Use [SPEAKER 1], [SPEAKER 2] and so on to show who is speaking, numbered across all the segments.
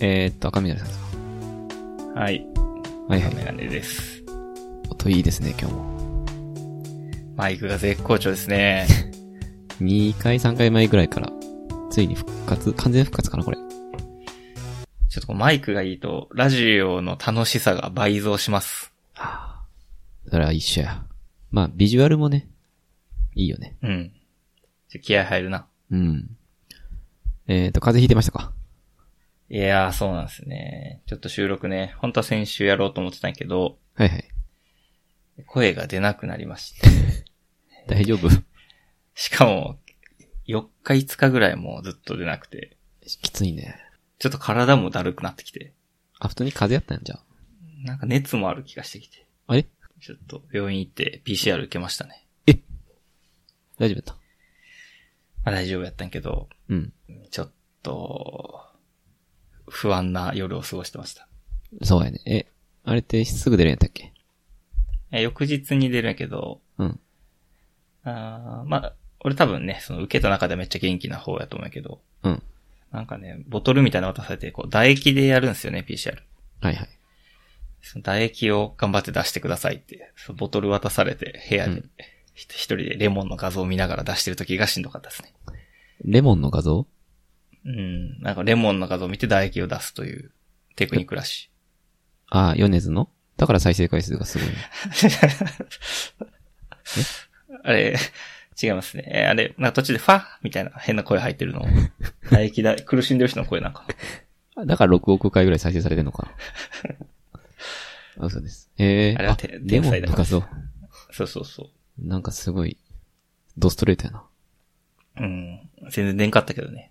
[SPEAKER 1] えー、っと、赤緑さんですか
[SPEAKER 2] はい。
[SPEAKER 1] はいは
[SPEAKER 2] メ
[SPEAKER 1] い。
[SPEAKER 2] ガネです。
[SPEAKER 1] 音いいですね、今日も。
[SPEAKER 2] マイクが絶好調ですね。
[SPEAKER 1] 2回、3回前ぐらいから、ついに復活、完全復活かな、これ。
[SPEAKER 2] ちょっとこうマイクがいいと、ラジオの楽しさが倍増します。
[SPEAKER 1] それは一緒や。まあ、ビジュアルもね、いいよね。
[SPEAKER 2] うん。ちょ気合入るな。
[SPEAKER 1] うん。えー、っと、風邪ひいてましたか
[SPEAKER 2] いやー、そうなんですね。ちょっと収録ね、本当は先週やろうと思ってたんやけど、
[SPEAKER 1] はいはい。
[SPEAKER 2] 声が出なくなりまして。
[SPEAKER 1] 大丈夫
[SPEAKER 2] しかも、4日5日ぐらいもうずっと出なくて、
[SPEAKER 1] きついね。
[SPEAKER 2] ちょっと体もだるくなってきて、
[SPEAKER 1] あ、普通に風邪やったんやじゃあ。
[SPEAKER 2] なんか熱もある気がしてきて、
[SPEAKER 1] あれ
[SPEAKER 2] ちょっと病院行って PCR 受けましたね。
[SPEAKER 1] 大丈夫やった。
[SPEAKER 2] まあ大丈夫やったんやけど、
[SPEAKER 1] うん。
[SPEAKER 2] ちょっと、不安な夜を過ごしてました。
[SPEAKER 1] そうやね。え、あれってすぐ出るんやったっけ
[SPEAKER 2] え翌日に出るんやけど、
[SPEAKER 1] うん。
[SPEAKER 2] あーまあ、俺多分ね、その受けた中でめっちゃ元気な方やと思うんやけど、
[SPEAKER 1] うん。
[SPEAKER 2] なんかね、ボトルみたいなの渡されて、こう、唾液でやるんですよね、PCR。
[SPEAKER 1] はいはい。
[SPEAKER 2] その唾液を頑張って出してくださいって、そのボトル渡されて、部屋で、
[SPEAKER 1] うん
[SPEAKER 2] ひ一人でレモンの画像を見ながら出してる時がしんどかったですね。
[SPEAKER 1] レモンの画像
[SPEAKER 2] うん。なんかレモンの画像を見て唾液を出すというテクニックらし
[SPEAKER 1] ああ、ヨネズのだから再生回数がすごい、ね。
[SPEAKER 2] い。あれ、 違いますね。えあれ、なんか途中でファみたいな変な声入ってるのを。唾液だ、苦しんでる人の声なんか。
[SPEAKER 1] あだから6億回ぐらい再生されてんのかな。あ嘘です。ええー。
[SPEAKER 2] あれはて
[SPEAKER 1] レ
[SPEAKER 2] 天
[SPEAKER 1] モ
[SPEAKER 2] 才
[SPEAKER 1] ン
[SPEAKER 2] だ
[SPEAKER 1] の画像。
[SPEAKER 2] そうそうそ
[SPEAKER 1] なんかすごい、ドストレートやな。
[SPEAKER 2] う。うん。全然出んかったけどね。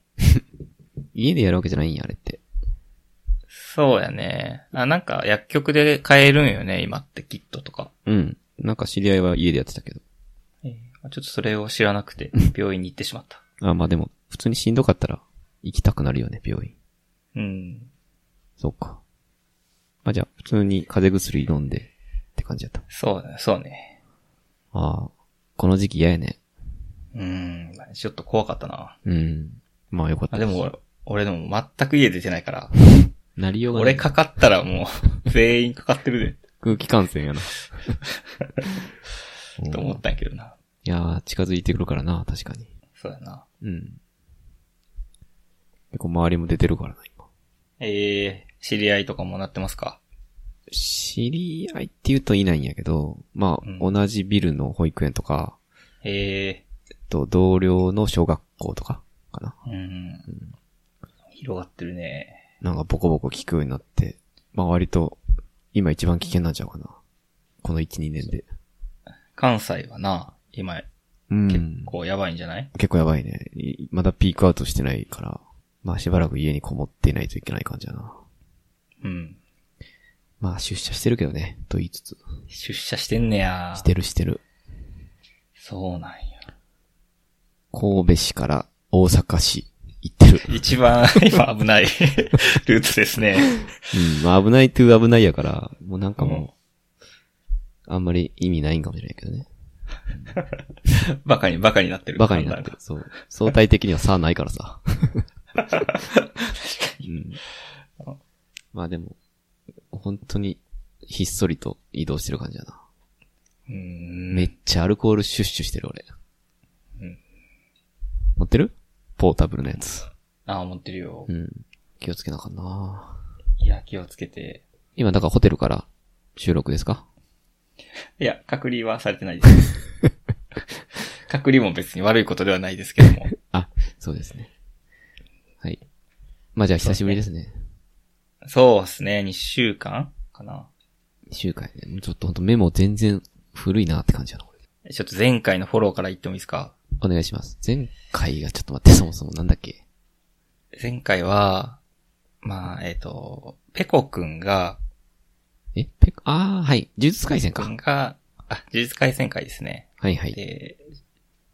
[SPEAKER 1] 家でやるわけじゃないんや、あれって。
[SPEAKER 2] そうやね。あ、なんか薬局で買えるんよね、今って、キットとか。
[SPEAKER 1] うん。なんか知り合いは家でやってたけど。
[SPEAKER 2] えーちょっとそれを知らなくて、病院に行ってしまった。
[SPEAKER 1] あ、まあでも、普通にしんどかったら、行きたくなるよね、病院。
[SPEAKER 2] うん。
[SPEAKER 1] そうか。まあじゃあ、普通に風邪薬飲んで、って感じやった。
[SPEAKER 2] そうだね、そうね。
[SPEAKER 1] ああ、この時期嫌やね。
[SPEAKER 2] うん。ちょっと怖かったな。
[SPEAKER 1] うん。まあよかった
[SPEAKER 2] あ
[SPEAKER 1] す
[SPEAKER 2] で、も、俺でも全く家出てないから、
[SPEAKER 1] なりようがない。
[SPEAKER 2] 俺かかったらもう、 全員かかってる
[SPEAKER 1] 空気感染 やな。
[SPEAKER 2] で、と思ったんやけどな。
[SPEAKER 1] いやー、近づいてくるからな、確かに。
[SPEAKER 2] そうやな。
[SPEAKER 1] うん。結構周りも出てるからな、今。
[SPEAKER 2] ええ知り合いとかもなってますか
[SPEAKER 1] 知り合いって言うといないんやけど、まあ、
[SPEAKER 2] うん
[SPEAKER 1] 同じビルの保育園とか、
[SPEAKER 2] え
[SPEAKER 1] えっと、同僚の小学校とか、かな。
[SPEAKER 2] えうん。広がってるね。
[SPEAKER 1] なんかボコボコ聞くようになって、まあ割と、今一番危険なんちゃうかな。この1、2年で。
[SPEAKER 2] 関西はな、今、
[SPEAKER 1] うん。
[SPEAKER 2] 結
[SPEAKER 1] 結構
[SPEAKER 2] 構やばいんじゃない、
[SPEAKER 1] やばいね。いまだピークアウトしてないから、まあしばらく家にこもっていないといけない感じだな。
[SPEAKER 2] うん。
[SPEAKER 1] まあ出社してるけどね、と言いつつ。
[SPEAKER 2] 出社してんねや。
[SPEAKER 1] してるしてる。
[SPEAKER 2] そうなんや。
[SPEAKER 1] 神戸市から大阪市行って る。
[SPEAKER 2] 一番今危ない ルーツですね。
[SPEAKER 1] うん、まあ危ないという危ないやから、もうなんかもう、あんまり意味ないんかもしれないけどね。
[SPEAKER 2] バカに、バカになってる。
[SPEAKER 1] バカになってる。そう。相対的には差ないから さ。うん。まあでも、本当に、ひっそりと移動してる感じだな。
[SPEAKER 2] うん。
[SPEAKER 1] めっちゃアルコールシュッシュしてる俺。
[SPEAKER 2] うん
[SPEAKER 1] 持ってるポータブルのやつ。
[SPEAKER 2] ああ、持ってるよ。
[SPEAKER 1] うん。気をつけなあかんない
[SPEAKER 2] や、気をつけて。
[SPEAKER 1] 今だからホテルから収録ですか
[SPEAKER 2] いや、隔離はされてないです。 隔離も別に悪いことではないですけども。
[SPEAKER 1] あ、そうですね。はい。まあじゃあ久しぶりですね。
[SPEAKER 2] そうですね、2週間かな。
[SPEAKER 1] 集会ね。もうちょっとほんとメモ全然古いなって感じだな、これ。
[SPEAKER 2] ちょっと前回のフォローから言ってもいいですか
[SPEAKER 1] お願いします。前回がちょっと待って、そもそもなんだっけ
[SPEAKER 2] 前回は、まあ、えっ、と、ペコくんが、
[SPEAKER 1] え、ペコ、あー、はい。呪術回戦
[SPEAKER 2] く
[SPEAKER 1] か
[SPEAKER 2] ん。が、あ、呪術回戦会ですね。
[SPEAKER 1] はいはい。
[SPEAKER 2] で、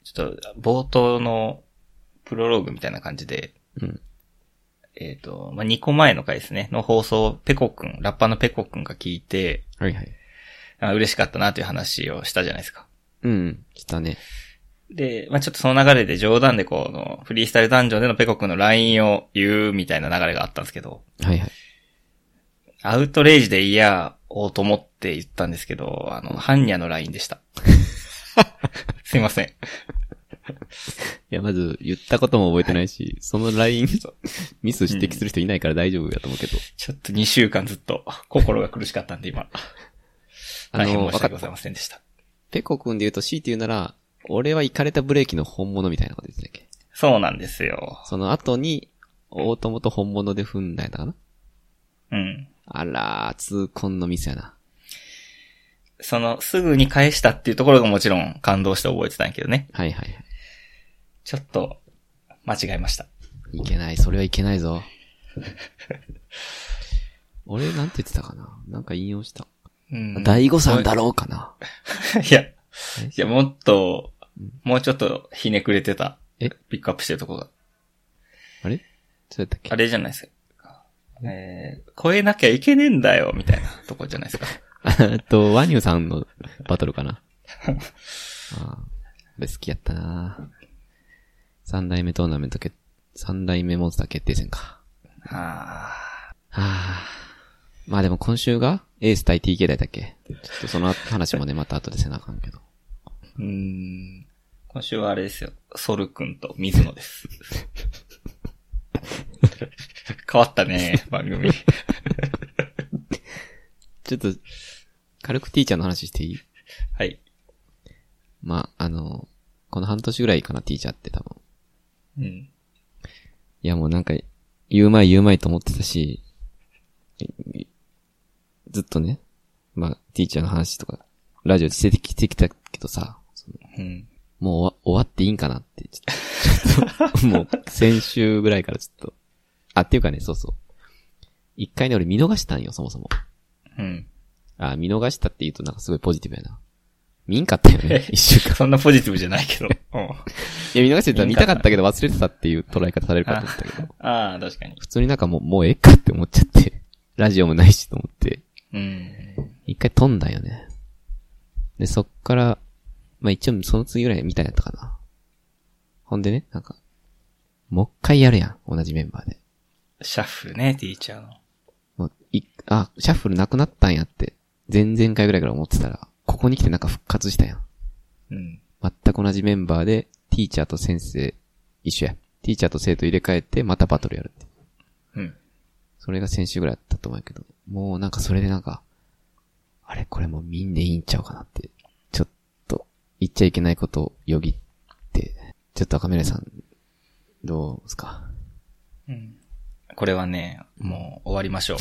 [SPEAKER 2] ちょっと、冒頭のプロローグみたいな感じで、
[SPEAKER 1] うん。
[SPEAKER 2] えっ、と、まあ、2個前の回ですね、の放送をペコくん、ラッパーのペコくんが聞いて、
[SPEAKER 1] はいはい。
[SPEAKER 2] あ嬉しかったなという話をしたじゃないですか。
[SPEAKER 1] うん。したね。
[SPEAKER 2] で、まあちょっとその流れで冗談でこの、フリースタイルダンジョンでのペコ君の LINE を言うみたいな流れがあったんですけど、
[SPEAKER 1] はいはい。
[SPEAKER 2] アウトレイジでいや、おうと思って言ったんですけど、あの、ハンニャの LINE でした。すいません。
[SPEAKER 1] いや、まず、言ったことも覚えてないし、 その LINE
[SPEAKER 2] そう、
[SPEAKER 1] ミス指摘する人いないから大丈夫やと思うけど。
[SPEAKER 2] ちょっと2週間ずっと心が苦しかったんで今。
[SPEAKER 1] あ
[SPEAKER 2] 大変
[SPEAKER 1] の、
[SPEAKER 2] 申
[SPEAKER 1] わ
[SPEAKER 2] し
[SPEAKER 1] か
[SPEAKER 2] 訳
[SPEAKER 1] っ
[SPEAKER 2] ござい
[SPEAKER 1] た。
[SPEAKER 2] ませんでした。
[SPEAKER 1] ペコ君で言うと C って言うなら、俺はイカれたブレーキの本物みたいなこと言ってたっけ
[SPEAKER 2] そうなんですよ。
[SPEAKER 1] その後に、大友と本物で踏んだやったかな
[SPEAKER 2] うん。
[SPEAKER 1] あらー、痛恨のミスやな。
[SPEAKER 2] その、すぐに返したっていうところがもちろん感動して覚えてたんやけどね。
[SPEAKER 1] はいはいはい。
[SPEAKER 2] ちょっと、間違えました。
[SPEAKER 1] いけない、それはいけないぞ。 俺、なんて言ってたかななんか引用した。
[SPEAKER 2] うん
[SPEAKER 1] 大誤算だろうかない
[SPEAKER 2] や、いや、もっと、もうちょっとひねくれてた。
[SPEAKER 1] え
[SPEAKER 2] ピックアップしてるとこが。
[SPEAKER 1] あれそうやったっけ
[SPEAKER 2] あれじゃないですか。えー、超えなきゃいけねえんだよ、みたいなとこじゃないです か。
[SPEAKER 1] えっと、ワニューさんのバトルかな。 ああ、俺好きやったな三代目トーナメント決、三代目モンスター決定戦か。
[SPEAKER 2] あ
[SPEAKER 1] はあ。まあでも今週がエース対 TK だったっけちょっとその話もね、また後でせなあかんけど。
[SPEAKER 2] ーうん。今週はあれですよ。ソル君と水 野です。変わったね、番組。
[SPEAKER 1] ちょっと、軽く T ちゃんの話していい
[SPEAKER 2] はい。
[SPEAKER 1] まあ、あの、この半年ぐらいかな、T ちゃんって多分。
[SPEAKER 2] うん。
[SPEAKER 1] いやもうなんか、言うまい言うまいと思ってたし、ずっとね、まあ、ティーチャーの話とか、ラジオでしてきてきたけどさ、その
[SPEAKER 2] うん。
[SPEAKER 1] もう終わ終わっていいんかなって、ちょっと、ちょっともう先週ぐらいからちょっと、あ、っていうかね、そうそう。一回ね、俺見逃したんよ、そもそも。
[SPEAKER 2] うん。
[SPEAKER 1] あ、見逃したって言うとなんかすごいポジティブやな。見んかったよね、 一週間。
[SPEAKER 2] そんなポジティブじゃないけど。うん。
[SPEAKER 1] いや、見逃してたら見たかったけど忘れてたっていう捉え方されるかと思ったけど。
[SPEAKER 2] ああ、確かに。
[SPEAKER 1] 普通になんかもう、もうええかって思っちゃって、ラジオもないしと思って、
[SPEAKER 2] うん。
[SPEAKER 1] 一回飛んだよね。で、そっから、まあ、一応その次ぐらいみたいだったかな。ほんでね、なんか、もう一回やるやん、同じメンバーで。
[SPEAKER 2] シャッフルね、ティーチャーの。
[SPEAKER 1] もう、い、あ、シャッフルなくなったんやって、前々回ぐらいから思ってたら、ここに来てなんか復活したやん。
[SPEAKER 2] うん。
[SPEAKER 1] 全く同じメンバーで、ティーチャーと先生、一緒や。ティーチャーと生徒入れ替えて、またバトルやるって。
[SPEAKER 2] うん。
[SPEAKER 1] それが先週ぐらいだったと思うけど、もうなんかそれでなんか、あれこれもうみんでいいんちゃうかなって、ちょっと、言っちゃいけないことをよぎって、ちょっと赤嶺さん、どうですか
[SPEAKER 2] うん。これはね、もう終わりましょ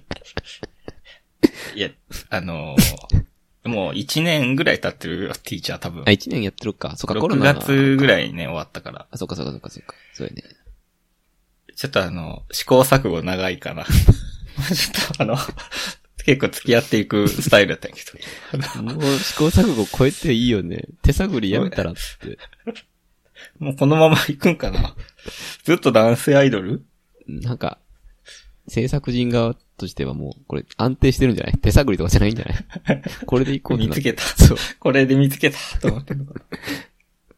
[SPEAKER 2] う。いや、あのーもう1年ぐらい経ってるよ、ティーチャー多分
[SPEAKER 1] あ、。一年やってるか。そっか、コロ
[SPEAKER 2] 6
[SPEAKER 1] ナの。
[SPEAKER 2] 月ぐらいにね、終わったから。
[SPEAKER 1] あ、そっかそっかそっかそっか。そうやね。
[SPEAKER 2] ちょっとあの、試行錯誤長いかな。ちょっとあの、結構付き合っていくスタイルだったんやけど。
[SPEAKER 1] もう試行錯誤超えていいよね。手探りやめたらって。
[SPEAKER 2] もうこのまま行くんかなずっと男性アイドル
[SPEAKER 1] なんか、制作人側としてはもう、これ安定してるんじゃない手探りとかじゃないんじゃないこれでいこうって
[SPEAKER 2] 見
[SPEAKER 1] なっ
[SPEAKER 2] つけた。
[SPEAKER 1] そう。
[SPEAKER 2] これで見つけたと思ってんのかな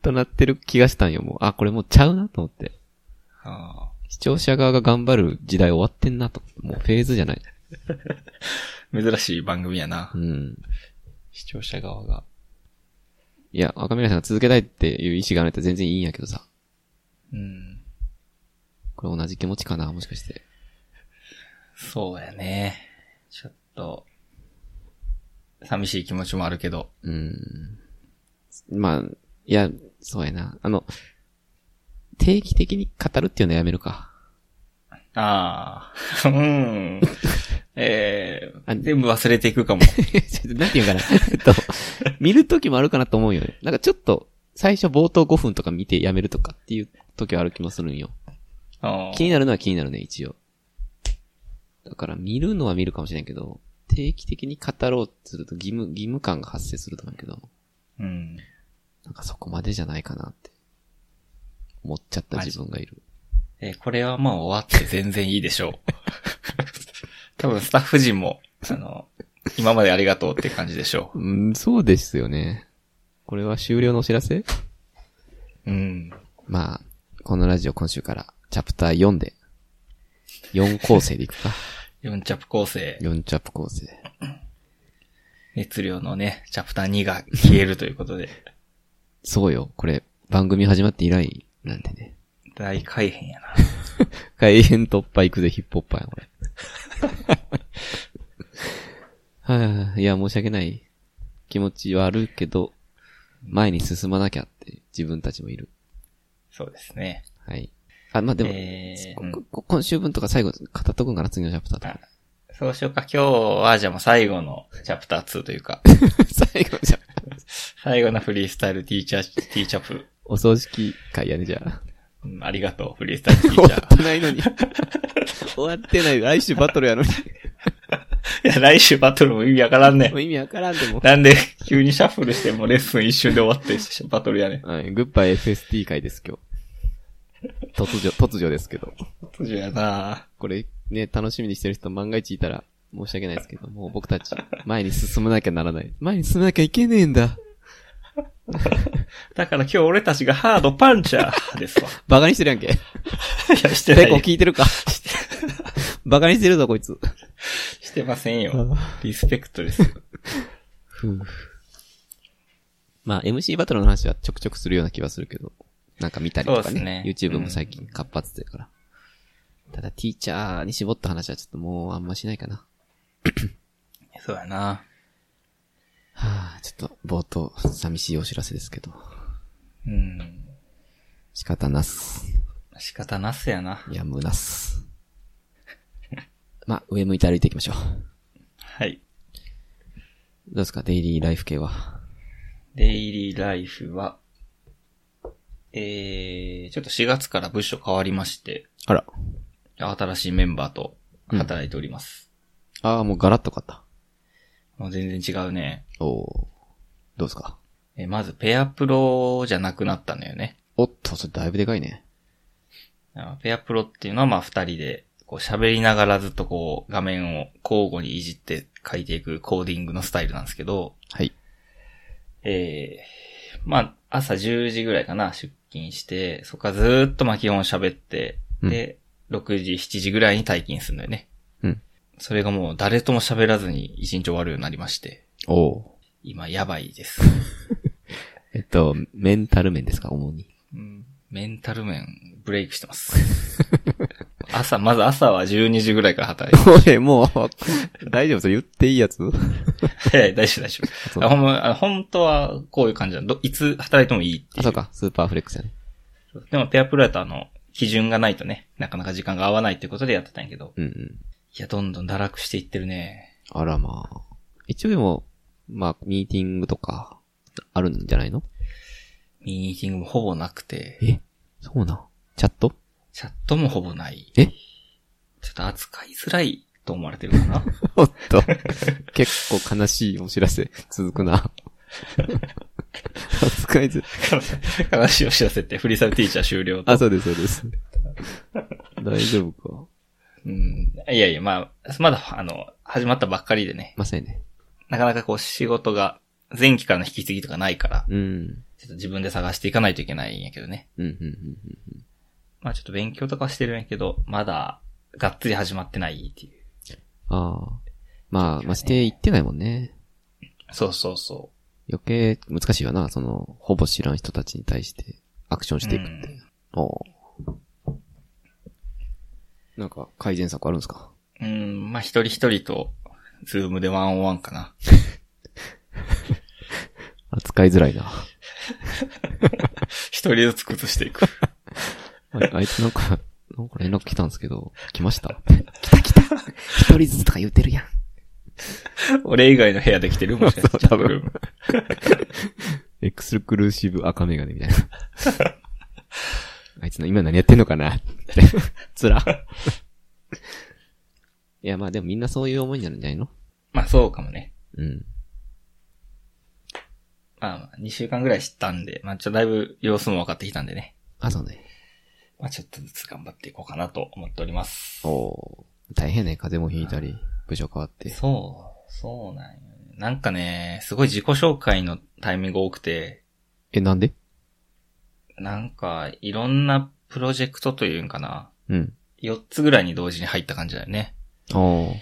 [SPEAKER 1] となってる気がしたんよ、もう。あ、これもうちゃうなと思って。
[SPEAKER 2] あ
[SPEAKER 1] 視聴者側が頑張る時代終わってんなと。もうフェーズじゃない。
[SPEAKER 2] ー珍しい番組やな
[SPEAKER 1] う。ん。
[SPEAKER 2] 視聴者側が。
[SPEAKER 1] いや、若宮さんが続けたいっていう意思がないと全然いいんやけどさ。
[SPEAKER 2] うん。
[SPEAKER 1] これ同じ気持ちかなもしかして。
[SPEAKER 2] そうやね。ちょっと、寂しい気持ちもあるけど。
[SPEAKER 1] うん。まあ、いや、そうやな。あの、定期的に語るっていうのはやめるか。
[SPEAKER 2] ああ、うん。え
[SPEAKER 1] あ
[SPEAKER 2] ー、全部忘れていくかも。
[SPEAKER 1] ちょっ となんていうのかな。えっ と、見る時もあるかなと思うよね。なんかちょっと、最初冒頭5分とか見てやめるとかっていう時はある気もするんよ。
[SPEAKER 2] あー
[SPEAKER 1] 気になるのは気になるね、一応。だから見るのは見るかもしれんけど、定期的に語ろうとすると義務、義務感が発生すると思うけど、
[SPEAKER 2] うん。
[SPEAKER 1] なんかそこまでじゃないかなって、思っちゃった自分がいる。
[SPEAKER 2] えーこれはまあ終わって全然いいでしょう。多分スタッフ陣も、あの、今までありがとうって感じでしょう。
[SPEAKER 1] うん、そうですよね。これは終了のお知らせ
[SPEAKER 2] うん。
[SPEAKER 1] まあ、このラジオ今週からチャプター4で、4構成でいく か。
[SPEAKER 2] 4チャプ構成、
[SPEAKER 1] 4チャップ構成。
[SPEAKER 2] 熱量のね、チャプター2が消えるということで、
[SPEAKER 1] そうよ。これ、番組始まって以来なんでね。
[SPEAKER 2] 大改変やな。
[SPEAKER 1] 改変突破行くぜ、ヒップホッパーや、これ。はい、いや、申し訳ない。気持ちはあるけど、前に進まなきゃって、自分たちもいる。
[SPEAKER 2] そうですね。
[SPEAKER 1] はい。あ、まあ、でも、
[SPEAKER 2] えーうん
[SPEAKER 1] ここ今週分とか最後、語っとくんかな、次のチャプター とか。
[SPEAKER 2] そうしようか。今日は、じゃあもう最後のチャプター2というか、
[SPEAKER 1] 最後じゃん
[SPEAKER 2] 最後のフリースタイルティーチャー、ティーチャプ。
[SPEAKER 1] お葬式会やね、じゃあ。
[SPEAKER 2] うんありがとう、フリースタイルティ
[SPEAKER 1] 終
[SPEAKER 2] ー
[SPEAKER 1] わ
[SPEAKER 2] チャ
[SPEAKER 1] ってないの に。終わってない。来週バトルやのに。
[SPEAKER 2] ー。いや、来週バトルも意味わからんね
[SPEAKER 1] もう意味わからんでもう。
[SPEAKER 2] なんで、急にシャッフルしてもレッスン一瞬で終わって、バトルやねん。
[SPEAKER 1] はい、グッバイ FST 会です、今日。突如、突如ですけど。
[SPEAKER 2] 突如やな
[SPEAKER 1] これ、ね、楽しみにしてる人万が一いたら申し訳ないですけど、もう僕たち、前に進まなきゃならない。前に進まなきゃいけねえんだ。
[SPEAKER 2] だから今日俺たちがハードパンチャーです わ。
[SPEAKER 1] バカにしてるやんけ。
[SPEAKER 2] いや、してな
[SPEAKER 1] ペコ
[SPEAKER 2] い。
[SPEAKER 1] 聞いてるか。 バカにしてるぞ、こいつ。
[SPEAKER 2] してませんよ。リスペクトです。
[SPEAKER 1] まあ、MC バトルの話はちょくちょくするような気はするけど、なんか見たりとか
[SPEAKER 2] そう
[SPEAKER 1] ね。
[SPEAKER 2] ですね
[SPEAKER 1] YouTube も最近活発だから。ただ、ティーチャーに絞った話はちょっともうあんましないかな。
[SPEAKER 2] そうやな
[SPEAKER 1] はあ、ちょっと冒頭、寂しいお知らせですけど。
[SPEAKER 2] うん。
[SPEAKER 1] 仕方なす。
[SPEAKER 2] 仕方なすやな。
[SPEAKER 1] やむなす。 まあ、上向いて歩いていきましょう。
[SPEAKER 2] はい。
[SPEAKER 1] どうですか、デイリーライフ系は。
[SPEAKER 2] デイリーライフは、えー、ちょっと4月から部署変わりまして、
[SPEAKER 1] あら。
[SPEAKER 2] 新しいメンバーと働いております。
[SPEAKER 1] ああ、もうガラッと変わっ
[SPEAKER 2] もう全然違うね。
[SPEAKER 1] た。おおー。どうですか
[SPEAKER 2] えまず、ペアプロじゃなくなったのよね。
[SPEAKER 1] おっと、それだいぶでかいね。
[SPEAKER 2] あペアプロっていうのは、まあ、二人で、こう、喋りながらずっとこう、画面を交互にいじって書いていくコーディングのスタイルなんですけど、
[SPEAKER 1] はい。
[SPEAKER 2] えー、まあ、朝10時ぐらいかな、出勤して、そこからずーっとまあ、基本喋って、で、6時、7時ぐらいに退勤するのよね。
[SPEAKER 1] うん。
[SPEAKER 2] それがもう誰とも喋らずに一日終わるようになりまして、
[SPEAKER 1] おお
[SPEAKER 2] 今やばい です。
[SPEAKER 1] ー。えっと、メンタル面ですか、主に。
[SPEAKER 2] うんメンタル面、ブレイクしてます。 朝、まず朝は12時ぐらいから働いて
[SPEAKER 1] おい、もう、大丈夫それ言っていいやつ
[SPEAKER 2] 早 い、大丈夫、大丈
[SPEAKER 1] そう
[SPEAKER 2] 夫。あほんま、あ本当はこういう感じなの。どいつ働いてもいいってい
[SPEAKER 1] あ、そうか、スーパーフレックスやね。
[SPEAKER 2] う。でも、ペアプロだとあの、基準がないとね、なかなか時間が合わないってことでやってたんやけど、
[SPEAKER 1] うんうん。
[SPEAKER 2] いや、どんどん堕落していってるね。
[SPEAKER 1] あらまあ。一応でも、まあ、ミーティングとか、あるんじゃないの
[SPEAKER 2] ミーティングもほぼなくて、
[SPEAKER 1] えそうなん。チャット
[SPEAKER 2] チャットもほぼない。
[SPEAKER 1] え
[SPEAKER 2] ちょっと扱いづらいと思われてるかな。
[SPEAKER 1] おっと。結構悲しいお知らせ、続くな。扱いず、
[SPEAKER 2] 悲しいお知らせって、フリーサルティーチャー終了と
[SPEAKER 1] あ、そうです、そうです。大丈夫か。
[SPEAKER 2] うん。いやいや、まあ、まだ、あの、始まったばっかりでね、
[SPEAKER 1] まさにね。
[SPEAKER 2] なかなかこう仕事が、前期からの引き継ぎとかないから、
[SPEAKER 1] うん。
[SPEAKER 2] ちょっと自分で探していかないといけないんやけどね。
[SPEAKER 1] うん、うん、うんうん。
[SPEAKER 2] まあちょっと勉強とかはしてるんやけど、まだ、がっつり始まってないっていう。
[SPEAKER 1] ああ。まあ、まあ、していってないもんね。
[SPEAKER 2] そうそうそ
[SPEAKER 1] 余計難しいよな、その、ほぼ知らん人たちに対して、アクション
[SPEAKER 2] う。
[SPEAKER 1] していく
[SPEAKER 2] う
[SPEAKER 1] って。
[SPEAKER 2] ん
[SPEAKER 1] おおーなんか、改善策あるんですか
[SPEAKER 2] うん、まあ一人一人と、ズームでワンオンワンかな。
[SPEAKER 1] 扱いづらいな。
[SPEAKER 2] 一人ずつ崩していく。
[SPEAKER 1] ああいつなんか、なんか連絡来たんですけど、来ました来た来た一人ずつとか言ってるやん。
[SPEAKER 2] 俺以外の部屋で来てるもしかして。
[SPEAKER 1] そう多分エクスクルーシブ赤メガネみたいな。あいつの今何やってんのかなつら。いや、まあでもみんなそういう思いになるんじゃないの
[SPEAKER 2] まあそうかもね。
[SPEAKER 1] うん。
[SPEAKER 2] まあまあ、2週間ぐらい知ったんで、まあちょっとだいぶ様子も分かってきたんでね。
[SPEAKER 1] あ、そうね。
[SPEAKER 2] まあちょっとずつ頑張っていこうかなと思っております。
[SPEAKER 1] おー大変ね。風邪もひいたり、部署変わって。
[SPEAKER 2] そう、そうなんよね。なんかね、すごい自己紹介のタイミング多くて、
[SPEAKER 1] え、なんで
[SPEAKER 2] なんか、いろんなプロジェクトというんかな。
[SPEAKER 1] うん。
[SPEAKER 2] 4つぐらいに同時に入った感じだよね。
[SPEAKER 1] ああ。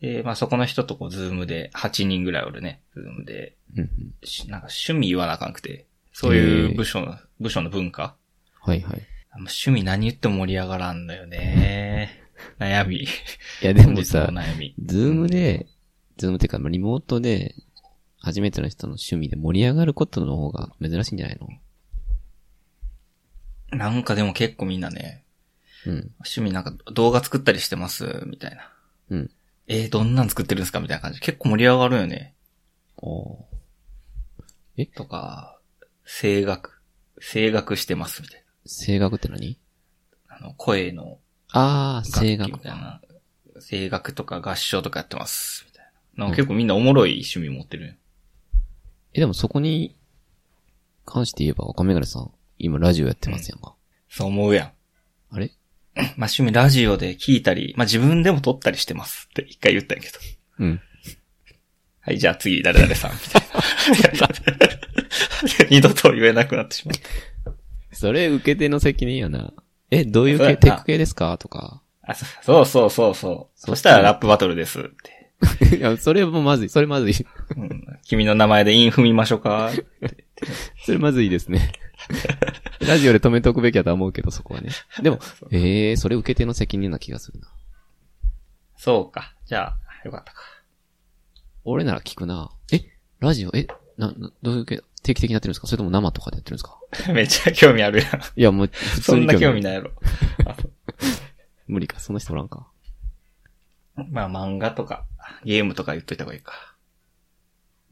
[SPEAKER 2] で、まあそこの人とこう、ズームで、8人ぐらいおるね。ズームで、
[SPEAKER 1] うんうん。
[SPEAKER 2] しなんか趣味言わなあかんくて。そういう部署の、部署の文化。
[SPEAKER 1] はいはい。
[SPEAKER 2] あんま趣味何言っても盛り上がらんのよね。悩み。
[SPEAKER 1] いやで
[SPEAKER 2] 本
[SPEAKER 1] も
[SPEAKER 2] 日の
[SPEAKER 1] さ、
[SPEAKER 2] 悩み。
[SPEAKER 1] ズームで、ズームっていうか、まあリモートで、初めての人の趣味で盛り上がることの方が珍しいんじゃないの
[SPEAKER 2] なんかでも結構みんなね、
[SPEAKER 1] うん。
[SPEAKER 2] 趣味なんか動画作ったりしてます、みたいな。
[SPEAKER 1] うん。
[SPEAKER 2] えー、どんなん作ってるんですかみたいな感じ。結構盛り上がるよね。
[SPEAKER 1] お
[SPEAKER 2] とか、声楽。声楽してます、みたい
[SPEAKER 1] 声楽って何
[SPEAKER 2] な。あの、声の
[SPEAKER 1] ああ、
[SPEAKER 2] 楽器
[SPEAKER 1] 声
[SPEAKER 2] み
[SPEAKER 1] 楽
[SPEAKER 2] たい
[SPEAKER 1] か。
[SPEAKER 2] な。声楽とか合唱とかやってます、みたいな。なんか結構みんなおもろい趣味持ってるよ。
[SPEAKER 1] え、でもそこに関して言えば、若メガネさん、今ラジオやってますやんか。
[SPEAKER 2] そう思うやん。
[SPEAKER 1] あれ
[SPEAKER 2] まあ、趣味ラジオで聞いたり、まあ、自分でも撮ったりしてますって一回言ったんやけど。
[SPEAKER 1] うん。
[SPEAKER 2] はい、じゃあ次、誰々さん、みたい な。二度と言えなくなってしまう。
[SPEAKER 1] それ受け手の責任やな。え、どういう
[SPEAKER 2] そう
[SPEAKER 1] 系、
[SPEAKER 2] やな
[SPEAKER 1] テック系ですかとか。
[SPEAKER 2] あ、そそうそうそうそう。
[SPEAKER 1] そ
[SPEAKER 2] そうしたらラップバトルですっ て。
[SPEAKER 1] いや、それもまずい。それまずい。
[SPEAKER 2] うん、君の名前でイン踏みましょうか
[SPEAKER 1] それまずいです ね。ラジオで止めておくべきだとは思うけど、そこはね。でも、ええー、それ受け手の責任な気がするな。
[SPEAKER 2] そうか。じゃあ、よかったか。
[SPEAKER 1] 俺なら聞くな。え、ラジオ、え、な、などういう系、定期的にやってるんですかそれとも生とかでやってるんですか
[SPEAKER 2] めっちゃ興味あるやん。
[SPEAKER 1] いや、もう、普
[SPEAKER 2] そ
[SPEAKER 1] 通
[SPEAKER 2] ん
[SPEAKER 1] に
[SPEAKER 2] な
[SPEAKER 1] 興味あ
[SPEAKER 2] 興
[SPEAKER 1] る
[SPEAKER 2] 味ないやろ。あそう
[SPEAKER 1] 無理か、そんな人おらんか。
[SPEAKER 2] まあ、漫画とか、ゲームとか言っといた方がいいか。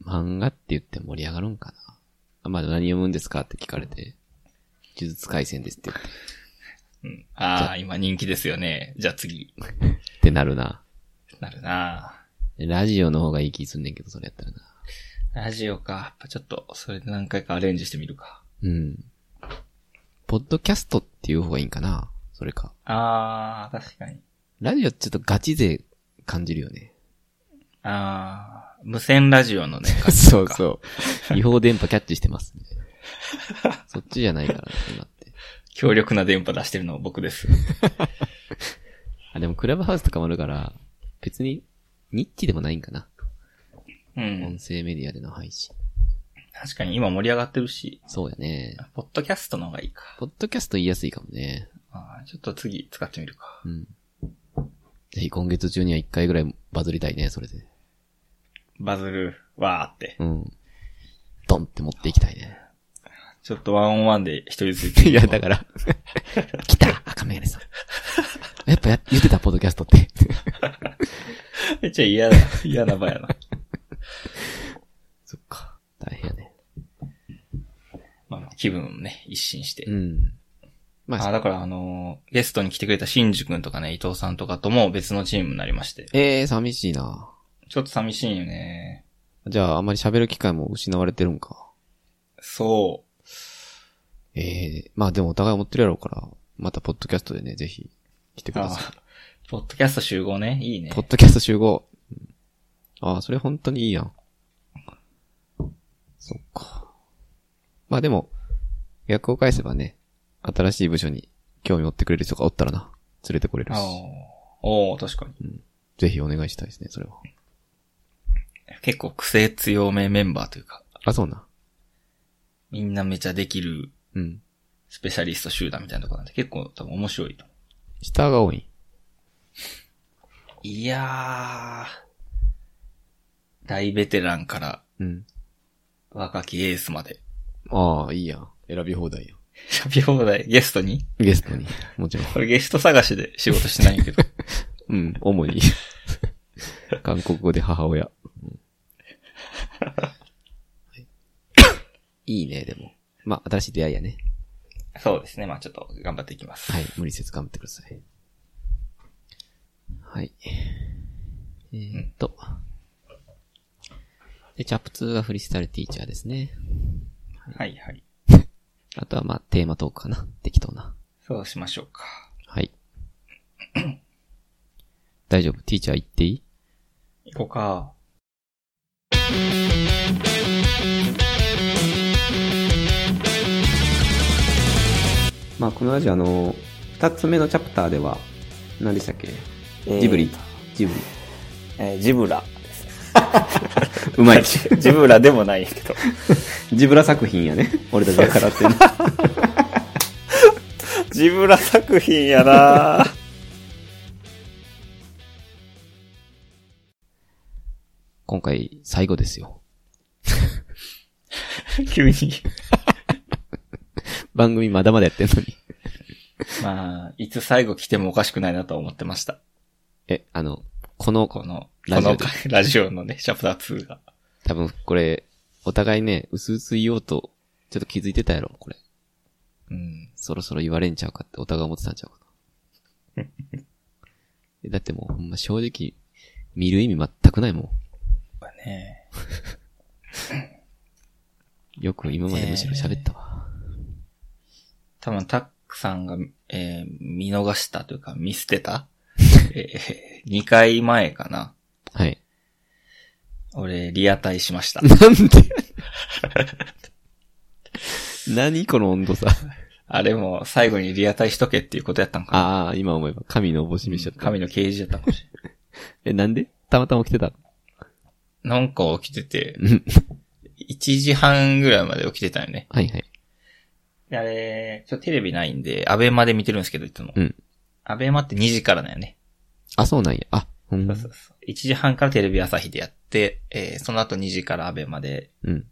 [SPEAKER 1] 漫画って言って盛り上がるんかなあまあ、何読むんですかって聞かれて、呪術回戦ですって言って、っ
[SPEAKER 2] うん、ああ、今人気ですよね。じゃあ次。
[SPEAKER 1] てなるな。
[SPEAKER 2] なるな
[SPEAKER 1] ラジオの方がいい気すんねんけど、それやったらな。
[SPEAKER 2] ラジオか。やっぱちょっと、それで何回かアレンジしてみるか。
[SPEAKER 1] うん。ポッドキャストっていう方がいいんかなそれか。
[SPEAKER 2] ああ、確かに。
[SPEAKER 1] ラジオちょっとガチ勢感じるよ ね。
[SPEAKER 2] ああ、無線ラジオのね。
[SPEAKER 1] そうそう。 違法電波キャッチしてます、みたいな。そっちじゃないからね、今って。
[SPEAKER 2] 強力な電波出してるの僕です。
[SPEAKER 1] あ、でもクラブハウスとかもあるから、別にニッチでもないんかな。
[SPEAKER 2] う
[SPEAKER 1] 音
[SPEAKER 2] ん。
[SPEAKER 1] 声メディアでの配信。
[SPEAKER 2] 確かに今盛り上がってるし、
[SPEAKER 1] そうやね。
[SPEAKER 2] ポッドキャストの方がいいか。
[SPEAKER 1] ポッドキャスト言いやすいかもね。
[SPEAKER 2] あーちょっと次使ってみるか。
[SPEAKER 1] うん。ぜひ今月中には一回ぐらいバズりたいね、それで。
[SPEAKER 2] バズる、わーって。
[SPEAKER 1] うん。ドンって持っていきたいね。
[SPEAKER 2] ちょっとワンオンワンで一人ずつ行っ て
[SPEAKER 1] い や、だから。来た赤メガネさん。 やっぱや言ってた、ポッドキャストって。
[SPEAKER 2] ら。めっちゃ嫌だ。嫌な場やな。
[SPEAKER 1] そっか。大変やね。
[SPEAKER 2] まあまあ、気分をね、一新して。
[SPEAKER 1] うん。ま
[SPEAKER 2] あー
[SPEAKER 1] あ、
[SPEAKER 2] だからあのーゲストに来てくれたシンジ君とかね、伊藤さんとかとも別のチームになりまして。
[SPEAKER 1] えー、寂しいな。
[SPEAKER 2] ちょっと寂しいよね。
[SPEAKER 1] じゃあ、あんまり喋る機会も失われてるんか。
[SPEAKER 2] そう。
[SPEAKER 1] ええまあでもお互い思ってるやろうから、またポッドキャストでね、ぜひ来てくだ
[SPEAKER 2] あ
[SPEAKER 1] さ
[SPEAKER 2] あ、ポッドキャスト集合ね。いいね
[SPEAKER 1] い。。ポッドキャスト集合。うんああ、それ本当にいいやん。そっか。まあでも、逆を返せばね、新しい部署に興味持ってくれる人がおったらな、連れてこれるし
[SPEAKER 2] あ。おお確かに。
[SPEAKER 1] ぜひお願いしたいですね、それは。
[SPEAKER 2] 結構癖強めメンバーというか、
[SPEAKER 1] あ、そうな。
[SPEAKER 2] みんなめちゃできる
[SPEAKER 1] うん。
[SPEAKER 2] スペシャリスト集団みたいなとこなんで結構多分面白いと思
[SPEAKER 1] 下が多い。
[SPEAKER 2] う。いやー、大ベテランから
[SPEAKER 1] うん。
[SPEAKER 2] 若きエースまで。
[SPEAKER 1] ああ、いいやん。選び放題やん。
[SPEAKER 2] 喋り放題、ゲストに
[SPEAKER 1] ゲストに。もちろん。
[SPEAKER 2] これゲスト探しで仕事してないんや けど。
[SPEAKER 1] うん、主 に。韓国語で母親。いいね、でも。まあ、新しい出会いやね。
[SPEAKER 2] そうですね。まあちょっと頑張っていきます。
[SPEAKER 1] はい、無理せず頑張ってください。はい。えー、っと。で、チャップ2がフリースタイルティーチャーですね。
[SPEAKER 2] はいはい。
[SPEAKER 1] あとは、まあ、テーマトークかな。適当な。
[SPEAKER 2] そうしましょうか。
[SPEAKER 1] はい。大丈夫ティーチャー行っていい
[SPEAKER 2] 行こうか。
[SPEAKER 3] 「まあ、このラジオ、あの、二つ目のチャプターでは、何でしたっけ
[SPEAKER 4] えー
[SPEAKER 3] ジブリ。ジブリ。
[SPEAKER 4] えージブ ラ。
[SPEAKER 3] う まい。
[SPEAKER 4] ジブラでもないけど。
[SPEAKER 3] ジブラ作品やね。俺たちが 語ってるの。
[SPEAKER 4] ジブラ作品や なぁ
[SPEAKER 1] 今回、最後ですよ。
[SPEAKER 2] 急に。
[SPEAKER 1] 番組まだまだやってんのに。
[SPEAKER 2] まあ、いつ最後来てもおかしくないなとは思ってました。
[SPEAKER 1] え、あの、この、
[SPEAKER 2] この、
[SPEAKER 1] ラ
[SPEAKER 2] こ
[SPEAKER 1] ジオ
[SPEAKER 2] の
[SPEAKER 1] で
[SPEAKER 2] 回 ラジオのね、チャプター2が。
[SPEAKER 1] 多分これ、お互いね、うすうす言おうと、ちょっと気づいてたやろ、これ。
[SPEAKER 2] うん。
[SPEAKER 1] そろそろ言われんちゃうかってお互い思ってたんちゃうか な。だってもう、ほんま正直、見る意味全くないも
[SPEAKER 2] ね
[SPEAKER 1] ん。よく今までむしろ喋ったわ。
[SPEAKER 2] 多分、タックさんが、えー見逃したというか、見捨 てたえ2回前かな。
[SPEAKER 1] はい。
[SPEAKER 2] 俺、リアタイしました。
[SPEAKER 1] なんで何この温度差。
[SPEAKER 2] あれも、最後にリアタイしとけっていうことやったんかな。
[SPEAKER 1] ああ、今思えば、神のおぼしみしちゃった。
[SPEAKER 2] 神の啓示やったかもしれ
[SPEAKER 1] え、なんでたまたま来てた
[SPEAKER 2] ない。なんか起きてて、
[SPEAKER 1] うん
[SPEAKER 2] 1時半ぐらいまで起きてたよね。
[SPEAKER 1] はいはい。
[SPEAKER 2] であれ、ちょ、テレビないんで、アベマで見てるんですけど、いつも。
[SPEAKER 1] うん。
[SPEAKER 2] アベマって2時からだよね。
[SPEAKER 1] あ、そうなんや。あ、ほん
[SPEAKER 2] そ
[SPEAKER 1] ま
[SPEAKER 2] うそうそう。1時半からテレビ朝日でやって、えーその後2時からアベマで、
[SPEAKER 1] うん。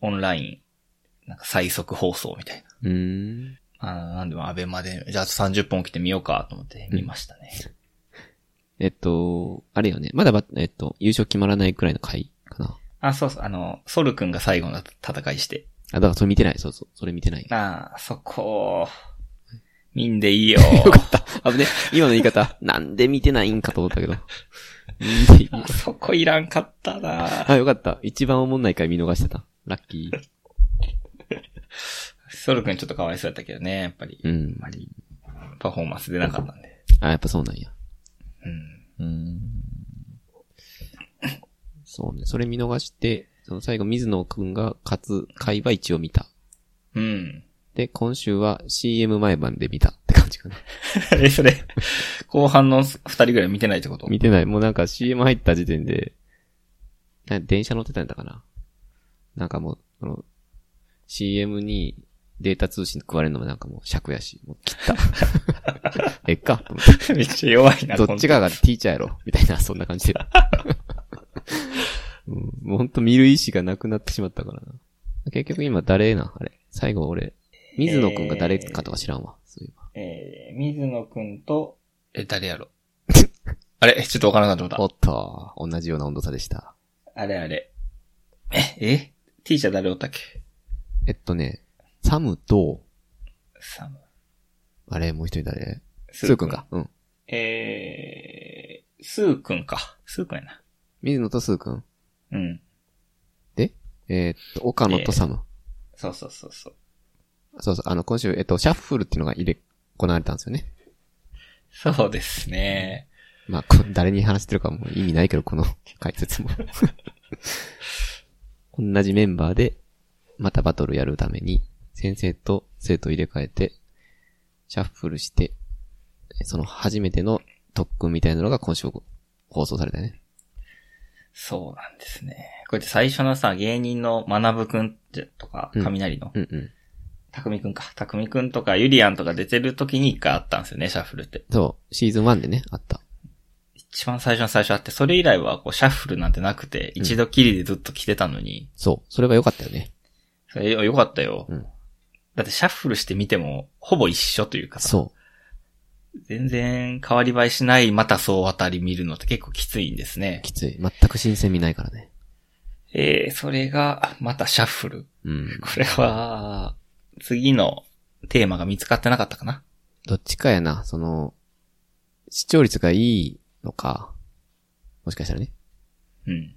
[SPEAKER 2] オンライン、なんか最速放送みたいな。
[SPEAKER 1] うーん。
[SPEAKER 2] あーなんでもアベマで、じゃああと30分起きてみようかと思って見ましたね。
[SPEAKER 1] えっと、あれよね。まだば、えっと、優勝決まらないくらいの回かな。
[SPEAKER 2] あ、そうそう、あの、ソル君が最後の戦いして。
[SPEAKER 1] あ、だからそれ見てない。そうそう。それ見てない。
[SPEAKER 2] ああ、そこ、見んでい いよ。
[SPEAKER 1] あぶね。今の言い方。 なんで見てないんかと思ったけど。見ていい
[SPEAKER 2] あそこいらんかった な
[SPEAKER 1] あ、よかった。一番おもんない回見逃してた。ラッキー。
[SPEAKER 2] ソル君ちょっとかわいそうやったけどね、やっぱり。
[SPEAKER 1] うん
[SPEAKER 2] あん。まり、パフォーマンス出なかったんで。
[SPEAKER 1] あ、やっぱそうなんや。
[SPEAKER 2] う
[SPEAKER 1] うー
[SPEAKER 2] ん。
[SPEAKER 1] ん。そうね。それ見逃して、その最後、水野くんが勝つ回は一応見た。
[SPEAKER 2] うん。
[SPEAKER 1] で、今週は CM 前版で見たって感じかな。
[SPEAKER 2] え、それ、後半の二人ぐらい見てないってこ と
[SPEAKER 1] 見てない。もうなんか CM 入った時点で、な電車乗ってたんだったかな。なんかもう、あの、CM にデータ通信食われるのもなんかもう尺やし、もう切 った。えっかと思っ
[SPEAKER 2] めっちゃ弱いな、
[SPEAKER 1] て。どっち
[SPEAKER 2] が。
[SPEAKER 1] ががティーチャーやろみたいな、そんな感 じで。うん、もうほんと見る意思がなくなってしまったからな。結局今誰な、あれ。最後俺、水野くんが誰かとか知らんわ。そういえば
[SPEAKER 2] えー、水野くんと、え、誰やろ あれちょっとわからなくなって
[SPEAKER 1] お
[SPEAKER 2] 思っ
[SPEAKER 1] っと、同じような温度差でした。
[SPEAKER 2] た。あれあれ。え、え ?T 社誰おったっけ
[SPEAKER 1] えっとね、サムと、
[SPEAKER 2] サム。
[SPEAKER 1] あれ、もう一人誰スーくんか。うん。
[SPEAKER 2] えー、スーくんか。スーくんやな。
[SPEAKER 1] 水野とスーくん。
[SPEAKER 2] うん。
[SPEAKER 1] えーっと、岡野とサム。
[SPEAKER 2] そうそうそうそう。
[SPEAKER 1] そうそう、あの、今週、えっと、シャッフルっていうのが入れ、行われたんですよね。
[SPEAKER 2] そうですね。
[SPEAKER 1] まあ、こ誰に話してるかも意味ないけど、 この解説も。同じメンバーで、またバトルやるために、先生と生徒を入れ替えて、シャッフルして、その初めての特訓みたいなのが今週放送されたよね。
[SPEAKER 2] そうなんですね。こうやって最初のさ、芸人の学くんとか、
[SPEAKER 1] うん
[SPEAKER 2] 雷の、
[SPEAKER 1] うんうん。
[SPEAKER 2] たくみくんか。たくみくんとか、ゆりやんとか出てる時に一回あったんですよね、シャッフルって。
[SPEAKER 1] そう、シーズン1でね、あった。
[SPEAKER 2] 一番最初の最初あって、それ以来はこうシャッフルなんてなくて、
[SPEAKER 1] ん
[SPEAKER 2] 一度きりでずっと来てたのに、
[SPEAKER 1] そう、それが良かったよね。
[SPEAKER 2] それよかったよ。
[SPEAKER 1] うん
[SPEAKER 2] だってシャッフルしてみても、ほぼ一緒というかさ
[SPEAKER 1] そ
[SPEAKER 2] 全然変わり映えしない、またそうあたり見るのって結構きついんです
[SPEAKER 1] う、
[SPEAKER 2] ね。
[SPEAKER 1] きつい。全く新鮮味ないからね。
[SPEAKER 2] えー、それが、またシャッフル。
[SPEAKER 1] うん。
[SPEAKER 2] これは、次のテーマが見つかってなかったかな。
[SPEAKER 1] どっちかやな、その、視聴率がいいのか、もしかしたらね、
[SPEAKER 2] うん。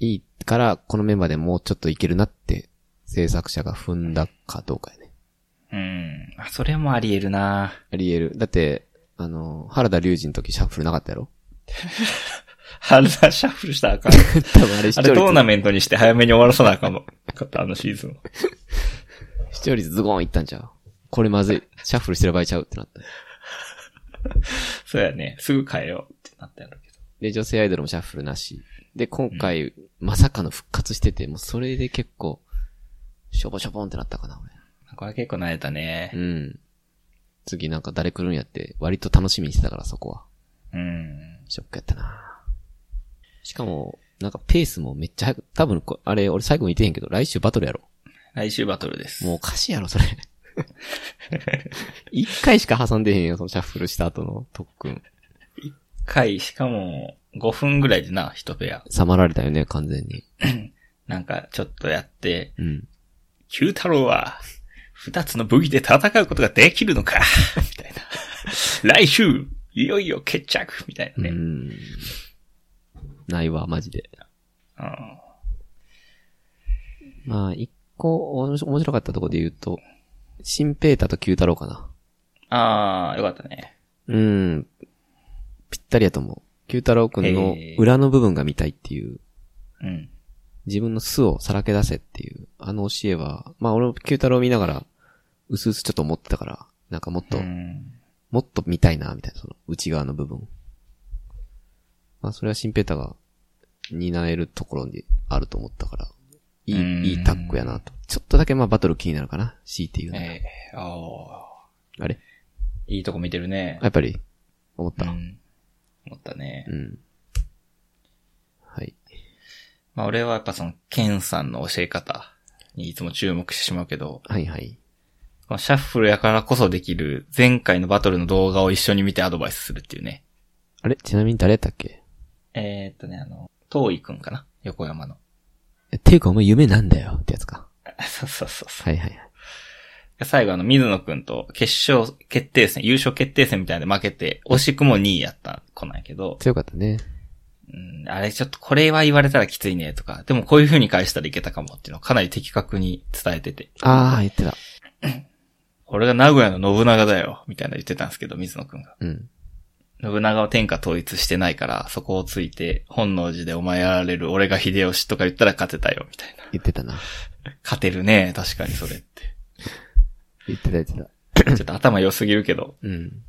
[SPEAKER 1] いいから、このメンバーでもうちょっといけるなって、制作者が踏んだかどうかやね。
[SPEAKER 2] うん。あ、それもあり得るな
[SPEAKER 1] あり得る。だって、あの、原田龍二の時シャッフルなかったやろ
[SPEAKER 2] あれだ、シャッフルしたらあかん。
[SPEAKER 1] 多分あれ視
[SPEAKER 2] あ
[SPEAKER 1] 聴
[SPEAKER 2] れトー
[SPEAKER 1] 率、
[SPEAKER 2] ナメントにして早めに終わらさなあかんの。かった、あのシーズンは。
[SPEAKER 1] 視聴率ズゴンいったんちゃうこれまずい。シャッフルしてる場合ちゃうってなった。
[SPEAKER 2] そうやね。すぐ変えようってなったやろうけど。
[SPEAKER 1] で、女性アイドルもシャッフルなし。で、今回、まさかの復活してて、もうそれで結構、しょぼしょぼんってなったかな、
[SPEAKER 2] これ結構慣れたね
[SPEAKER 1] 俺。う。ん。次なんか誰来るんやって、割と楽しみにしてたから、そこは。
[SPEAKER 2] うん。
[SPEAKER 1] ショックやったなしかも、なんかペースもめっちゃ早く、多分こあれ、俺最後見てへんけど、来週バトルやろ。
[SPEAKER 2] 来週バトルです。
[SPEAKER 1] もうおかしいやろ、それ。 一回しか挟んでへんよ、そのシャッフルした後の特訓。
[SPEAKER 2] 回、しかも、5分ぐらいでな、一ペア。
[SPEAKER 1] 冷まられたよね、完全に。
[SPEAKER 2] なんか、ちょっとやって、
[SPEAKER 1] うん。
[SPEAKER 2] 九太郎は、二つの武器で戦うことができるのかみたいな。来週、いよいよ決着みたいな
[SPEAKER 1] う
[SPEAKER 2] ね。うん
[SPEAKER 1] ん。ないわ、マジで。まあ、一個、おもし面白かったとこで言うと、新ペータと九太郎かな。
[SPEAKER 2] あー、よかったね。
[SPEAKER 1] うん。ぴったりやと思う。九太郎くんの
[SPEAKER 2] へー
[SPEAKER 1] 裏の部分が見たいっていう、
[SPEAKER 2] うん。
[SPEAKER 1] 自分の素をさらけ出せっていう、あの教えは、まあ俺も九太郎見ながら、うすうすちょっと思ってたから、なんかもっと、
[SPEAKER 2] うん
[SPEAKER 1] もっと見たいな、みたいな、その内側の部分。まあそれは新ペータが担えるところにあると思ったから、い
[SPEAKER 2] うん
[SPEAKER 1] い、いいタッグやなと。ちょっとだけまあバトル気になるかな、強いて言うなら。
[SPEAKER 2] えー、あ
[SPEAKER 1] あれ
[SPEAKER 2] ー、いいとこ見てるね。
[SPEAKER 1] やっぱり、思っ
[SPEAKER 2] う
[SPEAKER 1] た。うん。
[SPEAKER 2] ん。思ったね。
[SPEAKER 1] はい。
[SPEAKER 2] まあ俺はやっぱその、ケンさんの教え方にいつも注目してしまうけど、
[SPEAKER 1] はいはい。
[SPEAKER 2] このシャッフルやからこそできる前回のバトルの動画を一緒に見てアドバイスするっていうね。
[SPEAKER 1] あれちなみに誰やったっけ
[SPEAKER 2] えー、っとね、あの、遠井くんかな横山の。
[SPEAKER 1] えていうかお前夢なんだよってやつか。
[SPEAKER 2] そうそうそうそ
[SPEAKER 1] は
[SPEAKER 2] う。
[SPEAKER 1] いはいはい。
[SPEAKER 2] 最後あの、水野くんと決勝決定戦、優勝決定戦みたいなので負けて、惜しくも2位やった子なんやけど、
[SPEAKER 1] 強かったね。
[SPEAKER 2] うん、あれちょっとこれは言われたらきついねとか、でもこういう風に返したらいけたかもっていうのをかなり的確に伝えてて、
[SPEAKER 1] ああ、言ってた。
[SPEAKER 2] 俺が名古屋の信長だよ、みたいなの言ってたんですけど、水野くんが。
[SPEAKER 1] うん。
[SPEAKER 2] 信長を天下統一してないから、そこをついて、本能寺でお前やられる俺が秀吉とか言ったら勝てたよ、みたいな。
[SPEAKER 1] 言ってたな。
[SPEAKER 2] 勝てるね、確かにそれって。
[SPEAKER 1] 言ってた言ってた。
[SPEAKER 2] ちょっと頭良すぎるけど、
[SPEAKER 1] うん。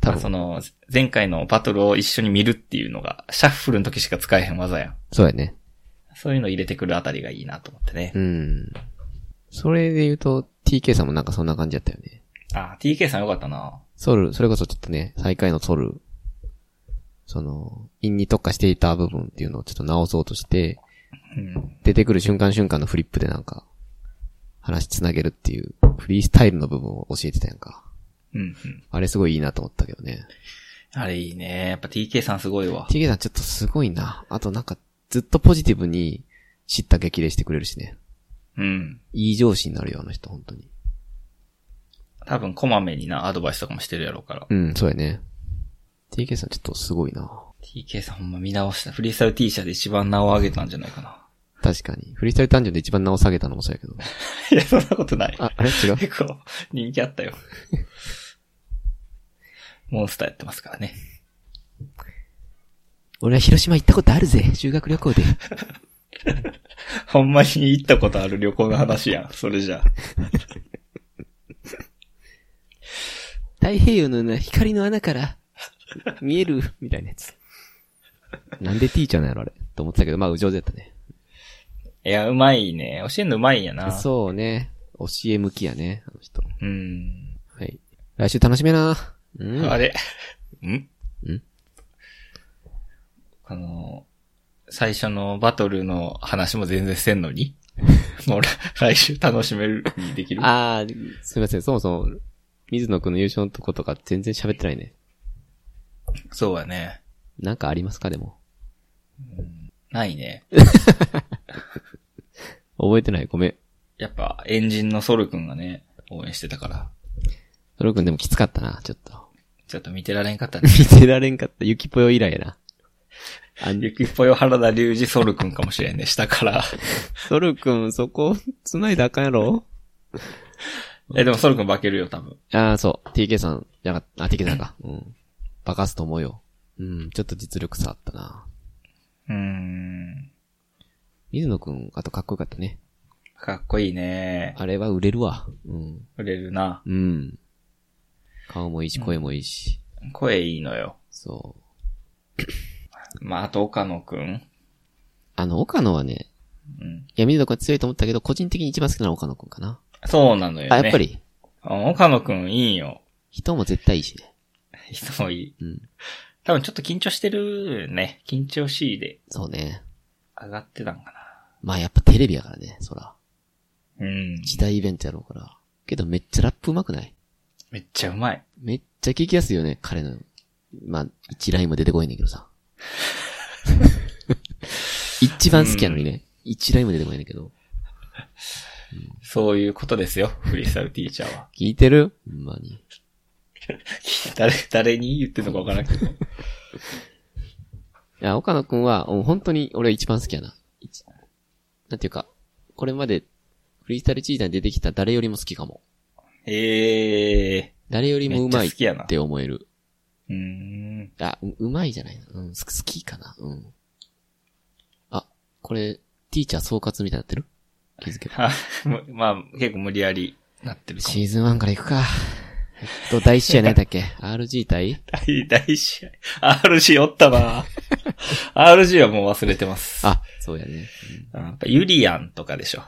[SPEAKER 1] 多
[SPEAKER 2] まあそ
[SPEAKER 1] 分、
[SPEAKER 2] の、前回のバトルを一緒に見るっていうのが、シャッフルの時しか使えへん技やん。
[SPEAKER 1] そうやね。
[SPEAKER 2] そういうの入れてくるあたりがいいなと思ってね。
[SPEAKER 1] うん。それで言うと、TK さんもなんかそんな感じだったよね。
[SPEAKER 2] あ、TK さんよかったな。
[SPEAKER 1] ソル、それこそちょっとね、最下位のソル、その、陰に特化していた部分っていうのをちょっと直そうとして、
[SPEAKER 2] うん。
[SPEAKER 1] 出てくる瞬間瞬間のフリップでなんか、話つなげるっていう、フリースタイルの部分を教えてたやんか。
[SPEAKER 2] うん、うん。
[SPEAKER 1] あれすごいいいなと思ったけどね。
[SPEAKER 2] あれいいね。やっぱ TK さんすごいわ。
[SPEAKER 1] TK さんちょっとすごいな。あとなんか、ずっとポジティブに知った激励してくれるしね。
[SPEAKER 2] うん。
[SPEAKER 1] いい上司になるよ、あの人、本当に。
[SPEAKER 2] 多分こまめにな、アドバイスとかもしてるやろうから。
[SPEAKER 1] うん、そうやね。TK さんちょっとすごいな。
[SPEAKER 2] TK さんほんま見直した。フリースタイル T 社で一番名を上げたんじゃないかな。
[SPEAKER 1] 確かに。フリースタイルダンジョンで一番名を下げたのもそうやけど。
[SPEAKER 2] いや、そんなことない。
[SPEAKER 1] あ、あれ違う
[SPEAKER 2] 結構、人気あったよ。モンスターやってますからね。
[SPEAKER 1] 俺は広島行ったことあるぜ修学旅行で。
[SPEAKER 2] ほんまに行ったことある旅行の話やん、それじゃあ。
[SPEAKER 1] 太平洋のような光の穴から、見える、みたいなやつ。なんで T ちゃんなんやろ、あれ。と思ってたけど、まあ、上手やったね。
[SPEAKER 2] いや、うまいね。教えんのうまいんやな。
[SPEAKER 1] そうね。教え向きやね、あの人。
[SPEAKER 2] う。うん。
[SPEAKER 1] はい。来週楽しめなうん。
[SPEAKER 2] あれ。ん
[SPEAKER 1] ん
[SPEAKER 2] この、最初のバトルの話も全然せん のに。もう来来週楽しめるにできる。
[SPEAKER 1] あー、すいません。そもそも、水野くんの優勝のとことか全然喋ってないね。
[SPEAKER 2] そうやね。
[SPEAKER 1] なんかありますか、でも。
[SPEAKER 2] ないね。
[SPEAKER 1] 覚えてない。ごめん。
[SPEAKER 2] やっぱ、エンジンのソル君がね、応援してたから、
[SPEAKER 1] ソロくんでもきつかったな、ちょっと。。
[SPEAKER 2] ちょっと見てられんかったね
[SPEAKER 1] 見てられんかった。ゆきぽよ以来やな。あの、
[SPEAKER 2] ゆきぽよ原田隆二ソル君かもしれんね、下 から。
[SPEAKER 1] ソルくん、そこ、繋いだらあかんやろ
[SPEAKER 2] え、でもソル君化けるよ、多分。
[SPEAKER 1] ああ、そう。TK さん、じゃなかった。あ、TK さんか。うん。バカすと思うよ。うん、ちょっと実力差あったな。
[SPEAKER 2] うーん。
[SPEAKER 1] 水野くん、あとかっこよかったね。
[SPEAKER 2] かっこいいね。
[SPEAKER 1] あれは売れるわ。うん。
[SPEAKER 2] 売れるな。
[SPEAKER 1] うん。顔もいいし、声もいいし。
[SPEAKER 2] 声いいのよ。
[SPEAKER 1] そう。
[SPEAKER 2] まあ、あと岡野くん。
[SPEAKER 1] あの、岡野はね、
[SPEAKER 2] うん。
[SPEAKER 1] いや、見るとこ強いと思ったけど、個人的に一番好きなのは岡野くんかな。
[SPEAKER 2] そうなのよね。
[SPEAKER 1] あ、やっぱ。り、
[SPEAKER 2] 岡野くんいいよ。
[SPEAKER 1] 人も絶対いいしね。
[SPEAKER 2] 人もいい。
[SPEAKER 1] うん。
[SPEAKER 2] 多分ちょっと緊張してるね。緊張しいで
[SPEAKER 1] そうね。
[SPEAKER 2] 上がってたんかな。
[SPEAKER 1] まあやっぱテレビやからね、そら。
[SPEAKER 2] うん。
[SPEAKER 1] 時代イベントやろうから。けどめっちゃラップ上手くない
[SPEAKER 2] めっちゃうまい。
[SPEAKER 1] めっちゃ聞きやすいよね、彼の。まあ、一ラインも出てこいねんけどさ。一番好きやのにね。一ラインも出てこいねんけど。
[SPEAKER 2] そういうことですよ。フリースタイルティーチャーは。
[SPEAKER 1] 聞いてるほんまに。
[SPEAKER 2] 誰、誰に言ってんのかわからんけど。
[SPEAKER 1] いや、岡野くんは、うん本当に俺一番好きやな。一なんていうか、これまで、フリースタイルチーターに出てきた誰よりも好きかも。
[SPEAKER 2] ええ
[SPEAKER 1] 誰よりも
[SPEAKER 2] めっ
[SPEAKER 1] う
[SPEAKER 2] ちゃ
[SPEAKER 1] ま
[SPEAKER 2] 好
[SPEAKER 1] いっ
[SPEAKER 2] きやな。
[SPEAKER 1] て思える。
[SPEAKER 2] うーん。
[SPEAKER 1] あ、う、うまいじゃないな。うん、す好きかな。うん。あ、これ、ティーチャー総括みたいになってる気づけば。
[SPEAKER 2] は、むまあ、結構無理やりなってるかも。
[SPEAKER 1] シーズン1から行くか。えっと、第一試合何だっけ ?RG 対
[SPEAKER 2] 大、大試合。RG おった わ。RG はもう忘れてます。
[SPEAKER 1] あ、そうやね。
[SPEAKER 2] あやっぱユリアンとかでしょ。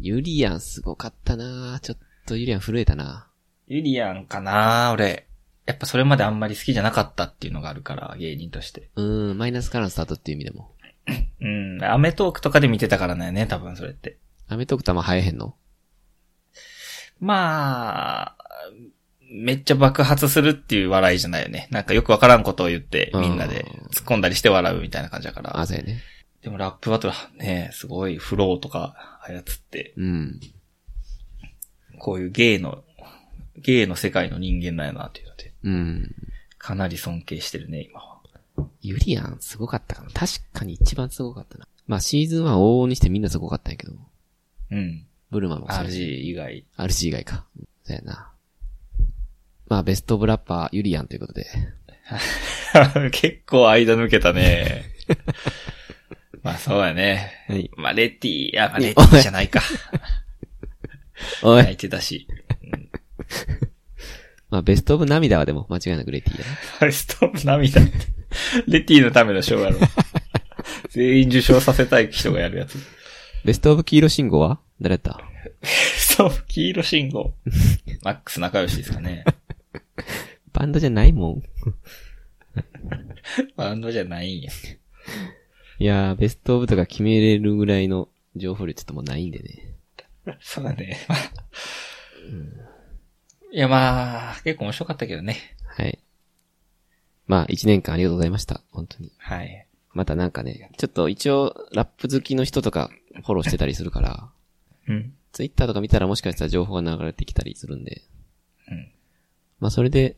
[SPEAKER 1] ユリアンすごかったなちょっとユリアン震えたな
[SPEAKER 2] ユリアンかな俺。やっぱそれまであんまり好きじゃなかったっていうのがあるから、芸人として。
[SPEAKER 1] うーん、マイナスからのスタートっていう意味でも。
[SPEAKER 2] うん。アメトークとかで見てたからだよね、多分それって。
[SPEAKER 1] アメトークとはまあ生えへんの
[SPEAKER 2] まあ、めっちゃ爆発するっていう笑いじゃないよね。なんかよくわからんことを言って、みんなで突っ込んだりして笑うみたいな感じだから
[SPEAKER 1] あ、。そうやね。
[SPEAKER 2] でもラップバトルはね、すごいフローとか操って、
[SPEAKER 1] うん。
[SPEAKER 2] こういう芸の、芸の世界の人間なんやなっていうので、
[SPEAKER 1] うん。
[SPEAKER 2] かなり尊敬してるね、今は。
[SPEAKER 1] ユリアンすごかったかな確かに一番すごかったな。まあシーズン1往々にしてみんなすごかったんやけど。
[SPEAKER 2] うん。
[SPEAKER 1] ブルマもそうやし
[SPEAKER 2] RG 以外。
[SPEAKER 1] RG 以外か。そうやな。まあ、ベストオブラッパー、ユリアンということで。
[SPEAKER 2] 結構間抜けたね。まあそうやね。
[SPEAKER 1] はい。
[SPEAKER 2] まあレティ、あ、まあレティじゃないか。
[SPEAKER 1] おい。
[SPEAKER 2] 泣いてたし。
[SPEAKER 1] まあ、ベストオブ涙はでも、間違いなくレティやな。
[SPEAKER 2] はい、ストップ涙 って。レティのための賞 やろ。全員受賞させたい人がやるやつ。
[SPEAKER 1] ベストオブ黄色信号は誰だった
[SPEAKER 2] そう、黄色信号。マックス仲良しですか ね。
[SPEAKER 1] バンドじゃないもん。
[SPEAKER 2] バンドじゃないんや。
[SPEAKER 1] いやー、ベストオブとか決めれるぐらいの情報量ちょっともうないんでね。
[SPEAKER 2] そうだね。まあいやまあ、結構面白かったけどね。
[SPEAKER 1] はい。まあ、一年間ありがとうございました。本当に。
[SPEAKER 2] はい。
[SPEAKER 1] またなんかね、ちょっと一応、ラップ好きの人とか、フォローしてたりするから、
[SPEAKER 2] うん。
[SPEAKER 1] ツイッターとか見たらもしかしたら情報が流れてきたりするんで。
[SPEAKER 2] うん。
[SPEAKER 1] まあ、それで、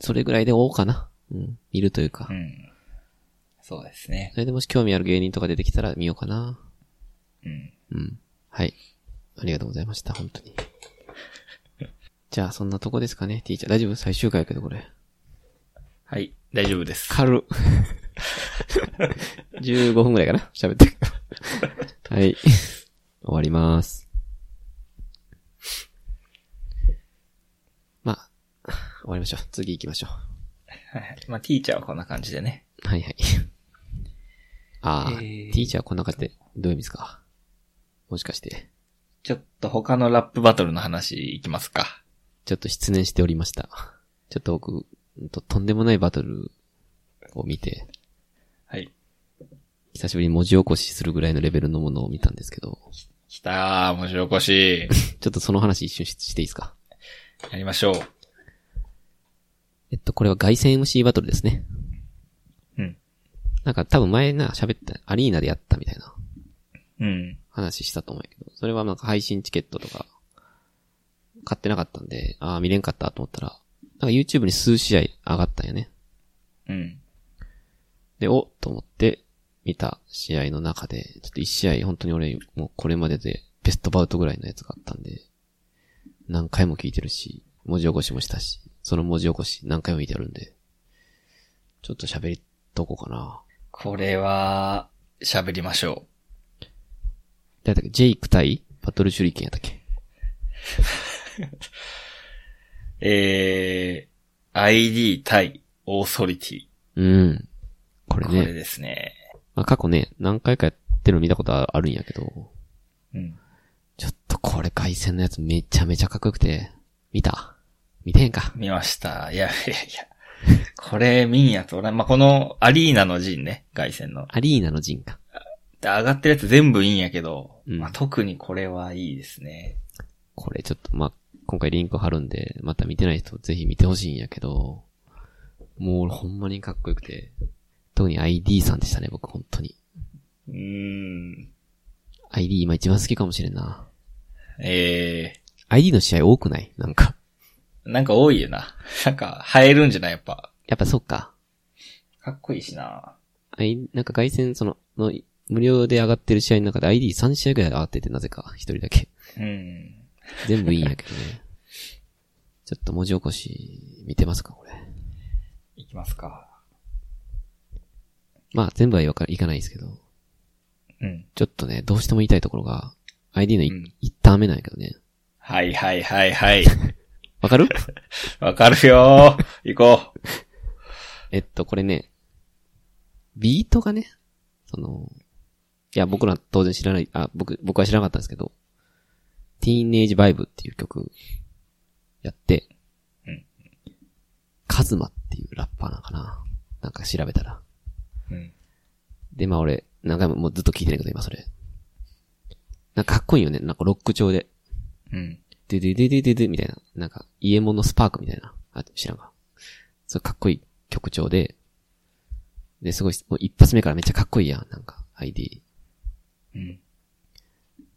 [SPEAKER 1] それぐらいで追おうかな。うん。見るというか。
[SPEAKER 2] うん。そうですね。
[SPEAKER 1] それでもし興味ある芸人とか出てきたら見ようかな。
[SPEAKER 2] うん。
[SPEAKER 1] うん。はい。ありがとうございました、本当に。じゃあ、そんなとこですかね、ティーチャー。大丈夫最終回やけど、これ。
[SPEAKER 2] はい。大丈夫です。
[SPEAKER 1] 軽。15分ぐらいかな喋って。はい。終わります。まあ、終わりましょう。次行きましょ
[SPEAKER 2] はい。まあ、ティーチャーはこんな感じでね。
[SPEAKER 1] う。はいはい。ああ、
[SPEAKER 2] えー
[SPEAKER 1] ティーチャーこんな感じで、どういう意味ですかもしかして。
[SPEAKER 2] ちょっと他のラップバトルの話いきますか。
[SPEAKER 1] ちょっと失念しておりました。ちょっと僕、うんととんでもないバトルを見て、
[SPEAKER 2] はい。
[SPEAKER 1] 久しぶりに文字起こしするぐらいのレベルのものを見たんですけど、
[SPEAKER 2] きたー、面白おこしい。
[SPEAKER 1] ちょっとその話一瞬ししていいですか
[SPEAKER 2] やりましょう。
[SPEAKER 1] えっと、これは外線 MC バトルですね。
[SPEAKER 2] うん。
[SPEAKER 1] なんか多分前な、喋った、アリーナでやったみたいな
[SPEAKER 2] うん。
[SPEAKER 1] 話したと思うんやけど、それはなんか配信チケットとか、買ってなかったんで、ああ、見れんかったと思ったら、なんか YouTube に数試合上がったんよね。
[SPEAKER 2] うん。
[SPEAKER 1] で、おっと思って見た試合の中で、ちょっと一試合本当に俺もうこれまででベストバウトぐらいのやつがあったんで、何回も聞いてるし、文字起こしもしたし、その文字起こし何回も見てるんで、ちょっと喋りとこうかな。
[SPEAKER 2] これは、喋りましょ
[SPEAKER 1] だってジェイク対バトル手裏剣やったっけ
[SPEAKER 2] えー、ID 対オーソリティ。
[SPEAKER 1] うん。これ
[SPEAKER 2] こ
[SPEAKER 1] ね。
[SPEAKER 2] れですね。
[SPEAKER 1] まあ、過去ね、何回かやってるの見たことあるんやけど、
[SPEAKER 2] うん。
[SPEAKER 1] ちょっとこれ回線のやつめちゃめちゃかっこよくて、見た見てへんか。
[SPEAKER 2] 見ました。いやいやいや。これ、見んやつ、俺、まあ、この、アリーナの陣ね、外線の。
[SPEAKER 1] アリーナの陣か。
[SPEAKER 2] で上がってるやつ全部いいんやけど、
[SPEAKER 1] うん
[SPEAKER 2] まあ、特にこれはいいですね。
[SPEAKER 1] これちょっと、まあ、今回リンク貼るんで、また見てない人ぜひ見てほしいんやけど、もうほんまにかっこよくて、特に ID さんでしたね、僕本当に。
[SPEAKER 2] うーん。
[SPEAKER 1] ID 今一番好きかもしれんな。
[SPEAKER 2] え
[SPEAKER 1] ID の試合多くないなんか。
[SPEAKER 2] ー、なんか多いよな。なんか、映えるんじゃないやっぱ。
[SPEAKER 1] やっぱそっか。
[SPEAKER 2] かっこいいしな。
[SPEAKER 1] I、なんか外線その、の、無料で上がってる試合の中で ID3 試合ぐらい上がっててなぜか、一人だけ。
[SPEAKER 2] うん。
[SPEAKER 1] 全部いいんやけどね。ちょっと文字起こし見てますか、これ。
[SPEAKER 2] いきますか。
[SPEAKER 1] まあ、全部はわかいかないですけど、
[SPEAKER 2] うん。
[SPEAKER 1] ちょっとね、どうしても言いたいところが、ID のい、
[SPEAKER 2] うん
[SPEAKER 1] 一旦目なんやけどね。
[SPEAKER 2] はいはいはいはい。
[SPEAKER 1] わかる
[SPEAKER 2] わかるよー。行こう。
[SPEAKER 1] えっと、これね、ビートがね、その、いや、僕ら当然知らない、あ、僕、僕は知らなかったんですけど、ティーンエイジバイブっていう曲、やって
[SPEAKER 2] うん、
[SPEAKER 1] カズマっていうラッパーなんかな。なんか調べたら。
[SPEAKER 2] うん。
[SPEAKER 1] で、まあ俺、何回ももうずっと聞いてないけど、今それ。なんかかっこいいよね。なんかロック調で。
[SPEAKER 2] うん。
[SPEAKER 1] ドゥドゥドゥドゥドゥドゥみたいな。なんか、イエモンのスパークみたいな。あ、知らんか。そう、かっこいい曲調で。で、すごい、もう一発目からめっちゃかっこいいやん。なんか、ID。
[SPEAKER 2] うん。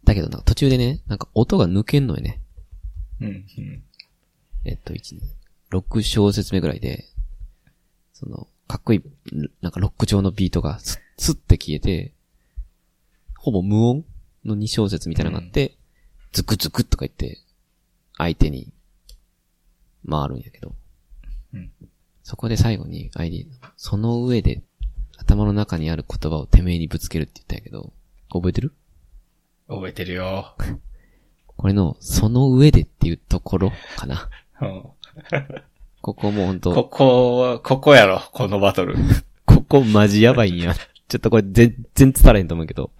[SPEAKER 1] だけど、なんか途中でね、なんか音が抜けんのよね。
[SPEAKER 2] うん。うん。
[SPEAKER 1] えっと、1、6小節目ぐらいで、その、かっこいい、なんかロック調のビートがスッ、スッって消えて、ほぼ無音の2小節みたいなのがあって、ズクズクとか言って、相手に、回るんやけど。
[SPEAKER 2] うん
[SPEAKER 1] そこで最後に ID、その上で、頭の中にある言葉をてめえにぶつけるって言ったんやけど、覚えてる
[SPEAKER 2] 覚えてるよー。
[SPEAKER 1] これの、その上でっていうところかな。
[SPEAKER 2] うん
[SPEAKER 1] ここもうほんと。
[SPEAKER 2] ここは、ここやろ、このバトル。
[SPEAKER 1] ここマジやばいんや。 ちょっとこれ全然伝わらへんと思うけど。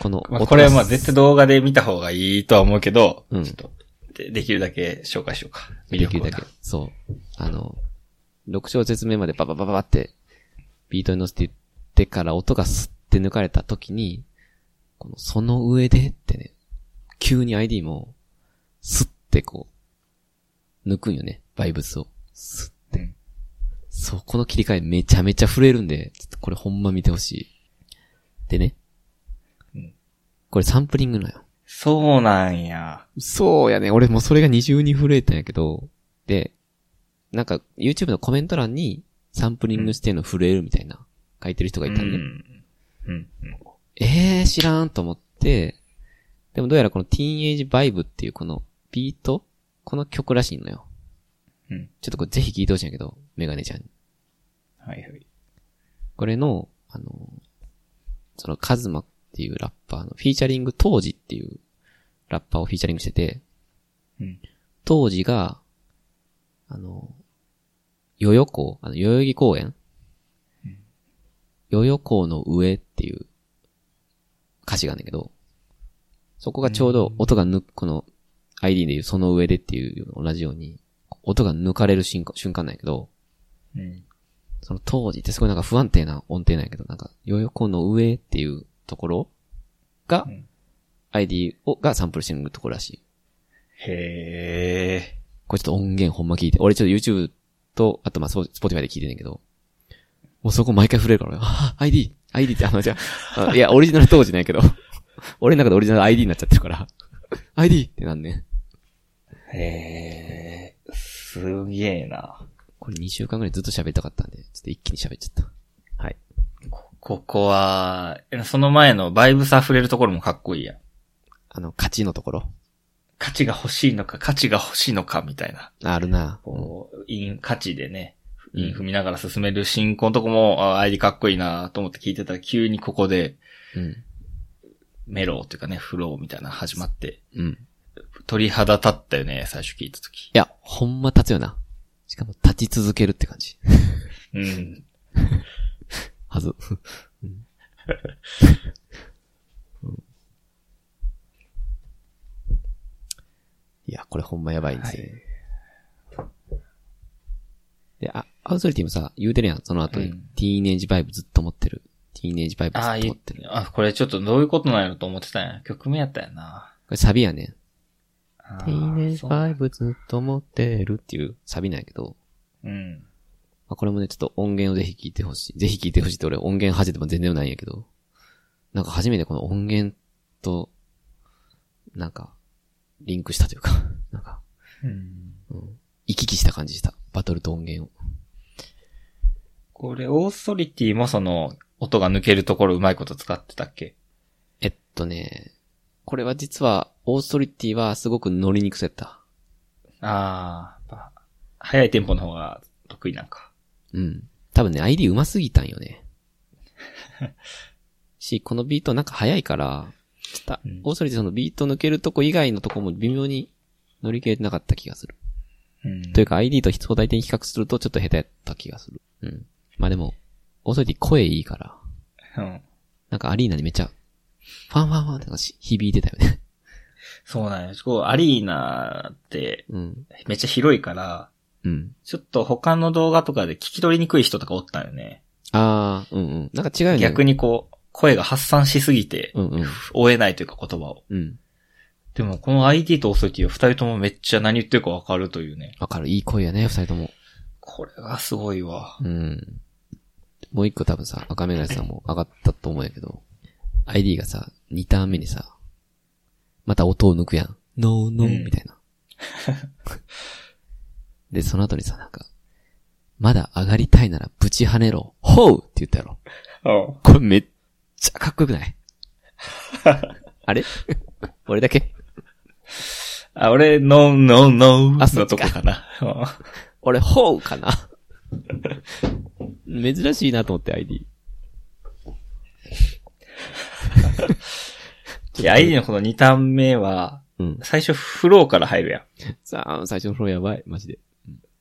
[SPEAKER 1] この、
[SPEAKER 2] まあ、これはまあ絶対動画で見た方がいいとは思うけど、
[SPEAKER 1] うん
[SPEAKER 2] ちょっとで、できるだけ紹介しようか。
[SPEAKER 1] できるだ
[SPEAKER 2] 魅力
[SPEAKER 1] け
[SPEAKER 2] をな。。
[SPEAKER 1] そう。あの、6小節目までバババババって、ビートに乗せて言ってから音がスって抜かれた時に、この、その上でってね、急に ID も、スってこう、抜くんよね、バイブスを。スって。
[SPEAKER 2] うん
[SPEAKER 1] そう、この切り替えめちゃめちゃ震えるんで、ちょっとこれほんま見てほしい。でね
[SPEAKER 2] うん。
[SPEAKER 1] これサンプリングなんよ。
[SPEAKER 2] そうなんや。
[SPEAKER 1] そうやね。俺もうそれが二重に震えたんやけど、で、なんか YouTube のコメント欄にサンプリングしてんの震えるみたいな書いてる人がいた
[SPEAKER 2] う
[SPEAKER 1] のね。
[SPEAKER 2] ん。うん。うん
[SPEAKER 1] えー、知らんと思って、でもどうやらこのティーンエイジバイブっていうこのビートこの曲らしいのよ。
[SPEAKER 2] うん。
[SPEAKER 1] ちょっとこれぜひ聴いてほしいんやけど、メガネちゃんに。
[SPEAKER 2] はいはい。
[SPEAKER 1] これの、あの、そのカズマっていうラッパーのフィーチャリング当時っていうラッパーをフィーチャリングしてて、
[SPEAKER 2] うん。
[SPEAKER 1] 当時が、あの、代々港、あの、代々木公園、代々港の上っていう歌詞があるんだけど、そこがちょうど音が抜く、この ID でいうその上でっていうのと同じように、音が抜かれる瞬間瞬間なんやけど、
[SPEAKER 2] うん。
[SPEAKER 1] その当時ってすごいなんか不安定な音程なんやけど、なんか、代々港の上っていうところが
[SPEAKER 2] うん、
[SPEAKER 1] ID を、がサンプルしてるところらしい。
[SPEAKER 2] へえ。
[SPEAKER 1] これちょっと音源ほんま聞いて。俺ちょっと YouTube と、あとまあ、そう Spotify で聞いてんねんけど。もうそこ毎回触れるから俺、あ、ID、ID って、あの、じゃあ、あいや、オリジナル当時ないけど、 俺の中でオリジナル ID になっちゃってるから、ID ってなんねん。
[SPEAKER 2] へえ。すげえな。
[SPEAKER 1] これ2週間ぐらいずっと喋りたかったんで、ちょっと一気に喋っちゃった。はい。
[SPEAKER 2] こここは、えその前のバイブス溢れるところもかっこいいやん。
[SPEAKER 1] あの、勝ちのところ。
[SPEAKER 2] 価値が欲しいのか、価値が欲しいのか、みたいな。
[SPEAKER 1] あるな
[SPEAKER 2] こう、イン、価値で
[SPEAKER 1] う
[SPEAKER 2] ね、
[SPEAKER 1] ん
[SPEAKER 2] イン踏みながら進める進行のとこも、あ、ID かっこいいなと思って聞いてたら、急にここで、
[SPEAKER 1] うん。
[SPEAKER 2] メローというかね、フローみたいなの始まって、
[SPEAKER 1] うん。い
[SPEAKER 2] 鳥肌立ったよね、最初聞いた時。
[SPEAKER 1] や、ほんま立つよな。しかも立ち続けるって感じ。
[SPEAKER 2] うん。
[SPEAKER 1] はず。 いや、これほんまやばいんですよね。で、あ、アウトリティもさ、言うてるやん、その後に。
[SPEAKER 2] うん
[SPEAKER 1] ティーネージバイブずっと持ってる。ティーネージバイブず
[SPEAKER 2] ああ、
[SPEAKER 1] っと
[SPEAKER 2] 言
[SPEAKER 1] 持
[SPEAKER 2] っ
[SPEAKER 1] って
[SPEAKER 2] て
[SPEAKER 1] る。
[SPEAKER 2] る。あ、これちょっとどういうことなんやろと思ってたんや。曲名やったんやな。
[SPEAKER 1] これサビやねん。
[SPEAKER 2] あ
[SPEAKER 1] ティーネージ
[SPEAKER 2] そう
[SPEAKER 1] バイブずっと持ってるっていうサビなんやけど、
[SPEAKER 2] うん。
[SPEAKER 1] まあ、これもね、ちょっと音源をぜひ聞いてほしい。ぜひ聞いてほしいって俺音源初めても全然ないんやけど、なんか初めてこの音源と、なんか、リンクしたというか、 なんか、
[SPEAKER 2] うん。
[SPEAKER 1] 行き来した感じした。バトルと音源を。
[SPEAKER 2] これ、オーソリティもその、音が抜けるところうまいこと使ってたっけ
[SPEAKER 1] えっとね、これは実は、オーソリティはすごく乗りにくそうやった。
[SPEAKER 2] ああ、やっぱ早いテンポの方が得意なんか。
[SPEAKER 1] うん。多分ね、ID 上手すぎたんよ ね。し、このビートなんか早いから、ちょっと
[SPEAKER 2] うん、
[SPEAKER 1] オーソリティそのビート抜けるとこ以外のとこも微妙に乗り切れてなかった気がする。
[SPEAKER 2] うん
[SPEAKER 1] というか ID と相対的に比較するとちょっと下手やった気がする。うん。まあでも、オーソリティ声いいから、
[SPEAKER 2] うん。
[SPEAKER 1] なんかアリーナにめっちゃ、ファンファンファンってなんかし響いてたよね。
[SPEAKER 2] そうなんよ。こう、アリーナって、
[SPEAKER 1] うん。
[SPEAKER 2] めっちゃ広いから、
[SPEAKER 1] うん。
[SPEAKER 2] ちょっと他の動画とかで聞き取りにくい人とかおったよね。
[SPEAKER 1] あー、うんうん。なんか違うよね。
[SPEAKER 2] 逆
[SPEAKER 1] に。
[SPEAKER 2] にこう、声が発散しすぎて、
[SPEAKER 1] うんうん。
[SPEAKER 2] 追えないというか言葉を。
[SPEAKER 1] うん。
[SPEAKER 2] でも、この ID とオーソリティは二人ともめっちゃ何言ってるかわかるというね。
[SPEAKER 1] わかる。いい声やね、二人とも。
[SPEAKER 2] これがすごいわ。
[SPEAKER 1] うん。もう一個多分さ、赤目がさんも上がったと思うんやけど、ID がさ、2ターン目にさ、また音を抜くやん。ノーノ
[SPEAKER 2] う
[SPEAKER 1] ー
[SPEAKER 2] ん
[SPEAKER 1] みたいな。で、その後にさ、なんか、まだ上がりたいならぶち跳ねろ。ほうって言ったやろ。
[SPEAKER 2] うん。
[SPEAKER 1] これめっちゃかっこよくないあれ俺だけ
[SPEAKER 2] あ、俺、ノーノーノー
[SPEAKER 1] あそ
[SPEAKER 2] の
[SPEAKER 1] っち
[SPEAKER 2] と
[SPEAKER 1] か
[SPEAKER 2] こかな。うん
[SPEAKER 1] 俺、ほうかな珍しいなと思って ID。
[SPEAKER 2] いや、ID のこの2ターン目は、
[SPEAKER 1] うん。
[SPEAKER 2] 最初フローから入るやん。
[SPEAKER 1] さあ、最初のフローやばい、マジで。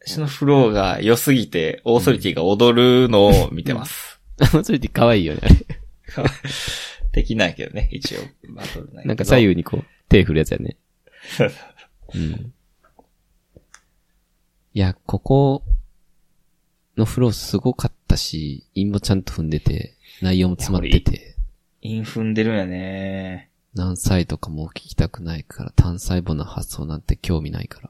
[SPEAKER 2] そのフローが良すぎて、オーソリティが踊るのを見てます。
[SPEAKER 1] あ それって可愛いよね、あれ。
[SPEAKER 2] できないけどね、一応。バトル
[SPEAKER 1] なんか左
[SPEAKER 2] 右。
[SPEAKER 1] 右にこう、手振るやつやね。うん。いや、ここのフローすごかったし、韻もちゃんと踏んでて、内容も詰まってて、
[SPEAKER 2] イン踏んでるんやね。
[SPEAKER 1] 何歳とかもう聞きたくないから、単細胞の発想なんて興味ないから。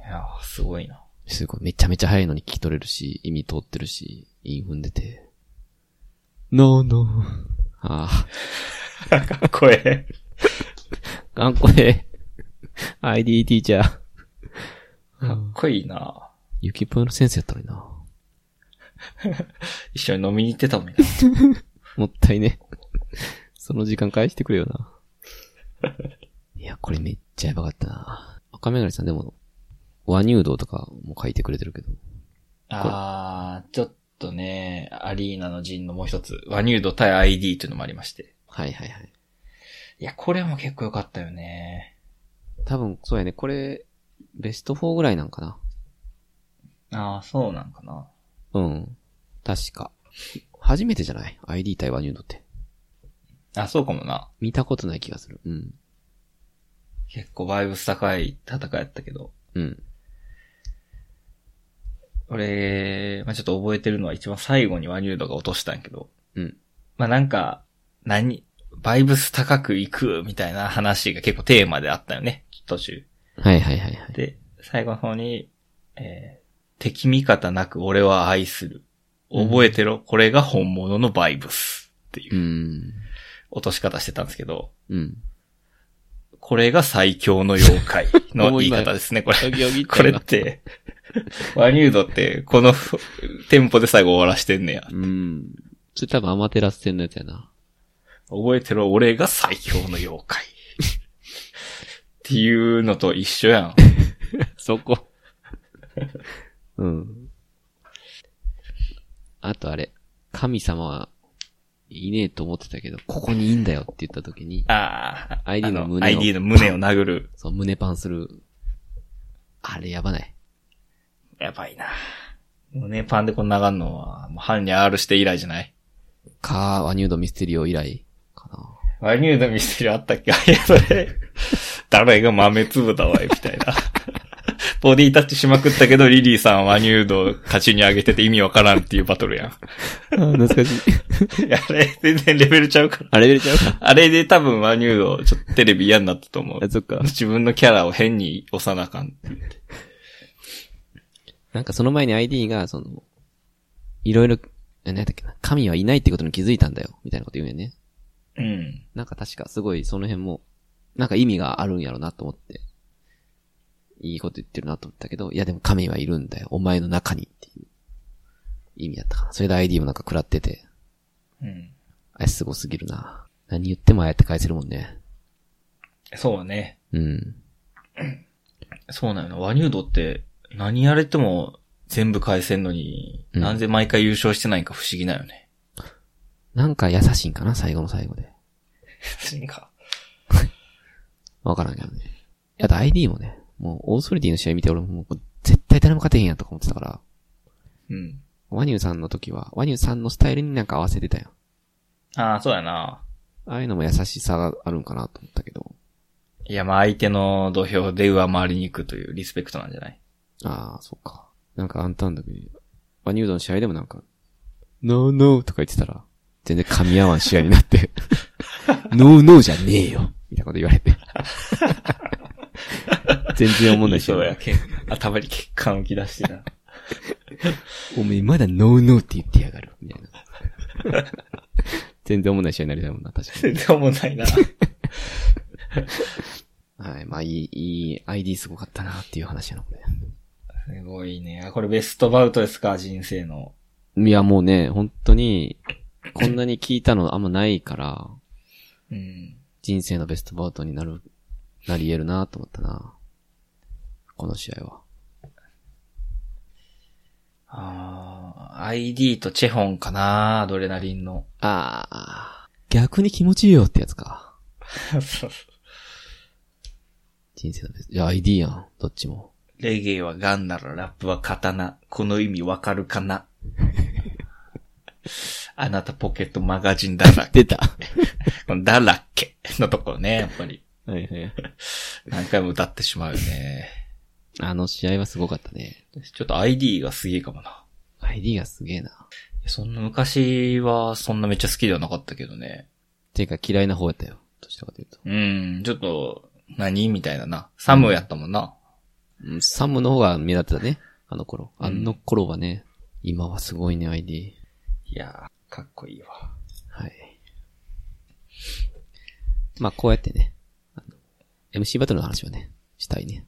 [SPEAKER 2] いやーすごいな。
[SPEAKER 1] すごい、めちゃめちゃ早いのに聞き取れるし、意味通ってるし、韻踏んでて。ノーノー。あ
[SPEAKER 2] かっこええ。
[SPEAKER 1] あ、頑固 で。ID ティーチャー。
[SPEAKER 2] かっこいいな。
[SPEAKER 1] ゆきぽよの先生やったのにな。
[SPEAKER 2] 一緒に飲みに行ってたもんね。
[SPEAKER 1] もったいね。 その時間返してくれよな。 いや、これめっちゃやばかったな。赤目がりさんでも、和乳道とかも書いてくれてるけど。
[SPEAKER 2] あー、ちょっとね、アリーナの陣のもう一つ、ワニュード対 ID っていうのもありまして。
[SPEAKER 1] はいはいはい。
[SPEAKER 2] いや、これも結構良かったよね。
[SPEAKER 1] 多分、そうやね。これ、ベスト4ぐらいなんかな。
[SPEAKER 2] あー、そうなんかな。
[SPEAKER 1] うん。確か。初めてじゃない ?ID 対和乳道って。
[SPEAKER 2] あ、そうかもな。
[SPEAKER 1] 見たことない気がする。うん。
[SPEAKER 2] 結構バイブス高い戦いやったけど。
[SPEAKER 1] うん。
[SPEAKER 2] 俺、まあ、ちょっと覚えてるのは一番最後にワニュードが落としたんやけど。
[SPEAKER 1] うん。
[SPEAKER 2] まあ、なんか、何、バイブス高くいくみたいな話が結構テーマであったよね。途中。
[SPEAKER 1] はいはいはいはい。。
[SPEAKER 2] で、最後の方に、えー敵味方なく俺は愛する。覚えてろ、これが本物のバイブス。っていううん落とし方してたんですけど、
[SPEAKER 1] うん。
[SPEAKER 2] これが最強の妖怪 の言い方ですね、これ。
[SPEAKER 1] よぎよぎ
[SPEAKER 2] これっ。て、ワニュードって、このテンポで最後終わらしてんねや。
[SPEAKER 1] うん。それ多分アマテラス戦のやつやな。
[SPEAKER 2] 覚えてろ、俺が最強の妖怪。っていうのと一緒やん。
[SPEAKER 1] そこ。うん。あとあれ、神様はいねえと思ってたけど、ここにいいんだよって言った時に、
[SPEAKER 2] ああ、
[SPEAKER 1] ID の
[SPEAKER 2] あ
[SPEAKER 1] 胸を
[SPEAKER 2] ID の胸を殴る。
[SPEAKER 1] そう、胸パンする。あれやばない。
[SPEAKER 2] やばいな。胸パンでこんな上がんのは、もう犯人 R して以来じゃない
[SPEAKER 1] か、ワニュードミステリオ以来かな。
[SPEAKER 2] ワニューのミステリーあったっけあ、いや、それ、誰が豆粒だわい、みたいな。 ボディタッチしまくったけど、リリーさんはワニュードを勝ちに上げてて意味わからんっていうバトルや
[SPEAKER 1] 懐かしい。
[SPEAKER 2] ん。いや、 あれ、全然レベルちゃうから。
[SPEAKER 1] あれ入れちゃう か。
[SPEAKER 2] あれで多分ワニュード、ちょっとテレビ嫌になったと思う。
[SPEAKER 1] そっか。
[SPEAKER 2] 自分のキャラを変に押さなあかん。
[SPEAKER 1] なんかその前に ID が、その、いろいろ、え何だっけな、神はいないってことに気づいたんだよ、みたいなこと言うんやね。
[SPEAKER 2] うん。
[SPEAKER 1] なんか確かすごいその辺も、なんか意味があるんやろなと思って、いいこと言ってるなと思ったけど、いやでも神はいるんだよ、お前の中にっていう意味だったかな。それで ID もなんか食らってて、
[SPEAKER 2] うん。
[SPEAKER 1] あれすごすぎるな。何言ってもああやって返せるもんね。
[SPEAKER 2] そうね。
[SPEAKER 1] うん。
[SPEAKER 2] そうなの。ワニュードって何やれても全部返せんのに、
[SPEAKER 1] うん
[SPEAKER 2] なんで毎回優勝してないんか不思議なよね。
[SPEAKER 1] なんか優しいんかな、最後の最後で。
[SPEAKER 2] か。
[SPEAKER 1] わからんけどね。あと ID もね、もうオーソリティの試合見て俺ももう絶対誰も勝てへんやとか思ってたから、
[SPEAKER 2] うん。
[SPEAKER 1] ワニューさんの時は、ワニューさんのスタイルになんか合わせてたよ。
[SPEAKER 2] ああ、そうやな。
[SPEAKER 1] ああいうのも優しさがあるんかなと思ったけど。
[SPEAKER 2] いや、まあ相手の土俵で上回りに行くというリスペクトなんじゃない
[SPEAKER 1] ああ、そうか。なんかあんたんだけど、ワニュードの試合でもなんか、ノーノーとか言ってたら、全然噛み合わん試合にな って、ノーノーじゃねえよみたいなこと言われて。全然思んないし
[SPEAKER 2] そう、や、け頭に血管浮き出して な。
[SPEAKER 1] おめえまだノーノーって言ってやがる。みたいな。全然思んない試合になりたいもんな、確か
[SPEAKER 2] 全然思んないな。
[SPEAKER 1] に。はい、まあいい、いい ID すごかったなっていう話なの、これ。
[SPEAKER 2] すごいね。あこれベストバウトですか人生の。
[SPEAKER 1] いや、もうね、本当に、こんなに聞いたのあんまないから、
[SPEAKER 2] うん。
[SPEAKER 1] 人生のベストバウトになる、なり得るなと思ったなこの試合は。
[SPEAKER 2] ああ、ID とチェホンかなアドレナリンの。
[SPEAKER 1] ああ、逆に気持ちいいよってやつか。人生のベスト、いや、ID やん、どっちも。
[SPEAKER 2] レゲエはガンならラップは刀。この意味わかるかなあなたポケットマガジンだらけ。
[SPEAKER 1] 出た。
[SPEAKER 2] このだらっけのところね、やっぱり。
[SPEAKER 1] はいはい。
[SPEAKER 2] 何回も歌ってしまうよね。
[SPEAKER 1] あの試合はすごかったね。
[SPEAKER 2] ちょっと ID がすげえかもな。
[SPEAKER 1] ID がすげえな。
[SPEAKER 2] そんな昔はそんなめっちゃ好きではなかったけどね。
[SPEAKER 1] ていうか嫌いな方やったよ。どちらかというと。
[SPEAKER 2] うん、ちょっと、何みたいなな。サムやったもんな。
[SPEAKER 1] うん、サムの方が目立ってたね。あの頃。あの頃はね、今はすごいね、ID。
[SPEAKER 2] いやー、かっこいいわ。
[SPEAKER 1] はい。まあ、こうやってね、あの MC バトルの話はね、したいね。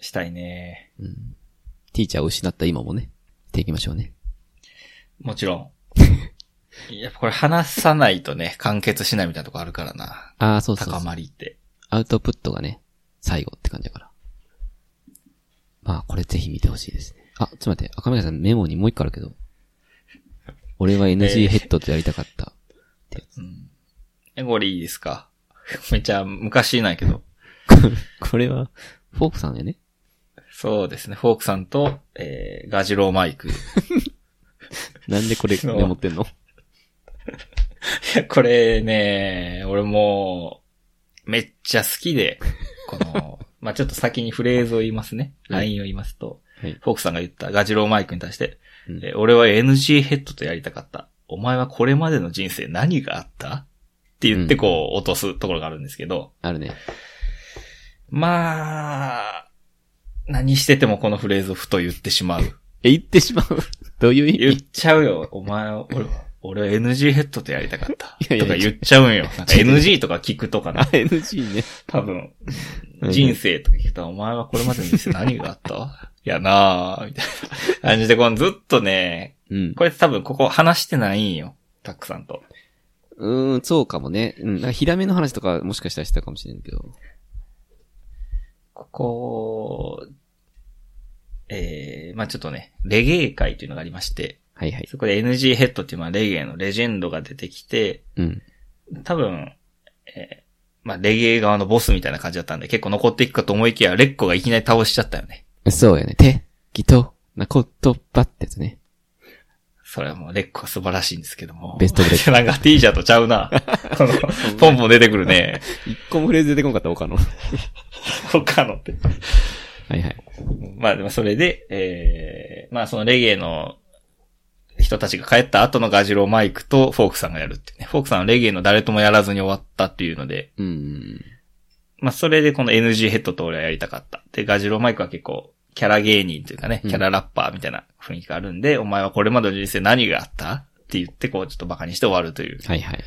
[SPEAKER 2] したいね。
[SPEAKER 1] うん。ティーチャーを失った今もね、していきましょうね。
[SPEAKER 2] もちろ ん。やっぱこれ話さないとね、完結しないみたいなとこあるからな。
[SPEAKER 1] ああ、そうそうそ
[SPEAKER 2] 高
[SPEAKER 1] う。
[SPEAKER 2] まりって。
[SPEAKER 1] アウトプットがね、最後って感じだから。まあ、これぜひ見てほしいですね。あ、ちょっと待って、赤嶺さんメモにもう一個あるけど。俺は NG ヘッドとやりたかった。
[SPEAKER 2] うん。え、これいいですか めっちゃ昔なんやけど。
[SPEAKER 1] これは、フォークさんやね。
[SPEAKER 2] そうですね。フォークさんと、えー、ガジローマイク。い
[SPEAKER 1] なんでこれメモってんの
[SPEAKER 2] や これね、俺もう、めっちゃ好きで、こ の、まあ、ちょっと先にフレーズを言いますね。
[SPEAKER 1] はい
[SPEAKER 2] ラインを言いますと、
[SPEAKER 1] はい
[SPEAKER 2] フォークさんが言ったガジローマイクに対して、
[SPEAKER 1] うん
[SPEAKER 2] えー俺は NG ヘッドとやりたかった。お前はこれまでの人生何があったって言ってこう、落とすところがあるんですけど、
[SPEAKER 1] あるね。
[SPEAKER 2] まあ、何しててもこのフレーズをふと言ってしまう。
[SPEAKER 1] え、言ってしまう。どういう意
[SPEAKER 2] 言っ
[SPEAKER 1] 味
[SPEAKER 2] ちゃうよ。お前、 俺、俺は NG ヘッドでやりたかった。
[SPEAKER 1] いやいや
[SPEAKER 2] とか言っちゃうんよ。なんか NG とか聞くとか
[SPEAKER 1] あ
[SPEAKER 2] な、。
[SPEAKER 1] NG ね。
[SPEAKER 2] 多分
[SPEAKER 1] う、ん
[SPEAKER 2] 人生とか聞くと、お前はこれまでの人生何があった いやなぁ、みたいな感じで、このずっとね、
[SPEAKER 1] うん。
[SPEAKER 2] これ多分ここ話してないんよ。たくさんと。
[SPEAKER 1] うーん、そうかもね。うん。なんかヒラメの話とかもしかしたらしたかもしれんけど。
[SPEAKER 2] ここ、えー、まあちょっとね、レゲエ会というのがありまして、
[SPEAKER 1] はいはい。
[SPEAKER 2] そこで NG ヘッドっていうまあレゲエのレジェンドが出てきて、
[SPEAKER 1] うん。
[SPEAKER 2] 多分、えーまあレゲエ側のボスみたいな感じだったんで結構残っていくかと思いきや、レッコがいきなり倒しちゃったよね。
[SPEAKER 1] そうよね。手、きと、な、こと、ばってやつね。
[SPEAKER 2] それはもうレッコは素晴らしいんですけども。
[SPEAKER 1] ベストブレッ
[SPEAKER 2] なんか T シャツちゃう な。この、ポンポン出てくるね。
[SPEAKER 1] 一個もフレーズ出てこんかった、他の。は
[SPEAKER 2] 他のって。
[SPEAKER 1] いはい。
[SPEAKER 2] まあでもそれで、えー、まあそのレゲエの人たちが帰った後のガジローマイクとフォークさんがやるってね。フォークさんはレゲエの誰ともやらずに終わったっていうので、
[SPEAKER 1] うん。
[SPEAKER 2] まあそれでこの NG ヘッドと俺はやりたかった。で、ガジローマイクは結構キャラ芸人というかね、
[SPEAKER 1] う
[SPEAKER 2] キ
[SPEAKER 1] ん
[SPEAKER 2] ャララッパーみたいな雰囲気があるんで、お前はこれまでの人生何があったって言ってこうちょっとバカにして終わるという。
[SPEAKER 1] はいはい。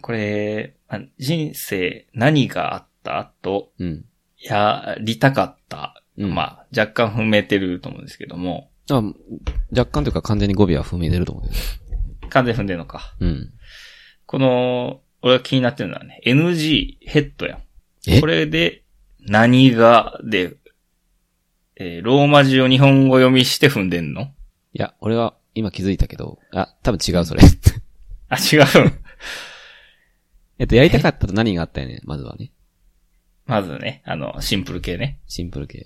[SPEAKER 2] これ、まあ人生何があったと、
[SPEAKER 1] うん。
[SPEAKER 2] やりたかった。
[SPEAKER 1] うん
[SPEAKER 2] まあ若干踏めてると思うんですけども、
[SPEAKER 1] あ、若干というか完全に語尾は踏み出ると思うけど。
[SPEAKER 2] 完全踏んでんのか。
[SPEAKER 1] うん。
[SPEAKER 2] この、俺が気になってるのはね、NG ヘッドやん。
[SPEAKER 1] え
[SPEAKER 2] これで、何が、で、えーローマ字を日本語読みして踏んでんの
[SPEAKER 1] いや、俺は今気づいたけど、あ、多分違う、それ。
[SPEAKER 2] あ、違う。
[SPEAKER 1] えっと、やりたかったと何があったよね、まずはね。
[SPEAKER 2] まずね、あの、シンプル系ね。
[SPEAKER 1] シンプル系。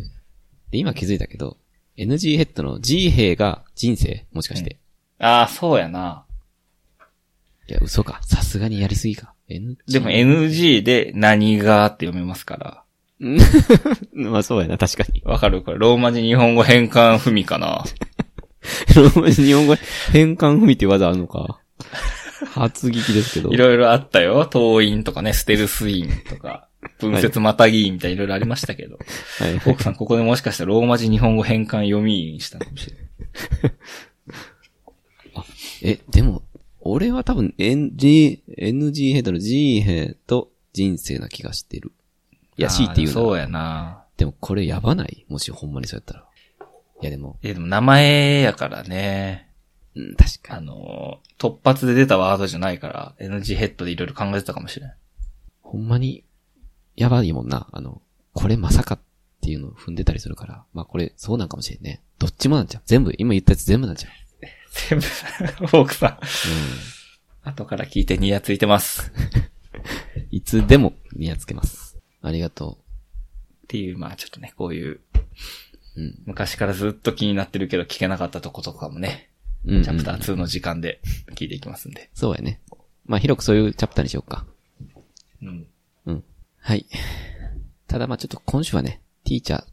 [SPEAKER 1] で、今気づいたけど、NG ヘッドの G 兵が人生もしかして。
[SPEAKER 2] ああ、そうやな。
[SPEAKER 1] いや、嘘か。さすがにやりすぎか。N
[SPEAKER 2] でも NG で何がって読めますから。
[SPEAKER 1] まあそうやな、確かに。
[SPEAKER 2] わかるこれ、ローマ字日本語変換踏みかな。
[SPEAKER 1] ローマ字日本語変換踏みっていう技あるの か。初聞きですけど。
[SPEAKER 2] いろいろあったよ。党員とかね、ステルスインと か、文節またぎ員みたいないろいろありましたけど。
[SPEAKER 1] はい
[SPEAKER 2] フォークさん、ここでもしかしたらローマ字日本語変換読みにしたかもしれない。
[SPEAKER 1] え、でも、俺は多分 NG、NG ヘッドの G ヘッド人生な気がしてる。いや、C っていう
[SPEAKER 2] そ
[SPEAKER 1] の
[SPEAKER 2] うやな
[SPEAKER 1] でもこれやばないもしほんまにそうやったら。いやでも、
[SPEAKER 2] え、でも名前やからね。
[SPEAKER 1] うん、確か
[SPEAKER 2] あ
[SPEAKER 1] に。
[SPEAKER 2] の、突発で出たワードじゃないから、NG ヘッドでいろいろ考えてたかもしれない。
[SPEAKER 1] ほんまに、やばいもんな。あの、これまさかっていうのを踏んでたりするから。まあこれ、そうなんかもしれんね。どっちもなんちゃう。全部、今言ったやつ全部なんちゃう。
[SPEAKER 2] 全部、フォークさん。後から聞いてニヤついてます。
[SPEAKER 1] うん。いつでも、見やつけます。ありがと
[SPEAKER 2] っていう、まあちょっとね、こういう、
[SPEAKER 1] う。うん。
[SPEAKER 2] 昔からずっと気になってるけど聞けなかったとことかもね、
[SPEAKER 1] うん、うん。
[SPEAKER 2] チャプター2の時間で聞いていきますんで。
[SPEAKER 1] そうやね。まあ広くそういうチャプターにしようか。
[SPEAKER 2] うん。
[SPEAKER 1] うん。はい。 ただまあちょっと今週はね、ティーチャー、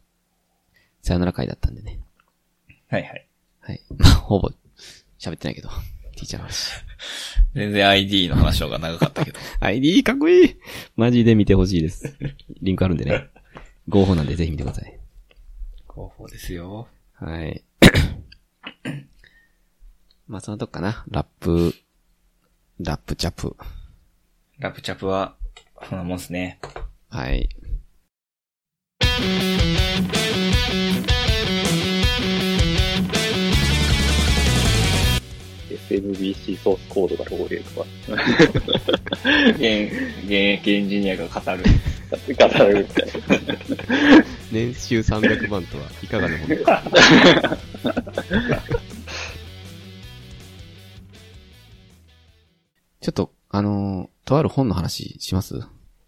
[SPEAKER 1] さよなら会だったんでね。
[SPEAKER 2] はいはい。
[SPEAKER 1] はい。まあほぼ、喋ってないけど、 ティーチャーの 話。
[SPEAKER 2] 全然 ID の話の方が長かったけど。
[SPEAKER 1] ID かっこいいマジで見てほしいです。 リンクあるんでね。合法なんでぜひ見てください。
[SPEAKER 2] 広報ですよ。
[SPEAKER 1] はい。 まあそのとこかな。ラップ、ラップチャップ。
[SPEAKER 2] ラプチャプは、こんなもんっすね。
[SPEAKER 1] はい。
[SPEAKER 4] SMBC ソースコードが漏れるとか、
[SPEAKER 2] 現、現役エンジニアが語る。
[SPEAKER 4] 語るみたいな。
[SPEAKER 1] 年収300万とはいかがなものちょっと、あのーとある本の話します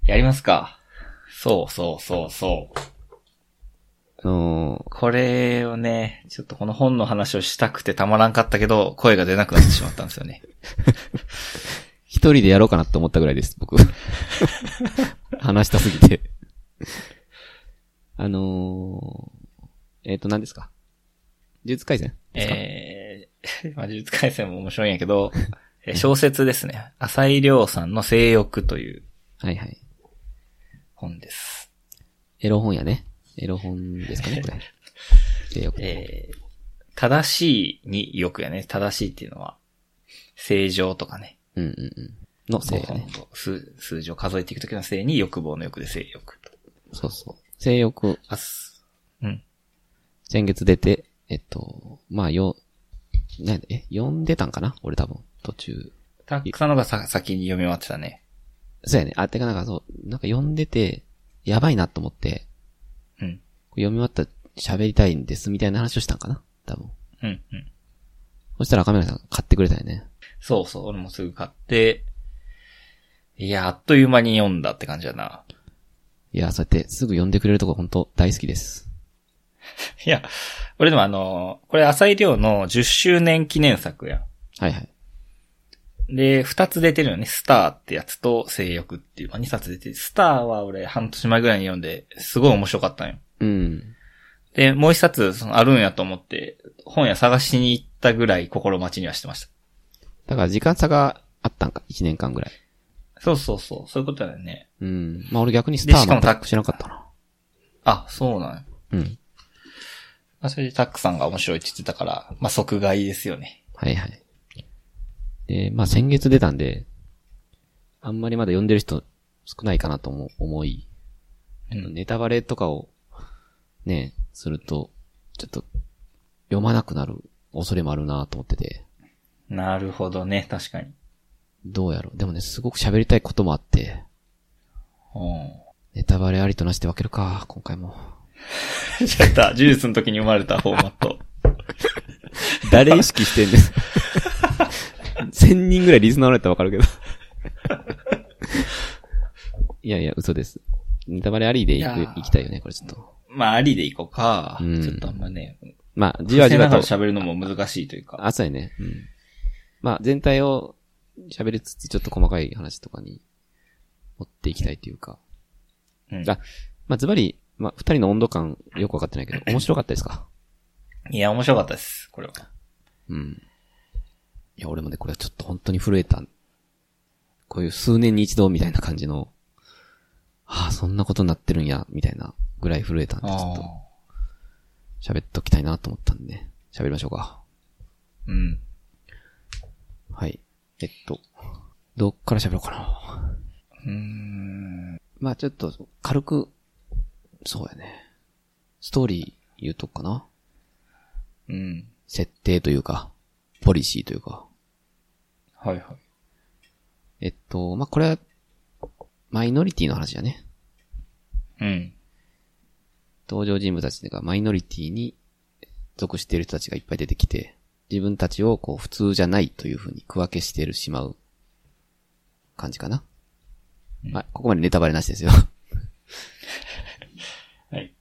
[SPEAKER 2] やりますか。そうそうそうそう。
[SPEAKER 1] あの
[SPEAKER 2] これをね、ちょっとこの本の話をしたくてたまらんかったけど、声が出なくなってしまったんですよね。
[SPEAKER 1] ー一人でやろうかなと思ったぐらいです、僕。話したすぎて。あのー、えっ、と、何ですか呪術廻戦ですか、
[SPEAKER 2] えー、まあ、呪術廻戦も面白いんやけ ど、えー小説ですね。浅井亮さんの性欲という
[SPEAKER 1] はいはい。
[SPEAKER 2] 本です。
[SPEAKER 1] エロ本やね。エロ本ですかね、 これ。性欲
[SPEAKER 2] えー、正しいによくやね。正しいっていうのは、正常とかね。
[SPEAKER 1] うんうんうん。の性やね。
[SPEAKER 2] 数数字を数えていくときの性に欲望の欲で性欲と。
[SPEAKER 1] そうそう。性欲、
[SPEAKER 2] あす。うん。
[SPEAKER 1] 先月出て、えっと、まあ、よ、なんで、え、読んでたんかな俺多分、途中。
[SPEAKER 2] たくさんのがさ先に読み終わってたね。
[SPEAKER 1] そうやね。あ、てかなんかそう、なんか読んでて、やばいなと思って、
[SPEAKER 2] うん。
[SPEAKER 1] これ読み終わったら喋りたいんですみたいな話をしたんかな多分。
[SPEAKER 2] うん、うん。
[SPEAKER 1] そしたら赤嶺さん買ってくれたよね。
[SPEAKER 2] そうそう、俺もすぐ買って、いや、あっという間に読んだって感じだな。
[SPEAKER 1] いや、そうやってすぐ呼んでくれるとこ本当大好きです。
[SPEAKER 2] いや、俺でもあの、これ浅井亮の10周年記念作や
[SPEAKER 1] はいはい。
[SPEAKER 2] ん。で、2つ出てるよね。スターってやつと性欲っていう、まあ、2冊出てる。スターは俺半年前ぐらいに読んで、すごい面白かったんよ。
[SPEAKER 1] うん。
[SPEAKER 2] で、もう1冊、その、あるんやと思って、本屋探しに行ったぐらい心待ちにはしてました。
[SPEAKER 1] だから時間差があったんか、1年間ぐらい。
[SPEAKER 2] そうそうそう、そういうことだよね。
[SPEAKER 1] うん。まあ俺逆にスタ
[SPEAKER 2] でしか
[SPEAKER 1] ー
[SPEAKER 2] も
[SPEAKER 1] 全
[SPEAKER 2] た
[SPEAKER 1] く知らなかったな。
[SPEAKER 2] あ、そうなんや
[SPEAKER 1] うん。
[SPEAKER 2] まあ、それでタックさんが面白いって言ってたから、まあ、即買いですよね。
[SPEAKER 1] はいはい。で、まあ先月出たんで、あんまりまだ読んでる人少ないかなとも思い、
[SPEAKER 2] うん。
[SPEAKER 1] ネタバレとかをね、すると、ちょっと読まなくなる恐れもあるなと思ってて、
[SPEAKER 2] なるほどね、確かに。
[SPEAKER 1] どうやろう。でもね、すごく喋りたいこともあって、
[SPEAKER 2] う
[SPEAKER 1] ネタバレありとなしで分けるか、今回も。
[SPEAKER 2] ん。 ちょっと、呪術の時に生まれたフォーマッ ト。
[SPEAKER 1] 誰意識してんです。千人ぐらいリスナーおられたらわかるけど。いやいや、嘘です。ネタバレありで行
[SPEAKER 2] いやー
[SPEAKER 1] く、行きたいよね、これちょっと。
[SPEAKER 2] まあ、ありでいこうか。
[SPEAKER 1] うん
[SPEAKER 2] ちょっとあんまね、
[SPEAKER 1] まあ、じわじわと
[SPEAKER 2] 伏。せながら喋るのも難しいというか。
[SPEAKER 1] あ、そうやね。うん。まあ、全体を喋りつつ、ちょっと細かい話とかに持っていきたいというか。
[SPEAKER 2] うん
[SPEAKER 1] あまあ、ズバリ、まあ、二人の温度感よくわかってないけど、面白かったですか
[SPEAKER 2] いや、面白かったです、これは。
[SPEAKER 1] うん。いや、俺もね、これはちょっと本当に震えた。こういう数年に一度みたいな感じの、ああ、そんなことになってるんや、みたいなぐらい震えたんで、ちょっと
[SPEAKER 2] あ
[SPEAKER 1] 喋っときたいなと思ったんで、喋りましょうか。
[SPEAKER 2] ーうん。
[SPEAKER 1] はい。えっと、どっから喋ろうかな。
[SPEAKER 2] うーん。
[SPEAKER 1] まあちょっと、軽く、そうやね。ストーリー言うとくかな。
[SPEAKER 2] うん。
[SPEAKER 1] 設定というか、ポリシーというか。
[SPEAKER 2] はいはい。
[SPEAKER 1] えっと、まあこれは、マイノリティの話だね。
[SPEAKER 2] うん。
[SPEAKER 1] 登場人物たちがマイノリティに属している人たちがいっぱい出てきて、自分たちをこう普通じゃないというふうに区分けしてるしまう感じかな。はい、ここまでネタバレなしですよ。
[SPEAKER 2] はい。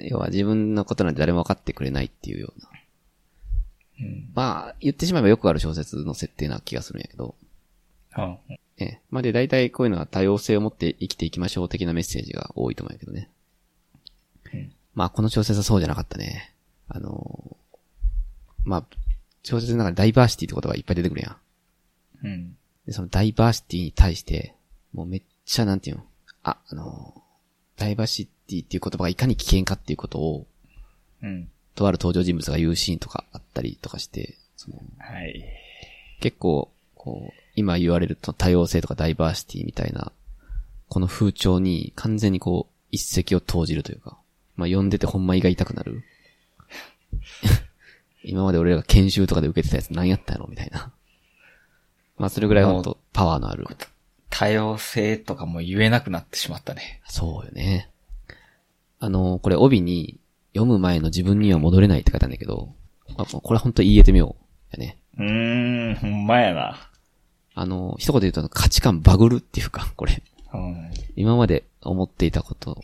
[SPEAKER 1] 要は自分のことなんて誰も分かってくれないっていうような。
[SPEAKER 2] うん。
[SPEAKER 1] まあ、言ってしまえばよくある小説の設定な気がするんやけど。
[SPEAKER 2] は
[SPEAKER 1] ええ。まあで、大体こういうのは多様性を持って生きていきましょう的なメッセージが多いと思うんやけどね。
[SPEAKER 2] うん
[SPEAKER 1] まあ、この小説はそうじゃなかったね。あのーまあ、小説の中にダイバーシティって言葉がいっぱい出てくるやん。
[SPEAKER 2] うん。
[SPEAKER 1] で、そのダイバーシティに対して、もうめっちゃなんていうのあ、あのーダイバーシティっていう言葉がいかに危険かっていうことを、
[SPEAKER 2] うん。
[SPEAKER 1] とある登場人物が言うシーンとかあったりとかして、その、
[SPEAKER 2] はい。
[SPEAKER 1] 結構、こう、今言われると多様性とかダイバーシティみたいな、この風潮に完全にこう、一石を投じるというか、まあ読んでてほんま胃が痛くなる。 今まで俺らが研修とかで受けてたやつ何やったんやろみたいな。まあそれぐらいほんとパワーのある。
[SPEAKER 2] 多様性とかも言えなくなってしまったね。
[SPEAKER 1] そうよね。あの、これ帯に、読む前の自分には戻れないって書いたんだけど、まあこれほんと言えてみよう。やね。
[SPEAKER 2] うーん、ほんまやな。
[SPEAKER 1] あの、一言で言うと価値観バグるっていうか、これ。
[SPEAKER 2] うん。
[SPEAKER 1] 今まで思っていたこと、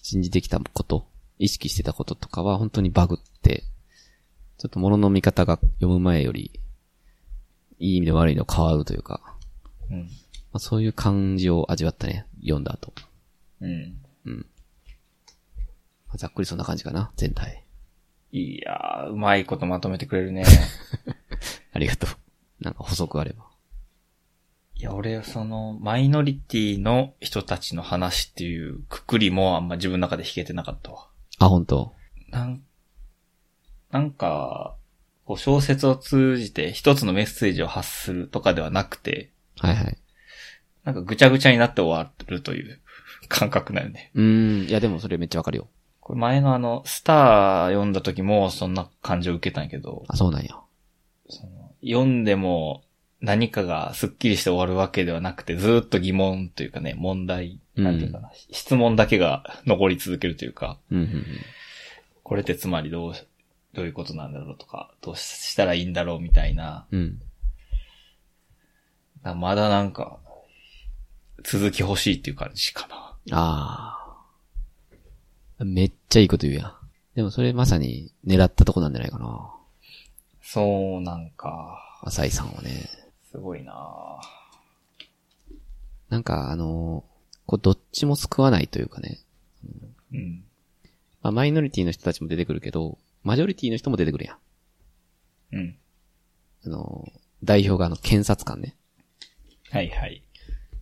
[SPEAKER 1] 信じてきたこと、意識してたこととかは本当にバグって、ちょっと物の見方が読む前より、いい意味で悪いの変わるというか、
[SPEAKER 2] うん。
[SPEAKER 1] まあ、そういう感じを味わったね、読んだ後。
[SPEAKER 2] うん。
[SPEAKER 1] まあざっくりそんな感じかな、全体。
[SPEAKER 2] いやー、うまいことまとめてくれ るね。
[SPEAKER 1] ありがとう。なんか補足あれば。
[SPEAKER 2] いや、俺、その、マイノリティの人たちの話っていうくくりもあんま自分の中で弾けてなかったわ。
[SPEAKER 1] あ、本当
[SPEAKER 2] なん、なんか、こう小説を通じて一つのメッセージを発するとかではなくて、
[SPEAKER 1] はいはい。
[SPEAKER 2] なんかぐちゃぐちゃになって終わるという感覚だよね。
[SPEAKER 1] うーん、いやでもそれめっちゃわかるよ。
[SPEAKER 2] これ前のあの、スター読んだ時もそんな感じを受けたんやけど、
[SPEAKER 1] あ、そうなんや。
[SPEAKER 2] その読んでも何かがスッキリして終わるわけではなくて、ずーっと疑問というかね、問題、なんていうかな、質問だけが残り続けるというか、
[SPEAKER 1] うん、うんうん。
[SPEAKER 2] これってつまりどうどういうことなんだろうとか、どうしたらいいんだろうみたいな、
[SPEAKER 1] うん。
[SPEAKER 2] なまだなんか、続き欲しいっていう感じかな。
[SPEAKER 1] ああ。めっちゃいいこと言うやん。でもそれまさに狙ったとこなんじゃないかな。
[SPEAKER 2] そうなんか、
[SPEAKER 1] 浅井さんはね。
[SPEAKER 2] すごいな
[SPEAKER 1] なんかあのーこうどっちも救わないというかね。
[SPEAKER 2] うん。
[SPEAKER 1] まあ、マイノリティの人たちも出てくるけど、マジョリティの人も出てくるやん。
[SPEAKER 2] うん。
[SPEAKER 1] あのー代表があの検察官ね。
[SPEAKER 2] はいはい。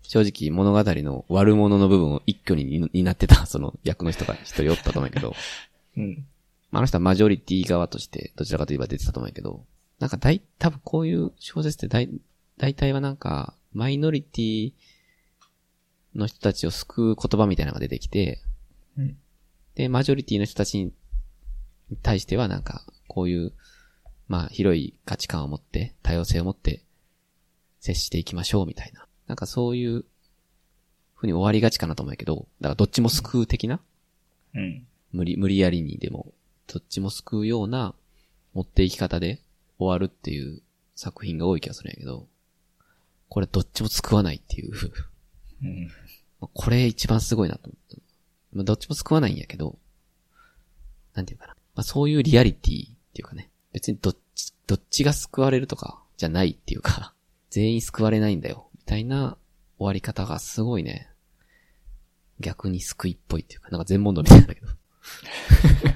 [SPEAKER 1] 正直物語の悪者の部分を一挙に担ってた、その役の人が一人おったと思うけど、
[SPEAKER 2] うん。
[SPEAKER 1] まああの人はマジョリティ側として、どちらかといえば出てたと思うけど、なんか大、多分こういう小説って大、大体はなんか、マイノリティの人たちを救う言葉みたいなのが出てきて、
[SPEAKER 2] うん
[SPEAKER 1] で、マジョリティの人たちに対してはなんか、こういう、まあ、広い価値観を持って、多様性を持って、接していきましょうみたいな。なんかそういう、ふうに終わりがちかなと思うけど、だからどっちも救う的な
[SPEAKER 2] うん。
[SPEAKER 1] 無理、無理やりにでも、どっちも救うような持っていき方で終わるっていう作品が多い気がするんやけど、これどっちも救わないっていう。
[SPEAKER 2] うん。
[SPEAKER 1] これ一番すごいなと思った。まあ、どっちも救わないんやけど、なんていうかな。まあ、そういうリアリティっていうかね、別にどっち、どっちが救われるとかじゃないっていうか、 全員救われないんだよ、みたいな終わり方がすごいね、逆に救いっぽいっていうか、なんか全問答みたいなんだけど。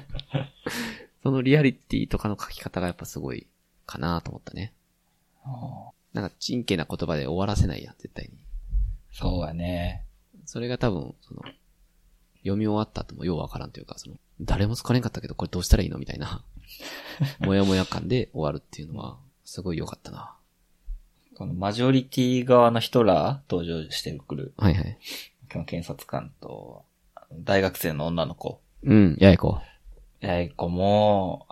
[SPEAKER 1] そのリアリティとかの書き方がやっぱすごいかなと思ったね。
[SPEAKER 2] あー
[SPEAKER 1] なんか、真剣な言葉で終わらせないやん、絶対に。
[SPEAKER 2] そうやね。
[SPEAKER 1] それが多分、その、読み終わった後もようわからんというか、その、誰も好かれんかったけど、これどうしたらいいのみたい な、もやもや感で終わるっていうのは、すごい良かったな。
[SPEAKER 2] このマジョリティ側の人ら登場してくる、
[SPEAKER 1] はいはい。
[SPEAKER 2] この検察官と、あの大学生の女の子。
[SPEAKER 1] うん、ややこ。
[SPEAKER 2] 八重子も、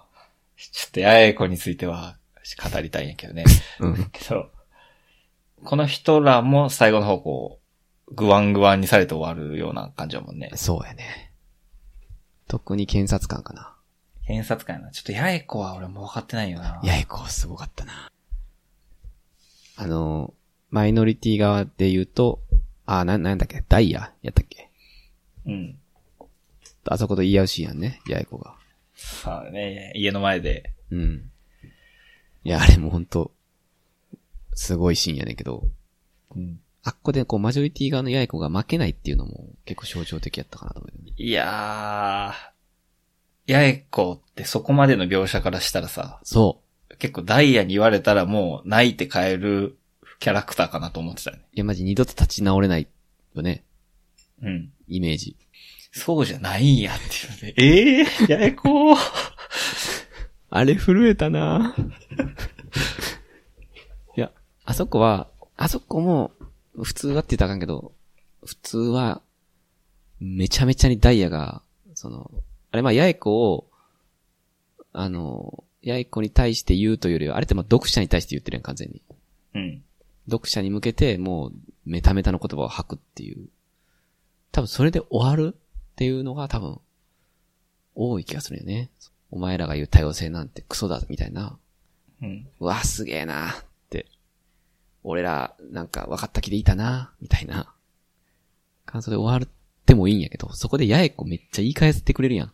[SPEAKER 2] ちょっと八重子については語りたいんやけどね。
[SPEAKER 1] うん。
[SPEAKER 2] けど、この人らも最後の方こう、ぐわんぐわんにされて終わるような感じだもんね。
[SPEAKER 1] そうやね。特に検察官かな。
[SPEAKER 2] 検察官やな。ちょっと八重子は俺もう分かってないよな。
[SPEAKER 1] ややこ、すごかったな。あの、マイノリティ側で言うと、あ、な、なんだっけ、ダイヤやったっけ
[SPEAKER 2] うん。
[SPEAKER 1] あそこと言い合うシーンやんね、ややこが。
[SPEAKER 2] さあね、家の前で。
[SPEAKER 1] うん。いや、あれもほんと、すごいシーンやねんけど、
[SPEAKER 2] うん。
[SPEAKER 1] あっこでこう、マジョリティ側の八重子が負けないっていうのも結構象徴的やったかなと思うよね。
[SPEAKER 2] いやー、八重子ってそこまでの描写からしたらさ、
[SPEAKER 1] そ
[SPEAKER 2] 結構ダイヤに言われたらもう泣いて帰るキャラクターかなと思ってたよね
[SPEAKER 1] う。。いや、マジ二度と立ち直れないよね、
[SPEAKER 2] うん。
[SPEAKER 1] イメージ。
[SPEAKER 2] そうじゃないんやっていうね。ええー、やえこ
[SPEAKER 1] あれ震えたな いや、あそこは、あそこも、普通はって言ったらあかんけど、普通は、めちゃめちゃにダイヤが、その、あれまあ、八重子を、あの、八重子に対して言うというよりは、あれってまあ、読者に対して言ってるやん、完全に。
[SPEAKER 2] うん。
[SPEAKER 1] 読者に向けて、もう、メタメタの言葉を吐くっていう。多分、それで終わるっていうのが多分、多い気がするよね。お前らが言う多様性なんてクソだ、みたいな。
[SPEAKER 2] うん。
[SPEAKER 1] うわ、すげえなって。俺ら、なんか分かった気でいたなみたいな。感想で終わるってもいいんやけど、そこで八重子めっちゃ言い返してくれるやん。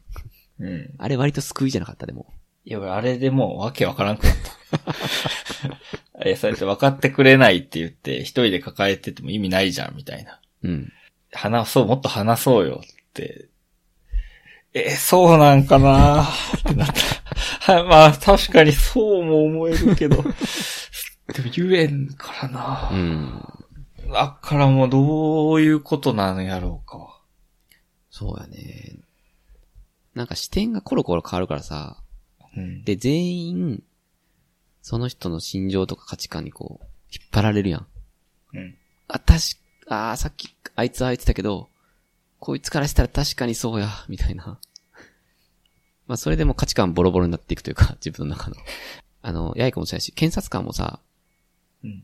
[SPEAKER 2] うん。
[SPEAKER 1] あれ割と救いじゃなかった、でも。
[SPEAKER 2] いや、俺あれでもうわけわからんくなった。 え、そうやって分かってくれないって言って、一人で抱えてても意味ないじゃん、みたいな。
[SPEAKER 1] うん。
[SPEAKER 2] 話そう、もっと話そうよって。え、そうなんかなってなった。 はまあ、確かにそうも思えるけど。で も言えんから
[SPEAKER 1] う
[SPEAKER 2] な、
[SPEAKER 1] ん。
[SPEAKER 2] だからもうどういうことなんやろうか。
[SPEAKER 1] そうやね。なんか視点がコロコロ変わるからさ、
[SPEAKER 2] うん。
[SPEAKER 1] で、全員、その人の心情とか価値観にこう、引っ張られるやん。
[SPEAKER 2] うん。
[SPEAKER 1] あ、確か、あー、さっき、あいつは言ってたけど、こいつからしたら確かにそうや、みたいな。 まあ、それでも価値観ボロボロになっていくというか、 自分の中の。あの、やいこもそうやし、検察官もさ、
[SPEAKER 2] うん。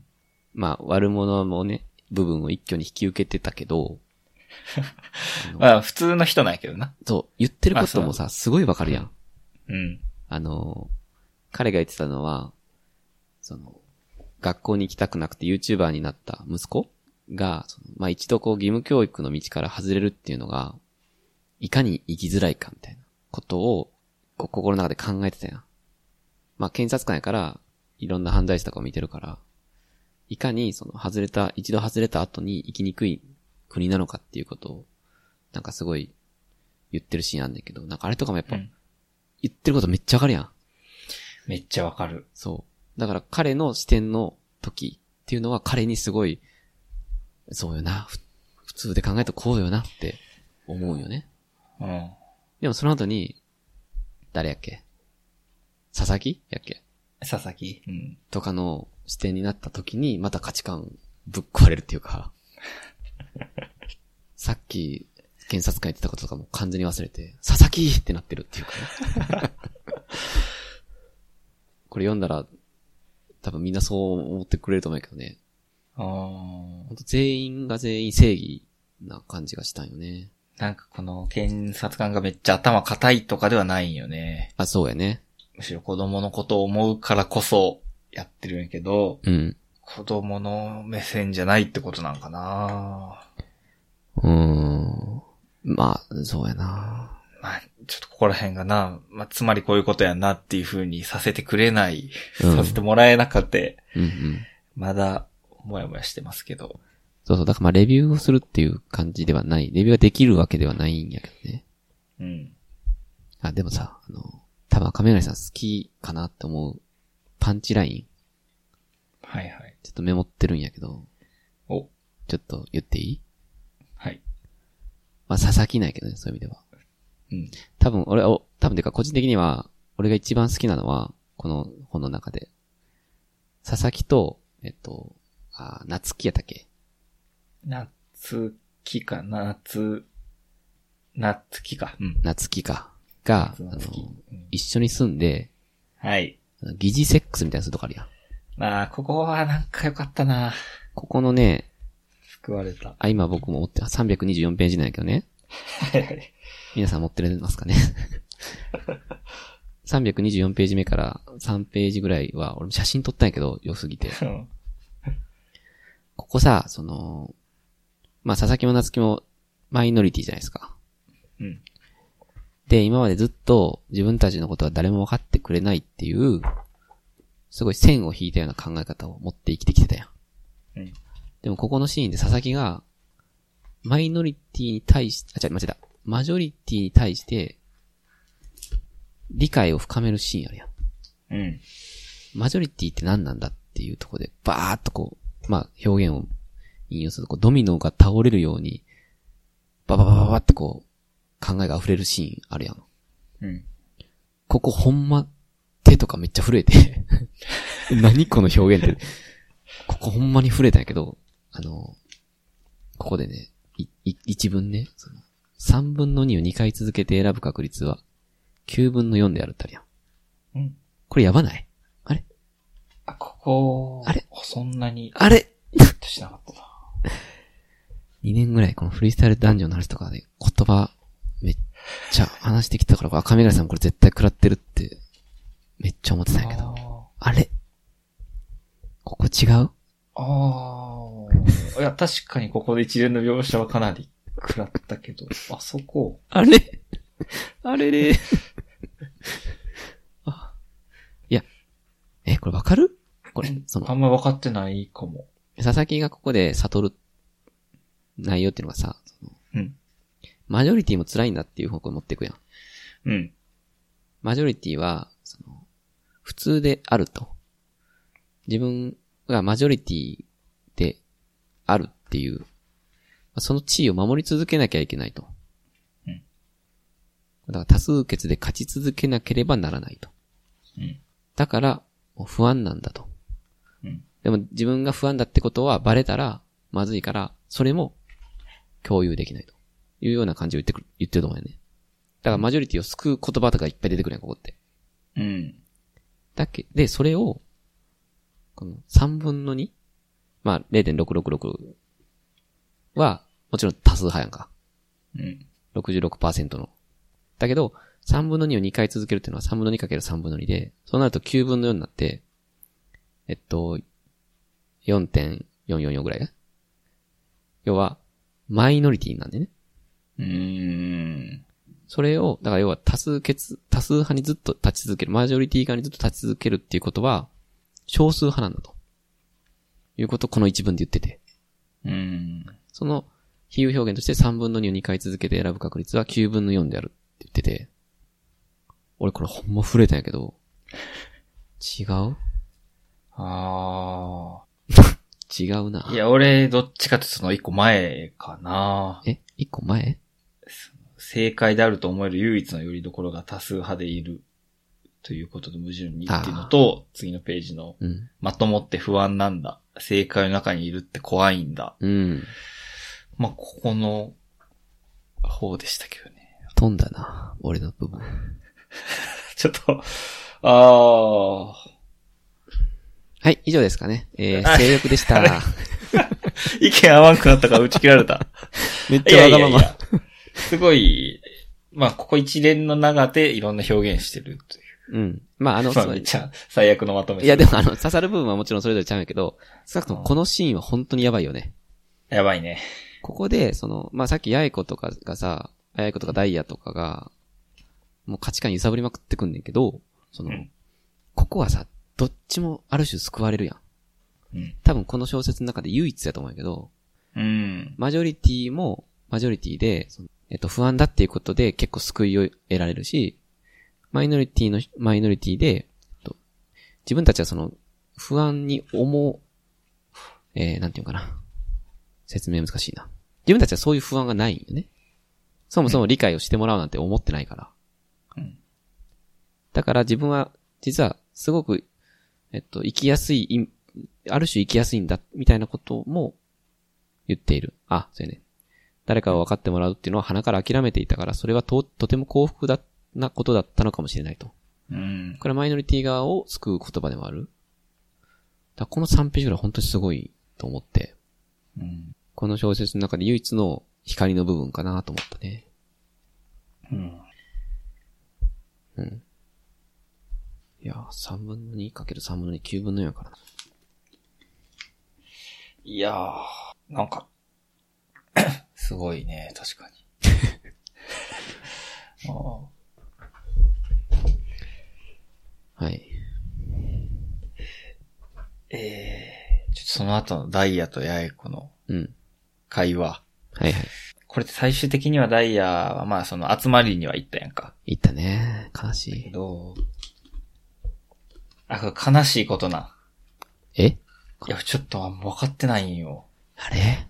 [SPEAKER 1] まあ、悪者もね、部分を一挙に引き受けてたけど、
[SPEAKER 2] まあ、普通の人なんやけどな。
[SPEAKER 1] そう、言ってることもさ、すごいわかるやん。
[SPEAKER 2] うん。
[SPEAKER 1] あの、彼が言ってたのは、その、学校に行きたくなくて YouTuber になった息子が、そのまあ一度こう義務教育の道から外れるっていうのが、いかに生きづらいかみたいなことを、こう心の中で考えてたやん。まあ検察官やから、いろんな犯罪者とかを見てるから、いかにその外れた、一度外れた後に生きにくい国なのかっていうことを、なんかすごい言ってるシーンあんだけど、なんかあれとかもやっぱ、
[SPEAKER 2] うん
[SPEAKER 1] 言ってることめっちゃわかるやん。
[SPEAKER 2] めっちゃわかる。
[SPEAKER 1] そう。だから彼の視点の時っていうのは彼にすごい、そうよな。ふ普通で考えるとこうよなって思うよね。
[SPEAKER 2] うん。
[SPEAKER 1] でもその後に、誰やっけ佐々木やっけ
[SPEAKER 2] 佐々木。うん。
[SPEAKER 1] とかの視点になった時に、また価値観ぶっ壊れるっていうか、さっき検察官言ってたこととかも完全に忘れて、佐々木ってなってるっていうか、 これ読んだら、多分みんなそう思ってくれると思うけどね。
[SPEAKER 2] あ
[SPEAKER 1] ほんと全員が全員正義な感じがしたんよね。
[SPEAKER 2] あ。なんかこの検察官がめっちゃ頭固いとかではないんよね。
[SPEAKER 1] あ、そうやね。
[SPEAKER 2] むしろ子供のことを思うからこそやってるんやけど、
[SPEAKER 1] うん。
[SPEAKER 2] 子供の目線じゃないってことなんかな
[SPEAKER 1] うーん。まあ、そうやな。
[SPEAKER 2] まあ、ちょっとここら辺がな、まあ、つまりこういうことやなっていう風にさせてくれない、
[SPEAKER 1] うん
[SPEAKER 2] させてもらえなかった、
[SPEAKER 1] うんうん。
[SPEAKER 2] まだ、もやもやしてますけど。
[SPEAKER 1] そうそう、だからまあレビューをするっていう感じではない。レビューができるわけではないんやけどね。
[SPEAKER 2] うん。
[SPEAKER 1] あ、でもさ、あの、多分亀梨さん好きかなって思うパンチライン、
[SPEAKER 2] はいはい。
[SPEAKER 1] ちょっとメモってるんやけど、
[SPEAKER 2] お、
[SPEAKER 1] ちょっと言っていい
[SPEAKER 2] はい。
[SPEAKER 1] まあ佐々木なんやけどね、そういう意味では。
[SPEAKER 2] うん。
[SPEAKER 1] 多分俺、お、多分てか個人的には、俺が一番好きなのは、この本の中で。佐々木と、えっと、あ、夏木やったっけ
[SPEAKER 2] 夏木か、夏、夏木か。うん。
[SPEAKER 1] 夏木か。が、あ
[SPEAKER 2] 夏
[SPEAKER 1] の
[SPEAKER 2] 夏木。うん
[SPEAKER 1] 一緒に住んで、
[SPEAKER 2] はい。
[SPEAKER 1] あの疑似セックスみたいなするとこあるやん。
[SPEAKER 2] まあ、ここはなんか良かったな
[SPEAKER 1] ここのね、
[SPEAKER 2] 救われた。
[SPEAKER 1] あ、今僕も持って、324ページなんやけどね。
[SPEAKER 2] はいはい。
[SPEAKER 1] 皆さん持ってますかね。324ページ目から3ページぐらいは、俺も写真撮ったんやけど、良すぎて。
[SPEAKER 2] うん
[SPEAKER 1] ここさ、その、まあ、佐々木も夏樹もマイノリティじゃないですか。
[SPEAKER 2] うん。
[SPEAKER 1] で、今までずっと自分たちのことは誰も分かってくれないっていう、すごい線を引いたような考え方を持って生きてきてたやん。
[SPEAKER 2] うん
[SPEAKER 1] でもここのシーンで佐々木が、マイノリティに対し、あ、違う、間違えた。マジョリティに対して、理解を深めるシーンあるやん。
[SPEAKER 2] うん。
[SPEAKER 1] マジョリティって何なんだっていうところで、バーっとこう、まあ、表現を引用すると、こうドミノが倒れるように、バババババってこう、考えが溢れるシーンあるやん。
[SPEAKER 2] うん。
[SPEAKER 1] ここほんま、手とかめっちゃ震えて。 何この表現って。ここほんまに震えたんやけど、あの、ここでね、い、い一文ね、その、三分の二を二回続けて選ぶ確率は、九分の四であるったりやん。
[SPEAKER 2] うん。
[SPEAKER 1] これやばない
[SPEAKER 2] あ、ここ、
[SPEAKER 1] あれ
[SPEAKER 2] そんなに、
[SPEAKER 1] あれ
[SPEAKER 2] ちょっとしなかったな。
[SPEAKER 1] 2年ぐらいこのフリースタイルダンジョンの話とかで言葉めっちゃ話してきたから、これ赤目さんもこれ絶対食らってるってめっちゃ思ってたんやけど。あれここ違う
[SPEAKER 2] あーあー。いや、確かにここで一連の描写はかなり食らったけど、あそこ、
[SPEAKER 1] あれあれれあいや、え、これわかるこれ、そ
[SPEAKER 2] あ
[SPEAKER 1] の、
[SPEAKER 2] んま分かってないかも。
[SPEAKER 1] 佐々木がここで悟る内容っていうのがさ、その
[SPEAKER 2] うん。
[SPEAKER 1] マジョリティも辛いんだっていう方向に持っていくやん。
[SPEAKER 2] うん。
[SPEAKER 1] マジョリティは、その、普通であると。自分がマジョリティであるっていう、まあその地位を守り続けなきゃいけないと。
[SPEAKER 2] うん
[SPEAKER 1] だから多数決で勝ち続けなければならないと。
[SPEAKER 2] うん。
[SPEAKER 1] だから、もう不安なんだと。
[SPEAKER 2] うん。
[SPEAKER 1] でも自分が不安だってことはバレたらまずいから、それも共有できないというような感じを言ってくる、言ってると思うよね。だからマジョリティを救う言葉とかいっぱい出てくるやん、ここって。
[SPEAKER 2] うん。
[SPEAKER 1] だけ、で、それを、この3分の 2? まあ、0.666は、もちろん多数派やんか。
[SPEAKER 2] うん。
[SPEAKER 1] 66%の。だけど、 3分の2を2回続けるっていうのは3分の2かける3分の2で、そうなると9分の4になって、えっと、4.444ぐらいが要は、マイノリティなんでね。
[SPEAKER 2] うーん。
[SPEAKER 1] それを、だから要は多数決、多数派にずっと立ち続ける、マジョリティ側にずっと立ち続けるっていうことは、少数派なんだと。いうことをこの一文で言ってて。
[SPEAKER 2] うーん。
[SPEAKER 1] その、比喩表現として3分の2を2回続けて選ぶ確率は9分の4であるって言ってて、俺これほんま震えたんやけど、違う
[SPEAKER 2] あ
[SPEAKER 1] 違うな
[SPEAKER 2] あ。い。や、俺、どっちかってその一個前かな。
[SPEAKER 1] え一個前
[SPEAKER 2] 正解であると思える唯一の拠り所が多数派でいる。ということで矛盾にっていうのと、次のページの、
[SPEAKER 1] うん。
[SPEAKER 2] まともって不安なんだ。正解の中にいるって怖いんだ。
[SPEAKER 1] うん。
[SPEAKER 2] まあ、ここの方でしたけどね。
[SPEAKER 1] 飛んだな。俺の部分。
[SPEAKER 2] ちょっと、ああ、
[SPEAKER 1] はい、以上ですかね。え
[SPEAKER 2] あ
[SPEAKER 1] ー、性欲で した。
[SPEAKER 2] 意見合わんくなったから打ち切られた。
[SPEAKER 1] めっ
[SPEAKER 2] い
[SPEAKER 1] ちゃわ
[SPEAKER 2] やいや
[SPEAKER 1] が
[SPEAKER 2] い
[SPEAKER 1] ま
[SPEAKER 2] や
[SPEAKER 1] ま。
[SPEAKER 2] すごい、まあ、ここ一連の中でいろんな表現してるという。
[SPEAKER 1] うん。まあ、あの、
[SPEAKER 2] まあ
[SPEAKER 1] つま
[SPEAKER 2] めっ
[SPEAKER 1] り
[SPEAKER 2] ちゃ最悪のまとめ。
[SPEAKER 1] いや、でもあの、刺さる部分はもちろんそれぞれちゃうんやけど、少なくともこのシーンは本当にやばいよね。
[SPEAKER 2] やばいね。
[SPEAKER 1] ここで、その、まあ、さっき八重子とかがさ、八重子とかダイヤとかが、もう価値観揺さぶりまくってくんねんけど、その、
[SPEAKER 2] うん
[SPEAKER 1] ここはさ、どっちもある種救われるやん。
[SPEAKER 2] うん。
[SPEAKER 1] 多分この小説の中で唯一やと思うんやけど、
[SPEAKER 2] うん。
[SPEAKER 1] マジョリティも、マジョリティで、そのえっと、不安だっていうことで結構救いを得られるし、マイノリティの、マイノリティで、えっと自分たちはその、不安に思う、えー、なんていうのかな。説明難しいな。自分たちはそういう不安がないんよね。そもそも理解をしてもらうなんて思ってないから。
[SPEAKER 2] うん
[SPEAKER 1] だから自分は、実は、すごく、えっと、生きやすいい、ある種生きやすいんだ、みたいなことも言っている。あ、そうやね。誰かを分かってもらうっていうのは鼻から諦めていたから、それはと、とても幸福だ、なことだったのかもしれないと。
[SPEAKER 2] うん。
[SPEAKER 1] これはマイノリティ側を救う言葉でもある。だからこの3ページぐらい本当にすごいと思って、
[SPEAKER 2] うん。
[SPEAKER 1] この小説の中で唯一の光の部分かなと思ったね。
[SPEAKER 2] うん。
[SPEAKER 1] うん。いやー、3分の 2×3 分の2、9分の4やからな。
[SPEAKER 2] いやー、なんか、 すごいね、確かに。 ああ
[SPEAKER 1] はい。
[SPEAKER 2] ええちょっとその後のダイヤとヤエコの
[SPEAKER 1] うん。
[SPEAKER 2] 会話。
[SPEAKER 1] はいはい。
[SPEAKER 2] これって最終的にはダイヤは、まあその集まりには行ったやんか。
[SPEAKER 1] 言ったね。悲し
[SPEAKER 2] け
[SPEAKER 1] い。
[SPEAKER 2] ど、あ、これ悲しいことな。
[SPEAKER 1] え
[SPEAKER 2] いや、ちょっとあんま分かってないんよ。
[SPEAKER 1] あれ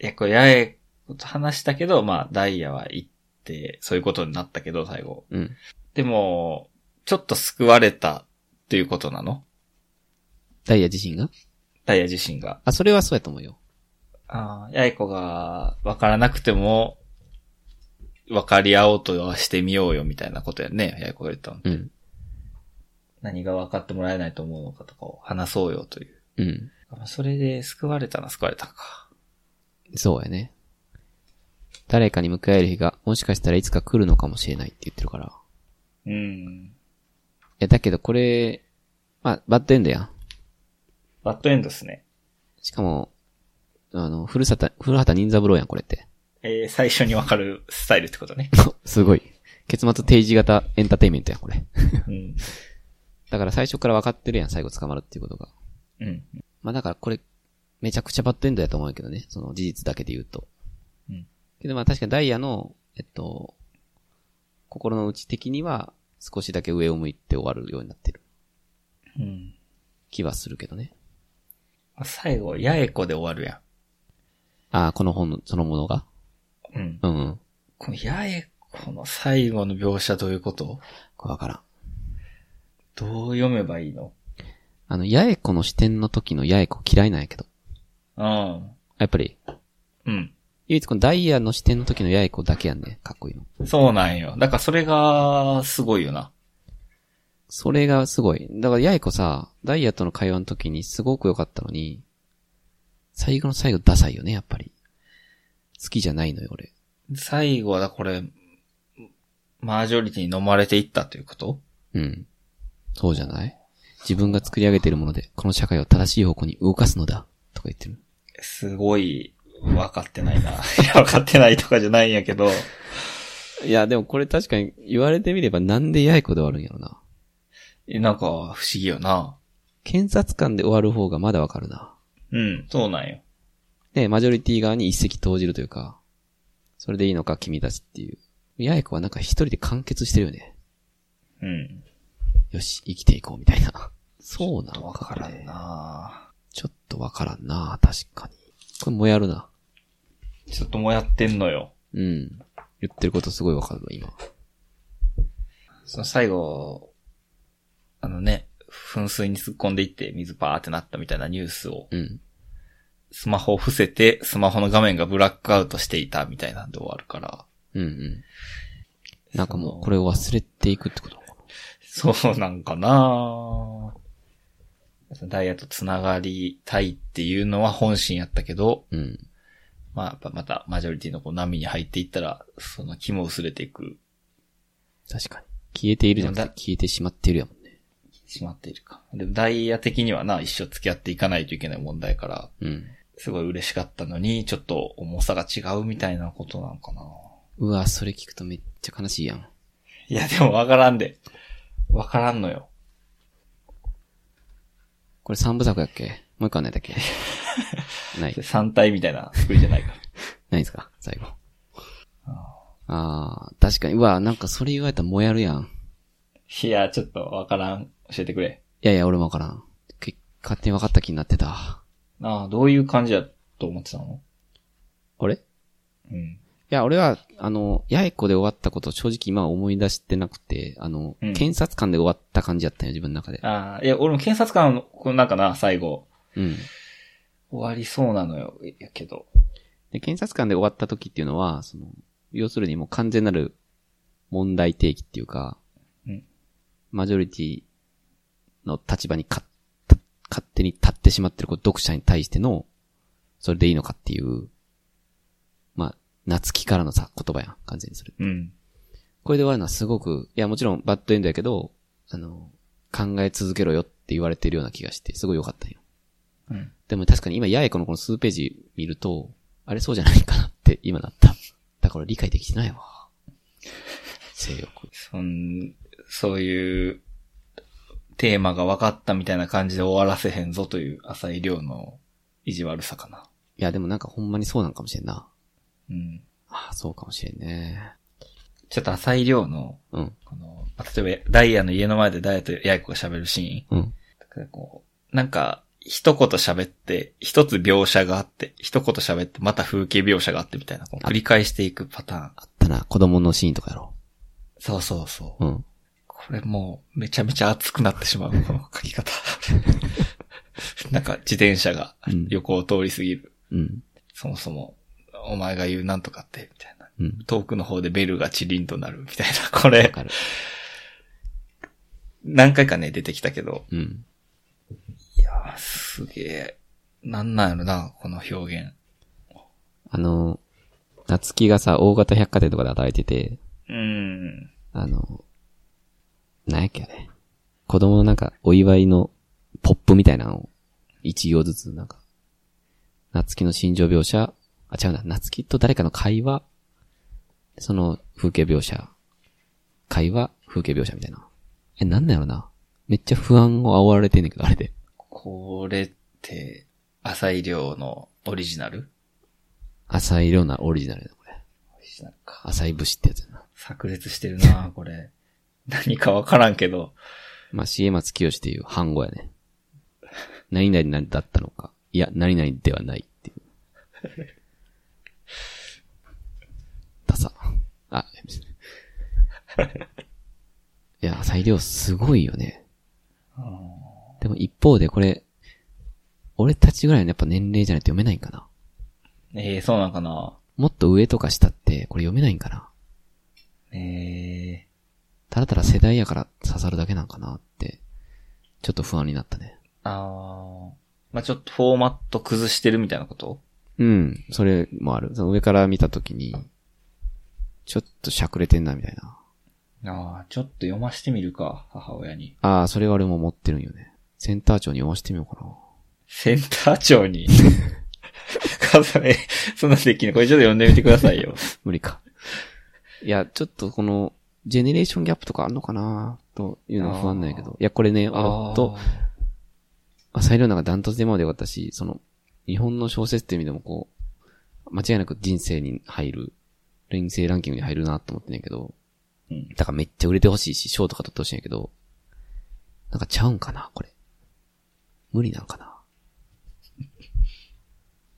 [SPEAKER 2] いや、これ、八重子と話したけど、まあ、ダイヤは行って、そういうことになったけど、最後。
[SPEAKER 1] うん。
[SPEAKER 2] でも、ちょっと救われたっていうことなの
[SPEAKER 1] ダイヤ自身が
[SPEAKER 2] ダイヤ自身が。
[SPEAKER 1] あ、それはそうやと思うよ。
[SPEAKER 2] ああ、八重子が分からなくても、分かり合おうとはしてみようよ、みたいなことやね、八重子が言ったの。
[SPEAKER 1] うん。
[SPEAKER 2] 何が分かってもらえないと思うのかとかを話そうよという。
[SPEAKER 1] うん。
[SPEAKER 2] まあそれで救われたな、救われたか。
[SPEAKER 1] そうやね。誰かに向かえる日が、もしかしたらいつか来るのかもしれないって言ってるから。い
[SPEAKER 2] うん。
[SPEAKER 1] や、だけどこれ、まあ、バッドエンドやん。
[SPEAKER 2] バッドエンドっすね。
[SPEAKER 1] しかも、あの、古畑、古畑任三郎やん、これって。
[SPEAKER 2] えー最初にわかるスタイルってことね。
[SPEAKER 1] すごい。結末定時型エンターテインメントやん、これ。
[SPEAKER 2] うん。
[SPEAKER 1] だから最初から分かってるやん、最後捕まるっていうことが。
[SPEAKER 2] うん。
[SPEAKER 1] まあだからこれ、めちゃくちゃバッドエンドやと思うけどね。その事実だけで言うと。
[SPEAKER 2] うん。
[SPEAKER 1] けどまあ確かにダイヤの、えっと、心の内的には少しだけ上を向いて終わるようになってる
[SPEAKER 2] うん。
[SPEAKER 1] 気はするけどね。
[SPEAKER 2] 最後、八重子で終わるや
[SPEAKER 1] ああ、この本のそのものが。
[SPEAKER 2] ん。うん。
[SPEAKER 1] うんうん。
[SPEAKER 2] この八重子の最後の描写どういうこと
[SPEAKER 1] これわからん。
[SPEAKER 2] どう読めばいいの
[SPEAKER 1] あの、八重子の視点の時の八重子嫌いなんやけど。
[SPEAKER 2] うん。
[SPEAKER 1] やっぱり、
[SPEAKER 2] うん。
[SPEAKER 1] 唯一このダイヤの視点の時の八重子だけやんね。かっこいいの。
[SPEAKER 2] そうなんよ。だからそれが、すごいよな。
[SPEAKER 1] それがすごい。だから、やいこさ、ダイヤとの会話の時にすごく良かったのに、最後の最後ダサいよね、やっぱり。好きじゃないのよ、俺。
[SPEAKER 2] 最後は、これ、マージョリティに飲まれていったということ
[SPEAKER 1] うん。そうじゃない自分が作り上げているもので、この社会を正しい方向に動かすのだ。とか言ってる。
[SPEAKER 2] すごい、分かって ないな。いや、分かってないとかじゃないんやけど、
[SPEAKER 1] いや、でもこれ確かに言われてみればなんでやいこで終わるんやろな。
[SPEAKER 2] なんか、不思議よな。
[SPEAKER 1] 検察官で終わる方がまだわかるな。
[SPEAKER 2] うん、そうなんよ。
[SPEAKER 1] ね、マジョリティ側に一石投じるというか、それでいいのか君たちっていう。八重子はなんか一人で完結してるよね。
[SPEAKER 2] うん。
[SPEAKER 1] よし、生きていこうみたいな。そうなの
[SPEAKER 2] わ
[SPEAKER 1] か、
[SPEAKER 2] からん
[SPEAKER 1] ね。
[SPEAKER 2] な
[SPEAKER 1] ちょっとわからんな、確かに。これもやるな。
[SPEAKER 2] ちょっともうやってんのよ。
[SPEAKER 1] うん。言ってることすごいわかるわ、今。
[SPEAKER 2] その最後、あのね、噴水に突っ込んでいって水パーってなったみたいなニュースを、
[SPEAKER 1] うん。
[SPEAKER 2] スマホを伏せて、スマホの画面がブラックアウトしていたみたいなんで終わるから。
[SPEAKER 1] うんうん。なんかもう、これを忘れていくってことなのかな
[SPEAKER 2] そうなんかなダイヤと繋がりたいっていうのは本心やったけど、
[SPEAKER 1] うん。
[SPEAKER 2] まあ、やっぱまたマジョリティのこう波に入っていったら、その気も薄れていく、
[SPEAKER 1] 確かに。消えているじゃなくて、消えてしまっているやもんね。
[SPEAKER 2] しまっているか。でもダイヤ的にはな、一生付き合っていかないといけない問題から、
[SPEAKER 1] うん。
[SPEAKER 2] すごい嬉しかったのに、ちょっと重さが違うみたいなことなんかな
[SPEAKER 1] うわ、それ聞くとめっちゃ悲しいやん。
[SPEAKER 2] いや、でもわからんで。わからんのよ。
[SPEAKER 1] これ三部作やっけもう一個あんないだっ けない。
[SPEAKER 2] 三体みたいな作りじゃないから。
[SPEAKER 1] ないですか最後。ああ、確かに。うわ、なんかそれ言われたらもやるやん。
[SPEAKER 2] いや、ちょっとわからん。教えてくれ。
[SPEAKER 1] いやいや、俺もわからん。け勝手に分かった気になってた。
[SPEAKER 2] ああ、どういう感じだと思ってたの
[SPEAKER 1] あれい
[SPEAKER 2] うん。
[SPEAKER 1] や、俺は、あの、八重子で終わったこと正直今は思い出してなくて、あの、
[SPEAKER 2] うん
[SPEAKER 1] 検察官で終わった感じやったんよ、自分の中で。
[SPEAKER 2] ああ、いや、俺も検察官の、こうなんかな、最後。
[SPEAKER 1] うん。
[SPEAKER 2] 終わりそうなのよ。いやけど。
[SPEAKER 1] で、検察官で終わった時っていうのは、その、要するにもう完全なる問題提起っていうか、
[SPEAKER 2] うん
[SPEAKER 1] マジョリティの立場にかた勝手に立ってしまってるこう読者に対しての、それでいいのかっていう、まあ、夏希からのさ、言葉やん、完全にそれ。
[SPEAKER 2] うん。
[SPEAKER 1] これで終わるのはすごく、いや、もちろんバッドエンドやけど、あの、考え続けろよって言われてるような気がして、すごい良かったんよ。
[SPEAKER 2] うん。
[SPEAKER 1] でも確かに今、八重子のこの数ページ見ると、あれそうじゃないかなって今なった。だから理解できてないわ。性欲。
[SPEAKER 2] そん、そういう、テーマが分かったみたいな感じで終わらせへんぞという浅井亮の意地悪さかな。
[SPEAKER 1] いや、でもなんかほんまにそうなんかもしれんな。
[SPEAKER 2] うん。
[SPEAKER 1] ああ、そうかもしれんね。
[SPEAKER 2] ちょっと浅井亮の、
[SPEAKER 1] うん。
[SPEAKER 2] この、まあ例えばダイヤの家の前でダイヤとヤイコが喋るシーン。
[SPEAKER 1] うん。
[SPEAKER 2] こう、なんか、一言喋って、一つ描写があって、一言喋って、また風景描写があってみたいな、こう繰り返していくパターン。
[SPEAKER 1] あったな、子供のシーンとかやろ。
[SPEAKER 2] そうそうそう。
[SPEAKER 1] うん。
[SPEAKER 2] これもう、めちゃめちゃ熱くなってしまう、この書き方。 なんか、自転車が
[SPEAKER 1] うん
[SPEAKER 2] 横を通り過ぎる。
[SPEAKER 1] うん。
[SPEAKER 2] そもそも、お前が言うなんとかって、みたいな。
[SPEAKER 1] うん。
[SPEAKER 2] 遠くの方でベルがチリンとなる、みたいな。これ
[SPEAKER 1] わ、かる。
[SPEAKER 2] 何回かね、出てきたけど。
[SPEAKER 1] うん。
[SPEAKER 2] いやー、すげえ。なんなんやろな、この表現。
[SPEAKER 1] あの、夏希がさ、大型百貨店とかで働いてて、
[SPEAKER 2] うん。
[SPEAKER 1] あの、なんやっけあれ。子供のなんか、お祝いのポップみたいなのを、一行ずつ、なんか、夏希の心情描写、あ、違うな、夏希と誰かの会話、その、風景描写、会話、風景描写みたいな。え、なんだろうな。めっちゃ不安を煽られてんねんけど、あれで。
[SPEAKER 2] これって、浅井亮のオリジナル
[SPEAKER 1] 浅い色なオリジナルだ、これ。
[SPEAKER 2] オリジナルか。
[SPEAKER 1] 浅い節ってやつやな。
[SPEAKER 2] 炸裂してるなこれ。 何かわからんけど。
[SPEAKER 1] まあ、重松清っていう反語やね。何々だったのか。いや、何々ではないっていう。ダサ。あ、いや、裁量すごいよね。でも一方でこれ、俺たちぐらいのやっぱ年齢じゃないと読めないんかな。
[SPEAKER 2] ええそうなんかな
[SPEAKER 1] もっと上とか下って、これ読めないんかな。
[SPEAKER 2] ええ
[SPEAKER 1] ただただ世代やから刺さるだけなんかなって、ちょっと不安になったね。
[SPEAKER 2] あー。まあ、ちょっとフォーマット崩してるみたいなこと
[SPEAKER 1] うん、それもある。その上から見たときに、ちょっとしゃくれてんな、みたいな。
[SPEAKER 2] ああ、ちょっと読ましてみるか、母親に。
[SPEAKER 1] ああ、それは俺も持ってるんよね。センター長に読ましてみようかな。
[SPEAKER 2] センター長 に。母さん、え、そんなんできない。これちょっと読んでみてくださいよ。
[SPEAKER 1] 無理か。 いや、ちょっとこの、ジェネレーションギャップとかあんのかなというのは不安なんやけど。いや、これね、あと、まあ、裁量なんかダントツで今までよかったし、その、日本の小説っていう意味でもこう、間違いなく人生に入る、連生ランキングに入るなと思ってんやけど、
[SPEAKER 2] うん
[SPEAKER 1] だからめっちゃ売れてほしいし、賞とか取ってほしいんやけど、なんかちゃうんかな、これ。無理なんかな。っ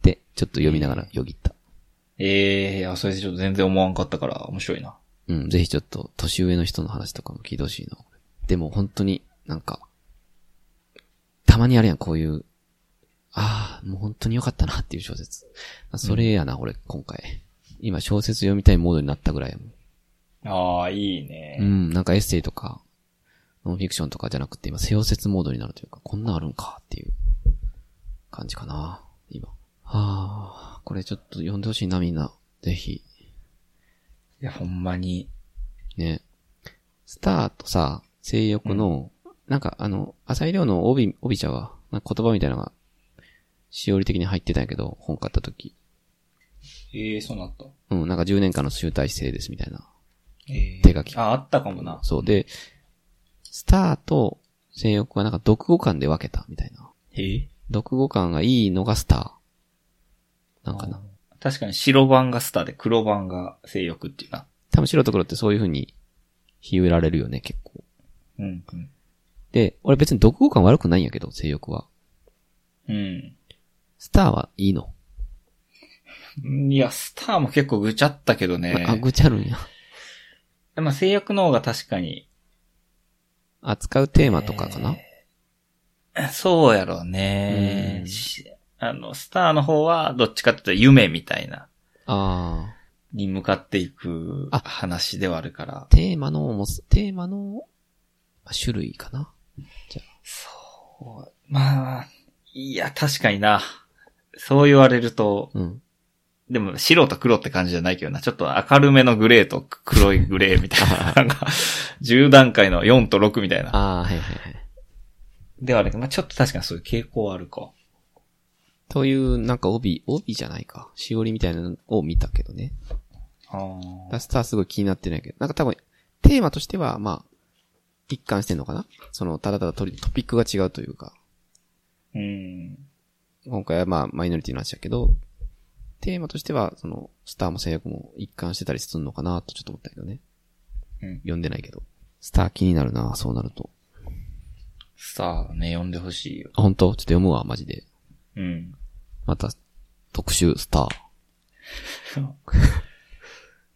[SPEAKER 1] て、ちょっと読みながらよぎった。
[SPEAKER 2] ええいや、それでちょっと全然思わんかったから、面白いな。
[SPEAKER 1] うん、ぜひちょっと、年上の人の話とかも聞いてほしいな。これでも本当に、なんか、たまにあるやん、こういう、ああ、もう本当に良かったなっていう小説。あそれやな、俺、今回。今、小説読みたいモードになったぐらいやもん。
[SPEAKER 2] ああ、いいね
[SPEAKER 1] うん、なんかエッセイとか、ノンフィクションとかじゃなくて、今、小説モードになるというか、こんなんあるんかっていう感じかな、今。はあ、これちょっと読んでほしいな、みんな。ぜひ。
[SPEAKER 2] いや、ほんまに。
[SPEAKER 1] ね。スターとさ、性欲の、なんかあの、浅井亮の帯、帯茶は、なんか言葉みたいなのが、しおり的に入ってたんやけど、本買った時。
[SPEAKER 2] ええそうなった。
[SPEAKER 1] うん、なんか10年間の集大成ですみたいな。
[SPEAKER 2] ええ
[SPEAKER 1] 手書き
[SPEAKER 2] あ、あったかもな。
[SPEAKER 1] そう。で、スターと性欲はなんか読語感で分けたみたいな。
[SPEAKER 2] ええ
[SPEAKER 1] 読語感がいいのがスター。なんかな。
[SPEAKER 2] 確かに白番がスターで黒番が性欲っていうな。
[SPEAKER 1] 多分白と黒ってそういう風に、比喩られるよね、結構。
[SPEAKER 2] うん、うん。
[SPEAKER 1] で、俺別に読語感悪くないんやけど、性欲は。
[SPEAKER 2] うん。
[SPEAKER 1] スターはいいの。
[SPEAKER 2] いや、スターも結構ぐちゃったけどね。
[SPEAKER 1] あ、ぐちゃるんや。
[SPEAKER 2] まあ、性欲の方が確かに。
[SPEAKER 1] 扱うテーマとかかな、
[SPEAKER 2] えーそうやろうね
[SPEAKER 1] う。ん
[SPEAKER 2] しあの、スターの方は、どっちかっていうと夢みたいな、
[SPEAKER 1] ああ。
[SPEAKER 2] に向かっていく
[SPEAKER 1] あ
[SPEAKER 2] 話ではあるから。
[SPEAKER 1] テーマの重す、テーマのまあ種類かな
[SPEAKER 2] そう。まあ、いや、確かにな。そう言われると、
[SPEAKER 1] うん。
[SPEAKER 2] でも白と黒って感じじゃないけどな。ちょっと明るめのグレーと黒いグレーみたい な。なんか、10段階の4と6みたいな。
[SPEAKER 1] ああ、はいはいはい。
[SPEAKER 2] ではあるけど、まあちょっと確かにそういう傾向はあるか。
[SPEAKER 1] という、なんか帯、帯じゃないか。しおりみたいなのを見たけどね。
[SPEAKER 2] ああ。
[SPEAKER 1] スターすごい気になってないけど。なんか多分、テーマとしては、まあ、一貫してんのかなその、ただただトリトピックが違うというか。
[SPEAKER 2] うん。
[SPEAKER 1] 今回はまあ、マイノリティの話だけど、テーマとしては、その、スターも制約も一貫してたりするのかなとちょっと思ったけどね。
[SPEAKER 2] うん。
[SPEAKER 1] 読んでないけど。スター気になるなそうなると。
[SPEAKER 2] さあ、ね、読んでほしいよ。
[SPEAKER 1] あ、本当ちょっと読むわ、マジで。
[SPEAKER 2] うん。
[SPEAKER 1] また、特集、スター。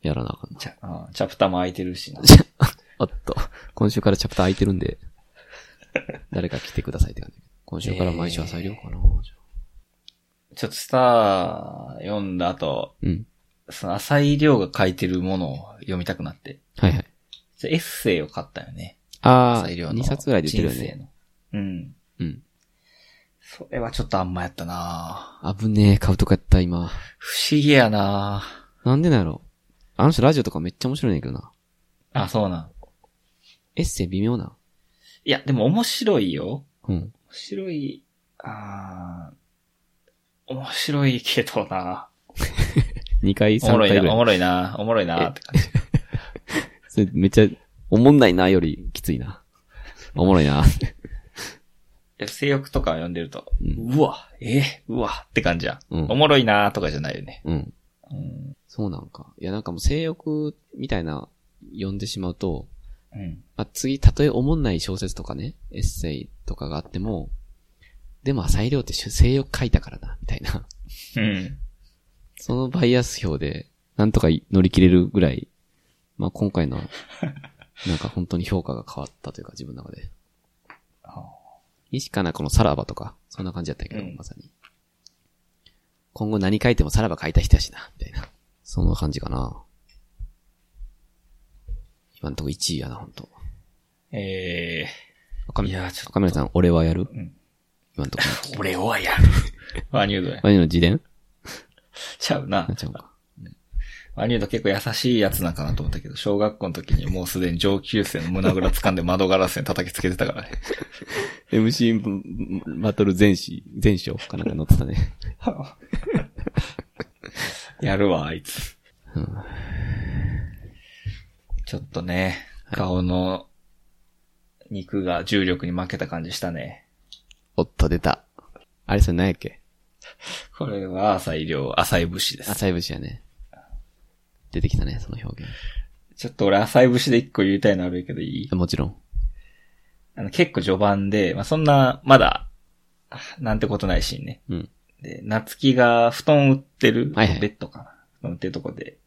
[SPEAKER 1] やらなあかんな。
[SPEAKER 2] チャあーチャプターも空いてるしな。
[SPEAKER 1] おっと、今週からチャプター空いてるんで、誰か来てくださいって感じ。今週から毎週朝入れようかな、じゃあ
[SPEAKER 2] ちょっとスター読んだ後、
[SPEAKER 1] うん。
[SPEAKER 2] その浅井亮が書いてるものを読みたくなって。
[SPEAKER 1] はいはい。
[SPEAKER 2] エッセイを買ったよね。
[SPEAKER 1] ああ、
[SPEAKER 2] 浅井亮
[SPEAKER 1] 2
[SPEAKER 2] の。
[SPEAKER 1] 冊ぐらい出てるよ
[SPEAKER 2] 人生
[SPEAKER 1] ね。
[SPEAKER 2] の。うん。
[SPEAKER 1] うん。
[SPEAKER 2] それはちょっとあんまやったな
[SPEAKER 1] 危ねえ、買うとこやった、今。
[SPEAKER 2] 不思議やな
[SPEAKER 1] なんでなんやろ。あの人ラジオとかめっちゃ面白いねんけどな。
[SPEAKER 2] あ、そうなん。
[SPEAKER 1] エッセイ微妙な。
[SPEAKER 2] いや、でも面白いよ。
[SPEAKER 1] うん。
[SPEAKER 2] 面白い、あー面白いけどな
[SPEAKER 1] 2回、
[SPEAKER 2] お
[SPEAKER 1] 3
[SPEAKER 2] もろ
[SPEAKER 1] 回
[SPEAKER 2] い
[SPEAKER 1] ぐ
[SPEAKER 2] な、おも
[SPEAKER 1] らい。
[SPEAKER 2] ろいな、おもろいなって感じ。
[SPEAKER 1] それめっちゃ、おもんないなよりきついな。 おもろいな。
[SPEAKER 2] で性欲とか読んでると、
[SPEAKER 1] うん
[SPEAKER 2] うわ、え、うわって感じや。
[SPEAKER 1] うん
[SPEAKER 2] おもろいなとかじゃないよね。
[SPEAKER 1] うん。
[SPEAKER 2] うん。
[SPEAKER 1] そうなんか。いや、なんかもう性欲みたいな、読んでしまうと、
[SPEAKER 2] うん。
[SPEAKER 1] まあ、次、たとえ思んない小説とかね、エッセイとかがあっても、でも浅井亮って性欲書いたからな、みたいな。
[SPEAKER 2] うん。
[SPEAKER 1] そのバイアス票で、なんとか乗り切れるぐらい、まあ今回 の、なんか本当に評価が変わったというか、自分の中で。
[SPEAKER 2] あ
[SPEAKER 1] 西かなこのさらばとか、そんな感じだったけど、
[SPEAKER 2] うん
[SPEAKER 1] まさに。今後何書いてもさらば書いた人やしな、みたいな。そんな感じかな。今んとこ1位やな、ほんと。
[SPEAKER 2] え
[SPEAKER 1] 岡
[SPEAKER 2] ー、い
[SPEAKER 1] 村
[SPEAKER 2] や、ちょっ
[SPEAKER 1] 岡村さん、俺はやる
[SPEAKER 2] うん
[SPEAKER 1] 今んとこ。
[SPEAKER 2] と、俺はやる。ワニュードや。
[SPEAKER 1] ワニの自伝
[SPEAKER 2] ちゃうな
[SPEAKER 1] なっ。ちゃうか。
[SPEAKER 2] ワニュード結構優しいやつなんかなと思ったけど、小学校の時にもうすでに上級生の胸ぐら掴んで窓ガラスに叩きつけてた からね。
[SPEAKER 1] MC バトル全史、全章かなんか載ってたね。
[SPEAKER 2] やるわ、あいつ
[SPEAKER 1] うん。
[SPEAKER 2] ちょっとね、顔の肉が重力に負けた感じしたね。
[SPEAKER 1] おっと、出た。あれそれ何やっけ
[SPEAKER 2] これは浅い量、浅い節です。
[SPEAKER 1] 浅い節やね。出てきたね、その表現。
[SPEAKER 2] ちょっと俺浅い節で一個言いたいのあるけどいい
[SPEAKER 1] もちろん。
[SPEAKER 2] あの結構序盤で、まあ、そんな、まだ、あなんてことないシーンね。
[SPEAKER 1] うん。
[SPEAKER 2] で、夏希が布団売ってる、
[SPEAKER 1] はいはい
[SPEAKER 2] ベッドかな。布団売ってるとこで。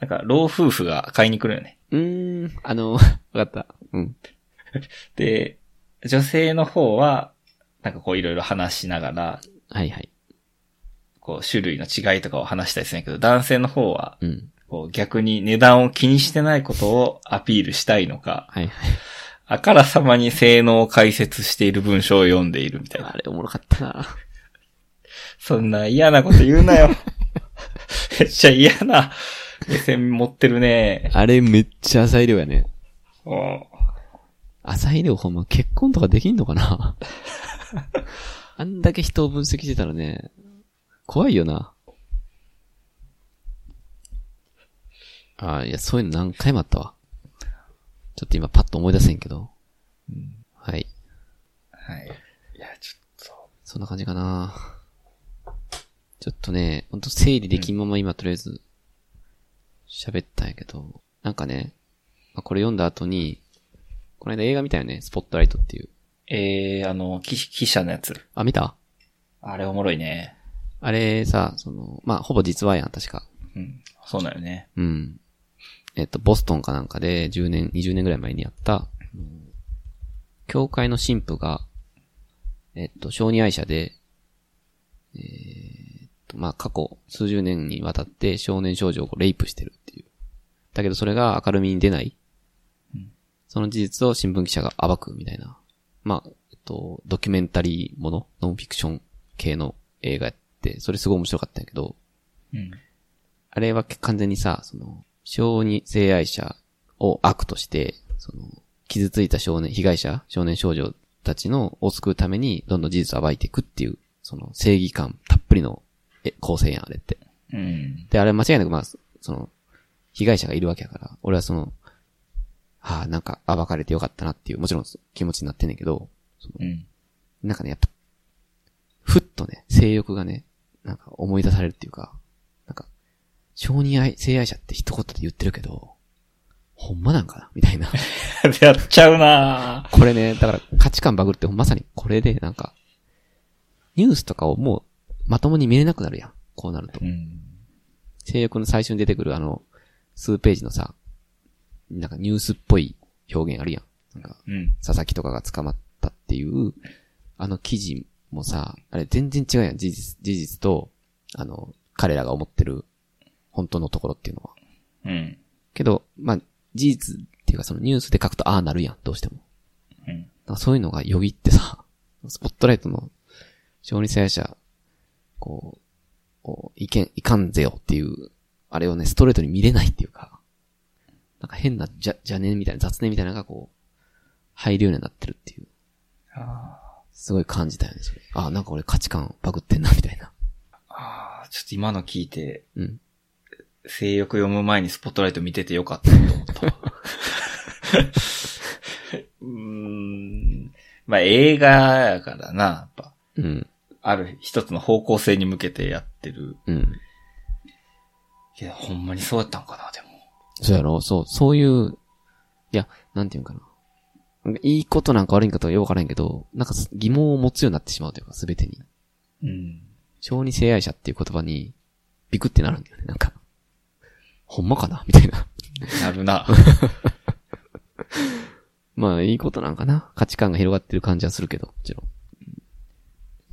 [SPEAKER 2] なんか、老夫婦が買いに来るよね。
[SPEAKER 1] うーん、あの、わ かった。うん。
[SPEAKER 2] で、女性の方は、なんかこういろいろ話しながら、
[SPEAKER 1] はいはい。
[SPEAKER 2] こう種類の違いとかを話したりするんやけど、男性の方は、
[SPEAKER 1] うん。
[SPEAKER 2] こう逆に値段を気にしてないことをアピールしたいのか、
[SPEAKER 1] はいはい。
[SPEAKER 2] あからさまに性能を解説している文章を読んでいるみたい な
[SPEAKER 1] あ。れおもろかったな。
[SPEAKER 2] そんな嫌なこと言うなよ。 めっちゃ嫌な目線持ってるね。
[SPEAKER 1] あれめっちゃ浅い量やね。
[SPEAKER 2] うん
[SPEAKER 1] 浅い量ほんま結婚とかできんのか なあんだけ人を分析してたらね、怖いよな。ああ、いや、そういうの何回もあったわ。ちょっと今パッと思い出せんけど。はい。
[SPEAKER 2] はい。いや、ちょっ
[SPEAKER 1] そんな感じかな。ちょっとね、ほんと整理できんまま今とりあえず喋ったんやけど、なんかね、まあこれ読んだ後に、この間映画見たよね、スポットライトっていう。
[SPEAKER 2] と。えー、あの、記記者のやつ。
[SPEAKER 1] あ、見た
[SPEAKER 2] あれおもろいね。
[SPEAKER 1] あれさ、その、まあ、ほぼ実話やん、確か。
[SPEAKER 2] うん。そうだよね。
[SPEAKER 1] うん。えっと、ボストンかなんかで10年、20年ぐらい前にやった、うん教会の神父が、えっと、小児愛者で、えーっと、まあ、過去数十年にわたって少年少女をこうレイプしてるっていう。だけどそれが明るみに出ない。その事実を新聞記者が暴くみたいな。まあ、えっと、ドキュメンタリーもの、ノンフィクション系の映画やって、それすごい面白かったんやけど、
[SPEAKER 2] うん。
[SPEAKER 1] あれは完全にさ、その、小児性愛者を悪として、その、傷ついた少年、被害者、少年少女たちのを救うために、どんどん事実を暴いていくっていう、その、正義感たっぷりの、え、構成やん、あれって。
[SPEAKER 2] うん。
[SPEAKER 1] で、あれ間違いなく、まあ、そその、被害者がいるわけやから、俺はその、はあ、なんか、暴かれてよかったなっていう、もちろんそ気持ちになってんねんけど、
[SPEAKER 2] うん。
[SPEAKER 1] なんかね、やっぱ、ふっとね、性欲がね、なんか思い出されるっていうか、なんか、小児愛、性愛者って一言で言ってるけど、ほんまなんかなみたいな。
[SPEAKER 2] やっちゃうなぁ
[SPEAKER 1] これね、だから価値観バグるってまさにこれで、なんか、ニュースとかをもう、まともに見れなくなるやん。こうなると
[SPEAKER 2] う。ん。
[SPEAKER 1] 性欲の最初に出てくるあの、数ページのさ、なんかニュースっぽい表現あるやん。なんか、
[SPEAKER 2] うん。
[SPEAKER 1] 佐々木とかが捕まったっていう、あの記事もさ、あれ全然違うやん、事実、事実と、あの、彼らが思ってる、本当のところっていうのは。
[SPEAKER 2] うん。
[SPEAKER 1] けど、まあ、事実っていうかそのニュースで書くとああなるやん、どうしても。
[SPEAKER 2] うん。
[SPEAKER 1] だからそういうのがよぎってさ、スポットライトの、小児性愛者、こう、こういけん、いかんぜよっていう、あれをね、ストレートに見れないっていうか、なんか変な、じゃ、じゃねみたいな、雑念みたいなのがこう、入るようになってるっていう。
[SPEAKER 2] あ
[SPEAKER 1] すごい感じたよね、それ。あ、なんか俺価値観バグってんな、みたいな。
[SPEAKER 2] あー、ちょっと今の聞いて、
[SPEAKER 1] うん。
[SPEAKER 2] 性欲読む前にスポットライト見ててよかったと思ったわ。うーん。まあ映画やからな、やっぱ。
[SPEAKER 1] うん。
[SPEAKER 2] ある一つの方向性に向けてやってる。
[SPEAKER 1] うん。
[SPEAKER 2] けど、ほんまにそうやったんかな、でも。
[SPEAKER 1] そうやろそう、そういう、いや、なんていうんかな。なんかいいことなんか悪いんかとはよくわからんけど、なんか疑問を持つようになってしまうというか、すべてに。
[SPEAKER 2] うん。
[SPEAKER 1] 小児性愛者っていう言葉に、ビクってなるんだよね、なんか。ほんまかなみたいな。
[SPEAKER 2] なるな。
[SPEAKER 1] まあ、いいことなんかな価値観が広がってる感じはするけど、もちろん。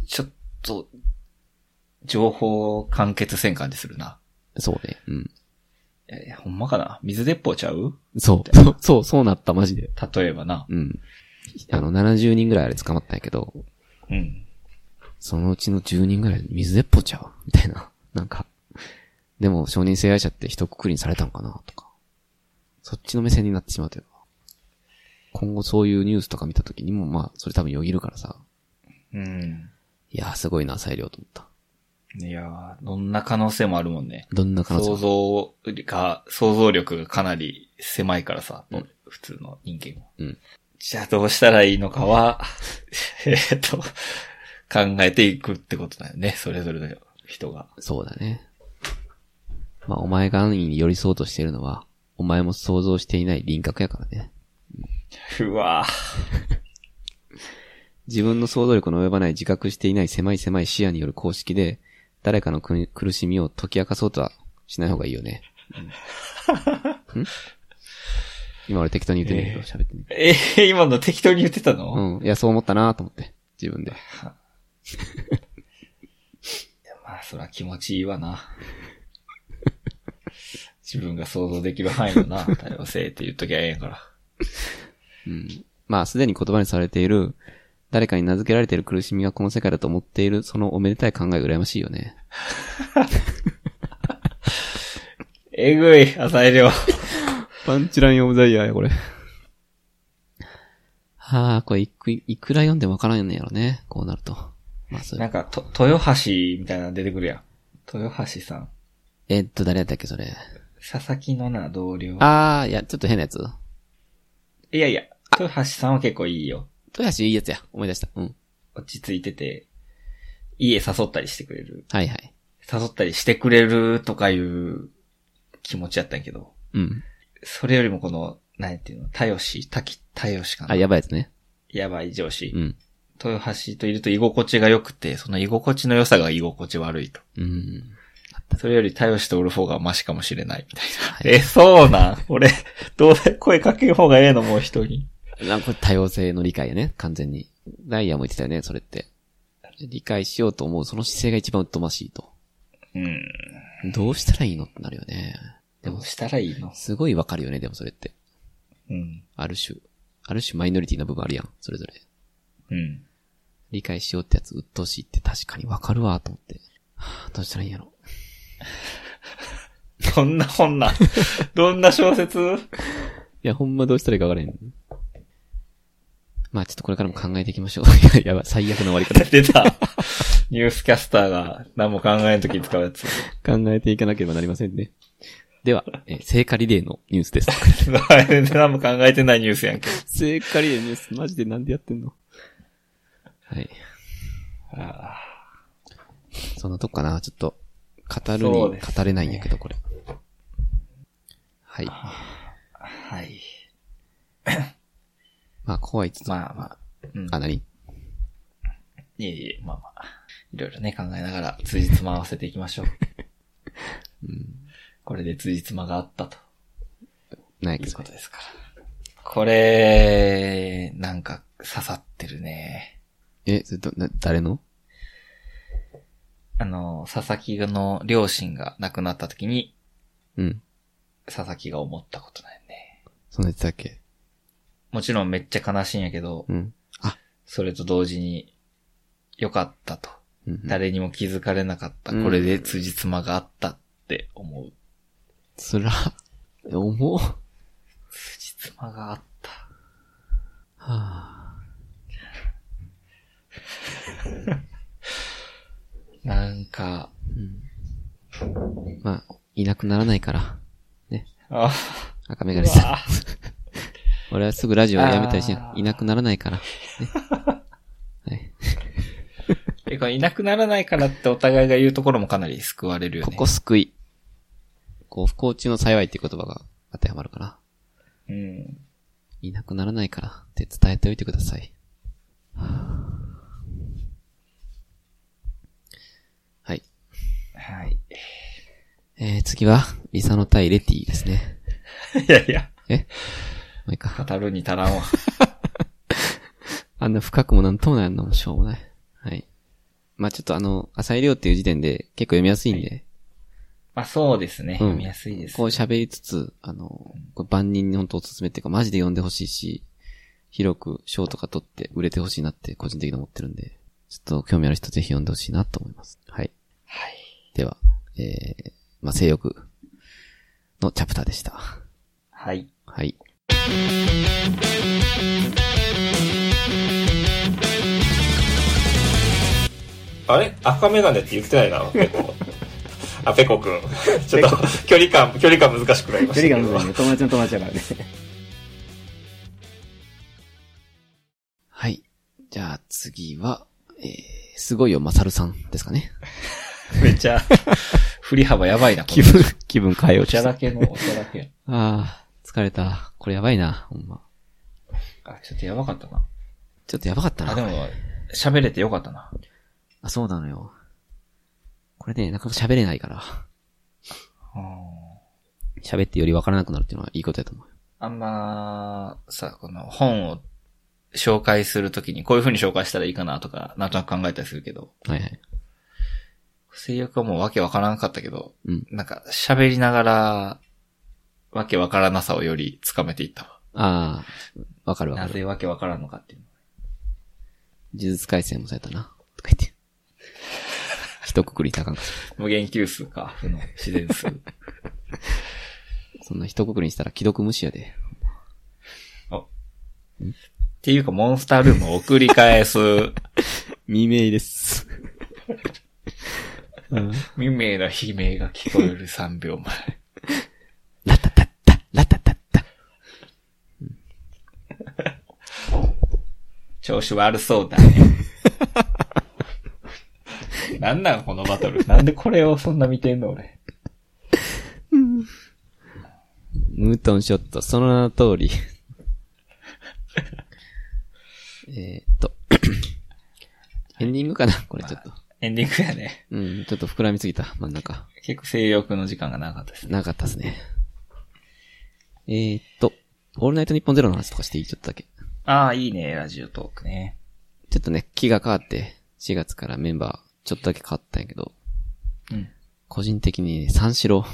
[SPEAKER 2] ちょっと、情報完結せん感じするな。
[SPEAKER 1] そうね。うん。
[SPEAKER 2] いやいや、ほんまかな水鉄砲ちゃう
[SPEAKER 1] そう。そう、そう、そうなった、マジで。
[SPEAKER 2] 例えばな。
[SPEAKER 1] うん。あの、70人ぐらいあれ捕まったんやけど、
[SPEAKER 2] うん。
[SPEAKER 1] そのうちの10人ぐらい水鉄砲ちゃうみたいな。なんか、でも承認性愛者って一括りにされたんかなとか。そっちの目線になってしまうというか。今後そういうニュースとか見た時にも、まあ、それ多分よぎるからさ。
[SPEAKER 2] うん。
[SPEAKER 1] いやー、すごいな、裁量と思った。
[SPEAKER 2] いやー、どんな可能性もあるもんね。
[SPEAKER 1] どんな可能性
[SPEAKER 2] 想
[SPEAKER 1] も
[SPEAKER 2] 像が、想像力がかなり狭いからさ、普通の人間も。
[SPEAKER 1] うん
[SPEAKER 2] じゃあどうしたらいいのかは、 えーっと、考えていくってことだよね、それぞれの人が。
[SPEAKER 1] そうだね。まあ、お前が安易に寄り添おうとしてるのは、お前も想像していない輪郭やからね。
[SPEAKER 2] うわー
[SPEAKER 1] 自分の想像力の及ばない自覚していない狭い狭い視野による公式で、誰かの苦苦しみを解き明かそうとはしない方がいいよ ね。うんん今俺適当に言ってみるけど、喋ってみる。
[SPEAKER 2] えー今の適当に言ってた の、
[SPEAKER 1] うん。いや、そう思ったなと思って。自分で。
[SPEAKER 2] まあ、そら気持ちいいわな。自分が想像できる範囲のな、多様性って言っときゃええんやから。
[SPEAKER 1] うん。まあ、すでに言葉にされている、誰かに名付けられている苦しみがこの世界だと思っている、そのおめでたい考えが羨ましいよね。
[SPEAKER 2] えぐい、与え量。
[SPEAKER 1] パンチラインオブザイヤーや、これ。は あ、これいく、いくら読んでもわからんやろね。こうなると。まあ、そうい
[SPEAKER 2] なん
[SPEAKER 1] う。
[SPEAKER 2] か、と、豊橋みたいなの出てくるやん。豊橋さん。
[SPEAKER 1] えっと、誰やったっけ、それ。
[SPEAKER 2] 佐々木のな同僚。
[SPEAKER 1] あー、いや、ちょっと変なやつ。
[SPEAKER 2] いやいや、豊橋さんは結構いいよ。
[SPEAKER 1] 豊橋いいやつや。思い出した。うん。
[SPEAKER 2] 落ち着いてて、家誘ったりしてくれる。
[SPEAKER 1] はいはい。
[SPEAKER 2] 誘ったりしてくれるとかいう気持ちやったんやけど、
[SPEAKER 1] うん。
[SPEAKER 2] それよりもこの、なんていうの、たよし、たき、たよしかな。
[SPEAKER 1] あ、やばいやつね。
[SPEAKER 2] やばい上司。
[SPEAKER 1] うん。
[SPEAKER 2] 豊橋といると居心地が良くて、その居心地の良さが居心地悪いと。
[SPEAKER 1] うん。
[SPEAKER 2] それより対しとおる方がマシかもしれない、みたいな。え、そうなん俺、どうせ声かける方がええの、もう人に。
[SPEAKER 1] なんかこれ多様性の理解やね。完全に。ダイヤも言ってたよね、それって。理解しようと思う、その姿勢が一番疎ましいと。
[SPEAKER 2] うん。
[SPEAKER 1] どうしたらいいのってなるよね。
[SPEAKER 2] でもしたらいいの。
[SPEAKER 1] すごいわかるよね、でもそれって。
[SPEAKER 2] うん。
[SPEAKER 1] ある種、ある種マイノリティな部分あるやん、それぞれ。
[SPEAKER 2] うん。
[SPEAKER 1] 理解しようってやつ、鬱陶しいって確かにわかるわ、と思って。はぁ、どうしたらいいんやろ。
[SPEAKER 2] どんな本なんどんな小説
[SPEAKER 1] いや、ほんまどうしたらいいかわからへん。まあ、ちょっとこれからも考えていきましょう。 いややばい、最悪の終わり方。
[SPEAKER 2] 出た。ニュースキャスターが何も考えんときに使うやつ。
[SPEAKER 1] 考えていかなければなりませんね。では、えー聖火リレーのニュースです。
[SPEAKER 2] 全然何も考えてないニュースやんけ。
[SPEAKER 1] 聖火リレーニュース、マジでなんでやってんのはい。
[SPEAKER 2] あ
[SPEAKER 1] そんなとこかな、ちょっと、語るに
[SPEAKER 2] そうですね
[SPEAKER 1] 語れないんやけど、これ。はい。
[SPEAKER 2] ーはい。
[SPEAKER 1] まあ、こうは言いつつ、
[SPEAKER 2] まあまあ。うん。
[SPEAKER 1] あ、なに
[SPEAKER 2] いえいえ、まあまあ。いろいろね、考えながら、辻褄合わせていきましょう。これで辻褄があったと
[SPEAKER 1] ない
[SPEAKER 2] い
[SPEAKER 1] け
[SPEAKER 2] う
[SPEAKER 1] ど
[SPEAKER 2] こ。とですから。これ、なんか刺さってるね。
[SPEAKER 1] え、それと、な、誰の
[SPEAKER 2] あの、佐々木の両親が亡くなった時に、
[SPEAKER 1] うん。
[SPEAKER 2] 佐々木が思ったことだよね。
[SPEAKER 1] そんなやつだっけ
[SPEAKER 2] もちろんめっちゃ悲しいんやけど、
[SPEAKER 1] うん。
[SPEAKER 2] それと同時に、良かったと。
[SPEAKER 1] うん、
[SPEAKER 2] 誰にも気づかれなかった。
[SPEAKER 1] うん
[SPEAKER 2] これで辻褄があったって思う。
[SPEAKER 1] つら、重っ。は
[SPEAKER 2] 辻褄があった。
[SPEAKER 1] あ、
[SPEAKER 2] なんか、
[SPEAKER 1] まあ、いなくならないから、
[SPEAKER 2] あ、
[SPEAKER 1] 赤メガネさ
[SPEAKER 2] うんわ。
[SPEAKER 1] 俺はすぐラジオやめたりしな
[SPEAKER 2] あー
[SPEAKER 1] い。いなくならない から。ね
[SPEAKER 2] え、これいなくならないからってお互いが言うところもかなり救われる
[SPEAKER 1] はい。こ
[SPEAKER 2] よね。
[SPEAKER 1] こ救い。こう、不幸中の幸いっていう言葉が当てはまるかな。
[SPEAKER 2] うん。
[SPEAKER 1] いなくならないからって伝えておいてください。はい。
[SPEAKER 2] はい。
[SPEAKER 1] えー、次は、リサノ対レティですね。
[SPEAKER 2] いやいや、
[SPEAKER 1] えもういいか。
[SPEAKER 2] 語るに足らんわ。
[SPEAKER 1] あんな深くもなんともないあんなもんしょうもない。はい。まあちょっとあの、浅い量っていう時点で結構読みやすいんで、
[SPEAKER 2] まあそうですね。
[SPEAKER 1] うん
[SPEAKER 2] 読みやすいです。
[SPEAKER 1] こう喋りつつ、あの、これ万人に本当おすすめっていうかマジで読んでほしいし、広く賞とか取って売れてほしいなって個人的に思ってるんで、ちょっと興味ある人ぜひ読んでほしいなと思います。はい。
[SPEAKER 2] はい。
[SPEAKER 1] では、えー、まあ、性欲のチャプターでした。
[SPEAKER 2] はい。
[SPEAKER 1] はい。
[SPEAKER 5] あれ赤メガネって言ってないな、ペ コ。あ、ペコくん。 ちょっと、距離感、距離感難しくなりましたけ
[SPEAKER 6] 距
[SPEAKER 5] ど。
[SPEAKER 6] 離が難しいね。友達の友達だからね。
[SPEAKER 1] はい。じゃあ次は、えー、すごいよ、まさるさんですかね。
[SPEAKER 2] めっちゃ、振り幅やばいな、こ
[SPEAKER 1] 気
[SPEAKER 2] れ
[SPEAKER 1] 分、気分変えよ
[SPEAKER 2] お
[SPEAKER 1] うとし
[SPEAKER 2] 茶
[SPEAKER 1] て。
[SPEAKER 2] だ
[SPEAKER 1] あ
[SPEAKER 2] けの、お茶だけ。
[SPEAKER 1] あー、疲れた。これやばいな、ほんま。
[SPEAKER 2] あ、ちょっとやばかったな。
[SPEAKER 1] ちょっとやばかったな。
[SPEAKER 2] あ、でも、喋れてよかったな。
[SPEAKER 1] あ、そうなのよ。これね、なかなか喋れないから。喋ってより分からなくなるっていうのはいいことだと思う。
[SPEAKER 2] あんま、さ、この本を紹介するときにこういう風に紹介したらいいかなとか、なんとなく考えたりするけど、
[SPEAKER 1] はいはい。
[SPEAKER 2] 制約はもうわけわからなかったけど、
[SPEAKER 1] うん
[SPEAKER 2] なんか喋りながら、わけわからなさをよりつかめていったわ。
[SPEAKER 1] ああ、わかるわか
[SPEAKER 2] な
[SPEAKER 1] る。
[SPEAKER 2] ぜわけわからんのかっていうの。
[SPEAKER 1] 呪術改戦もされたな。とか言って。 一括りにしたらあかんか
[SPEAKER 2] 無限級数か、負の自然数。
[SPEAKER 1] そんな一括りにしたら既読無視やで。
[SPEAKER 2] っていうか、モンスタールームを送り 返す、
[SPEAKER 1] 未明です。
[SPEAKER 2] 未明の悲鳴が聞こえる3秒前。
[SPEAKER 1] ラタタッタ、ラタタッタ。
[SPEAKER 2] 調子悪そうだ ね。なんなんこのバトル。なんでこれをそんな見てんの俺。
[SPEAKER 1] ムートンショット、その名の通 り。えーっと。 エンディングかなこれちょっと。
[SPEAKER 2] エンディングやね。
[SPEAKER 1] うん、ちょっと膨らみすぎた、真ん中。
[SPEAKER 2] 結構性欲の時間がなかったですね。
[SPEAKER 1] なかったですね。えー、っと、オールナイトニッポンゼロの話とかしていいちょっとだけ。
[SPEAKER 2] ああ、いいね、ラジオトークね。
[SPEAKER 1] ちょっとね、気が変わって、4月からメンバー、ちょっとだけ変わったんやけど、
[SPEAKER 2] うん。
[SPEAKER 1] 個人的に、ね、三四郎、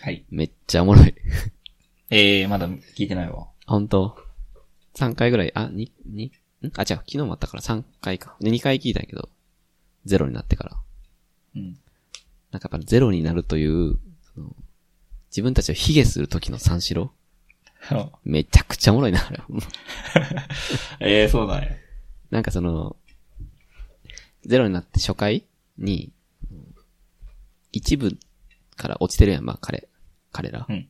[SPEAKER 2] はい。
[SPEAKER 1] めっちゃおもろい。
[SPEAKER 2] えー、まだ聞いてないわ。
[SPEAKER 1] 本当3回ぐらい、あ、に、に、んあ、違う、昨日もあったから3回か。で、2回聞いたんやけど、ゼロになってから。
[SPEAKER 2] うん。
[SPEAKER 1] なんかやっぱゼロになるという、その自分たちを卑下する時の三四郎めちゃくちゃおもろいな、あれ。
[SPEAKER 2] えー、そうなんや。
[SPEAKER 1] なんかその、ゼロになって初回に、一部から落ちてるやん、まあ彼、彼ら。
[SPEAKER 2] うん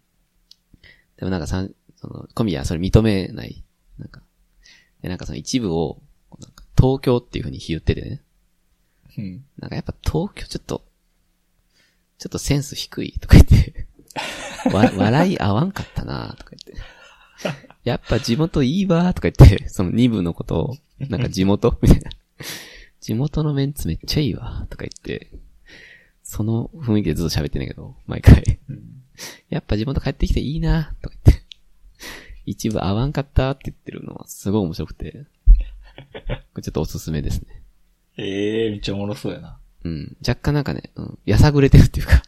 [SPEAKER 1] でもなんかさん、その、小宮はそれ認めない。なんか、で、なんかその一部を、なんか東京っていう風に言っててね。
[SPEAKER 2] うん。
[SPEAKER 1] なんかやっぱ東京ちょっと、ちょっとセンス低いとか言って、わ、笑い合わんかったなとか言って。やっぱ地元いいわとか言って、その二部のことを、なんか地元みたいな。地元のメンツめっちゃいいわとか言って、その雰囲気でずっと喋ってんだけど、毎回。やっぱ地元帰ってきていいなとか言って。一部合わんかったって言ってるのはすごい面白くて。これちょっとおすすめですね。
[SPEAKER 2] えー、めっちゃおもろそうやな。
[SPEAKER 1] うん。若干なんかね、うん。やさぐれてるっていうか、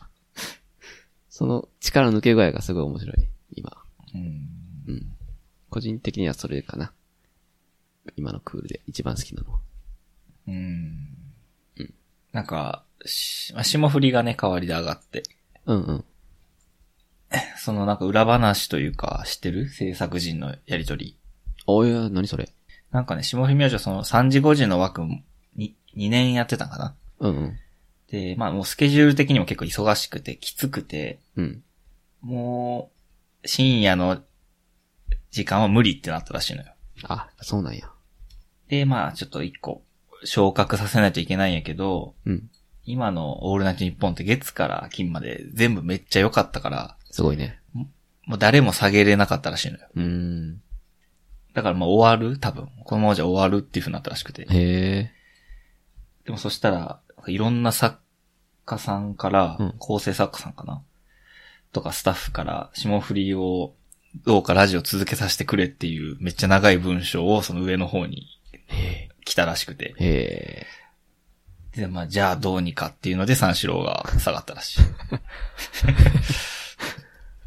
[SPEAKER 1] その力の抜け具合がすごい面白い。今。
[SPEAKER 2] うん。
[SPEAKER 1] うん。個人的にはそれかな。今のクールで一番好きなのは。
[SPEAKER 2] うん。なんか、しまあ霜降りがね、代わりで上がって。
[SPEAKER 1] うんうん。
[SPEAKER 2] そのなんか裏話というか、知ってる制作人のやりとり。
[SPEAKER 1] おいや、何それ。
[SPEAKER 2] なんかね、下降明星はその3時5時の枠に2年やってたんかな。
[SPEAKER 1] うんうん。
[SPEAKER 2] で、まあもうスケジュール的にも結構忙しくて、きつくて、
[SPEAKER 1] うん。
[SPEAKER 2] もう深夜の時間は無理ってなったらしいのよ。
[SPEAKER 1] あ、そうなんや。
[SPEAKER 2] で、まあちょっと一個昇格させないといけないんやけど、
[SPEAKER 1] うん。
[SPEAKER 2] 今のオールナイトニッポンって月から金まで全部めっちゃ良かったから、
[SPEAKER 1] すごいね。
[SPEAKER 2] もう誰も下げれなかったらしいのよ。
[SPEAKER 1] うーん。
[SPEAKER 2] だからまあ終わる多分。このままじゃ終わるっていう風になったらしくて。
[SPEAKER 1] へえ。
[SPEAKER 2] でもそしたら、いろんな作家さんから、
[SPEAKER 1] うん
[SPEAKER 2] 構成作家さんかなとかスタッフから、霜降りを、どうかラジオ続けさせてくれっていう、めっちゃ長い文章をその上の方に来たらしくて。
[SPEAKER 1] へえ。
[SPEAKER 2] で、まあ、じゃあどうにかっていうので三四郎が下がったらしい。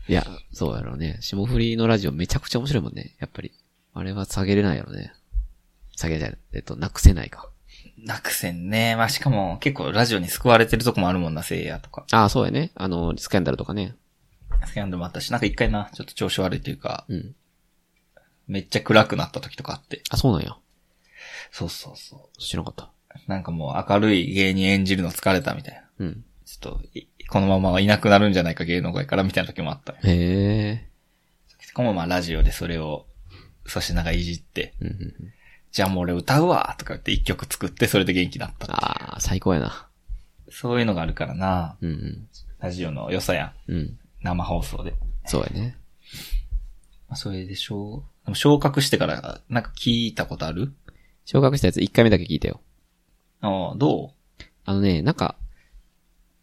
[SPEAKER 1] いや、そうやろうね。霜降りのラジオめちゃくちゃ面白いもんね。やっぱり。あれは下げれないやろね。下げちゃえっと、なくせないか。
[SPEAKER 2] なくせんね。まあ、しかも結構ラジオに救われてるとこもあるもんな、聖夜とか。
[SPEAKER 1] ああ、そうやね。あの、スキャンダルとかね。
[SPEAKER 2] スキャンダルもあったし、なんか一回な、ちょっと調子悪いというか、
[SPEAKER 1] うん。
[SPEAKER 2] めっちゃ暗くなった時とかあって。
[SPEAKER 1] あ、そうなんや。
[SPEAKER 2] そうそうそ
[SPEAKER 1] 知らなかった。
[SPEAKER 2] う。なんかもう明るい芸人演じるの疲れたみたいな。
[SPEAKER 1] うん。
[SPEAKER 2] ちょっとい、このままはいなくなるんじゃないか芸能界からみたいな時もあったよ。
[SPEAKER 1] へえ。
[SPEAKER 2] しかもまあラジオでそれを、粗品がいじって、
[SPEAKER 1] うんうんうん。
[SPEAKER 2] じゃあもう俺歌うわとか言って一曲作ってそれで元気だった。
[SPEAKER 1] ああ、最高やな。
[SPEAKER 2] そういうのがあるからな、
[SPEAKER 1] うん
[SPEAKER 2] ラジオの良さやん。
[SPEAKER 1] うん。うん。
[SPEAKER 2] 生放送で。
[SPEAKER 1] そうやね。
[SPEAKER 2] まあ、それでしょう。でも昇格してから、なんか聞いたことある
[SPEAKER 1] 昇格したやつ1回目だけ聞いたよ。
[SPEAKER 2] ああ、ど
[SPEAKER 1] あのね、なんか、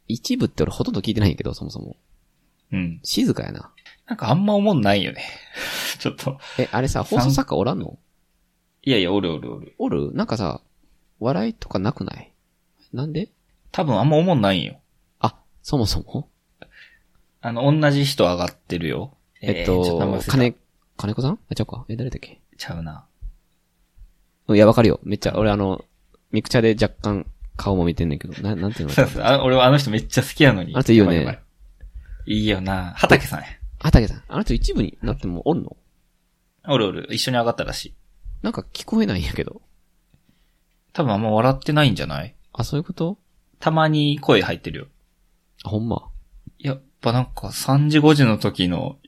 [SPEAKER 1] 一部って俺ほとんど聞いてないんやけど、そもそも。
[SPEAKER 2] ううん。
[SPEAKER 1] 静かやな。
[SPEAKER 2] なんかあんま思んないよね。 ちょっと。
[SPEAKER 1] え、あれさ、放送作家おらんの
[SPEAKER 2] いやいや、おるおるおる。
[SPEAKER 1] おるなんかさ、笑いとかなくないなんで
[SPEAKER 2] 多分あんま思んないんよ。
[SPEAKER 1] あ、そもそも
[SPEAKER 2] あの、同じ人上がってるよ。
[SPEAKER 1] えっ
[SPEAKER 2] ーちょっと名前
[SPEAKER 1] と
[SPEAKER 2] 忘れ、た
[SPEAKER 1] 金、金子さんあ、ちゃうか。え、誰だっけ
[SPEAKER 2] ちゃうな。
[SPEAKER 1] うんいや、わかるよ。めっちゃ、俺あの、ミクチャで若干顔も見てんねんけど、な、なんていうの
[SPEAKER 2] そうそう。あ俺はあの人めっちゃ好きやのに。
[SPEAKER 1] あの人いいよね
[SPEAKER 2] ばばいいいよな。畑さんや。
[SPEAKER 1] あたけさん、あの人一部になってもおんの
[SPEAKER 2] おるおる。一緒に上がったらしい。
[SPEAKER 1] なんか聞こえないんやけど。
[SPEAKER 2] 多分あんま笑ってないんじゃない
[SPEAKER 1] あ、そういうこと
[SPEAKER 2] たまに声入ってるよ。
[SPEAKER 1] あ、ほんま。
[SPEAKER 2] やっぱなんか3時5時の時の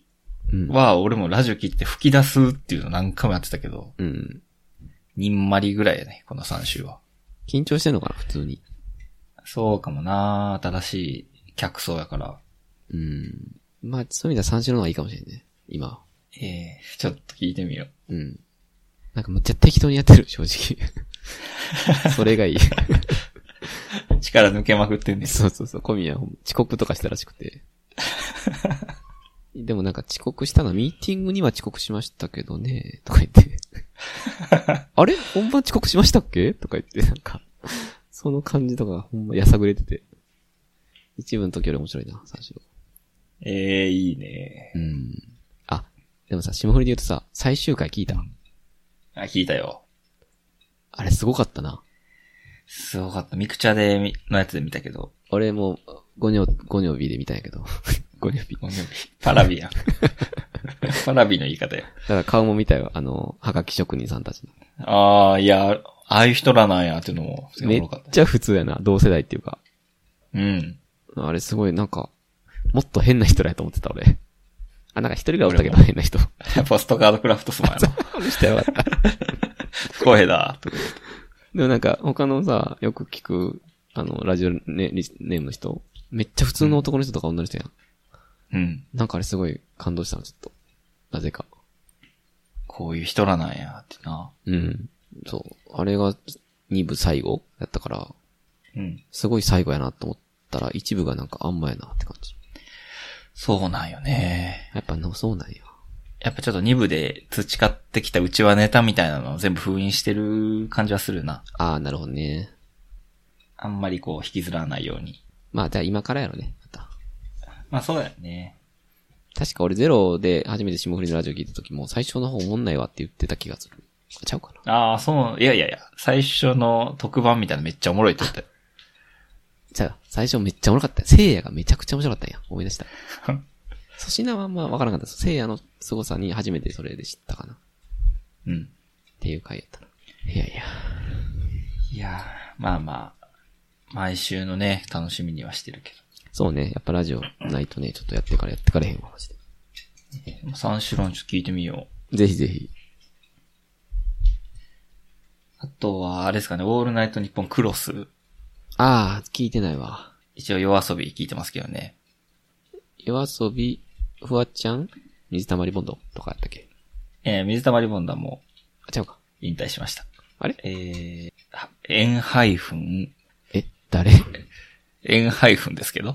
[SPEAKER 1] うん。
[SPEAKER 2] は、俺もラジオ聞いて吹き出すっていうの何回もやってたけど、
[SPEAKER 1] うん。
[SPEAKER 2] にんまりぐらいやね、この3週は。
[SPEAKER 1] 緊張してんのかな、普通に。
[SPEAKER 2] そうかもな新しい客層やから。
[SPEAKER 1] うん。まあ、そういう意味では三種の方がいいかもしれんね。今は。
[SPEAKER 2] ええちょっと聞いてみよう。
[SPEAKER 1] うん。なんかむっちゃ適当にやってる、正 直。それがいい。
[SPEAKER 2] 力抜けまくってん ね
[SPEAKER 1] そうそうそう、小宮はほんま遅刻とかしたらしくて。 でもなんか遅刻したな、ミーティングには遅刻しましたけどね、とか言って。 あれ本番遅刻しましたっけとか言って、なんか、その感じとかほんまやさぐれてて。一部の時より面白いな、最初。
[SPEAKER 2] ええいいね
[SPEAKER 1] うん。あ、でもさ、霜降りで言うとさ、最終回聞いた。
[SPEAKER 2] あ、聞いたよ。
[SPEAKER 1] あれすごかったな。
[SPEAKER 2] すごかった。ミクチャでみ、のやつで見たけど、
[SPEAKER 1] 俺も、ゴニョ、ゴニョビで見たんやけど。 ゴニョビ。
[SPEAKER 2] ごめんパラ ビやん。パラビの言い方や。
[SPEAKER 1] だから顔も見たよ、あの、はがき職人さんたちの。
[SPEAKER 2] ああ、いや、ああいう人らなんやっていうのも、すごい
[SPEAKER 1] め
[SPEAKER 2] お
[SPEAKER 1] っ
[SPEAKER 2] もろかった。
[SPEAKER 1] ちゃ普通やな、同世代っていうか。
[SPEAKER 2] うん。
[SPEAKER 1] あれすごい、なんか、もっと変な人だと思ってた、俺。あ、なんか一人がおったけど、
[SPEAKER 2] 俺も
[SPEAKER 1] 変な人。
[SPEAKER 2] ポストカードクラフトスマ イル。
[SPEAKER 1] あの人やば かった。
[SPEAKER 2] 声だ。とか
[SPEAKER 1] でもなんか、他のさ、よく聞く、あの、ラジオネリスネームの人、めっちゃ普通の男の人とか女の人やん。
[SPEAKER 2] うん。
[SPEAKER 1] なんかあれすごい感動したの、ちょっと。なぜか。
[SPEAKER 2] こういう人らなんや、ってな。
[SPEAKER 1] うん。そう。あれが、2部最後やったから、
[SPEAKER 2] うん。
[SPEAKER 1] すごい最後やなと思ったら、一部がなんかあんまやなって感じ。
[SPEAKER 2] そうなんよね。
[SPEAKER 1] やっぱの、そうなんや。
[SPEAKER 2] やっぱちょっと2部で培ってきたうちはネタみたいなのを全部封印してる感じはするな。
[SPEAKER 1] ああ、なるほどね。
[SPEAKER 2] あんまりこう引きずらないように。
[SPEAKER 1] まあ、じゃあ今からやろね、また。
[SPEAKER 2] まあそうだよね。
[SPEAKER 1] 確か俺ゼロで初めて霜降りのラジオ聞いた時も最初の方おもんないわって言ってた気がする。ちゃうかな。
[SPEAKER 2] ああ、そう、いやいやいや、最初の特番みたいなのめっちゃおもろいって言ったよ。
[SPEAKER 1] じゃあ、最初めっちゃおもろかった。聖夜がめちゃくちゃ面白かったんや。思い出した。 粗品はあんまわからなかった。聖夜の凄さに初めてそれで知ったかな。っ
[SPEAKER 2] うん。
[SPEAKER 1] ていう回やったな。いやいや。
[SPEAKER 2] いやー、まあまあ、毎週のね、楽しみにはしてるけ
[SPEAKER 1] そうね。やっぱラジオないとね、ちょっとやってからやってからへんわ、マジで。
[SPEAKER 2] ど。3週論ちょっと聞いてみよう。
[SPEAKER 1] ぜひぜひ。
[SPEAKER 2] あとは、あれですかね、オールナイトニッポンクロス。
[SPEAKER 1] ああ、聞いてないわ。
[SPEAKER 2] 一応夜遊び聞いてますけどね。
[SPEAKER 1] 夜遊び、ふわちゃん、水溜りボンドとかやったっけ
[SPEAKER 2] えー、水溜りボンダも
[SPEAKER 1] あ、ちゃうか。
[SPEAKER 2] 引退しました。
[SPEAKER 1] あれ
[SPEAKER 2] えー、はエンハイフン、
[SPEAKER 1] え、誰
[SPEAKER 2] エンハイフンですけど、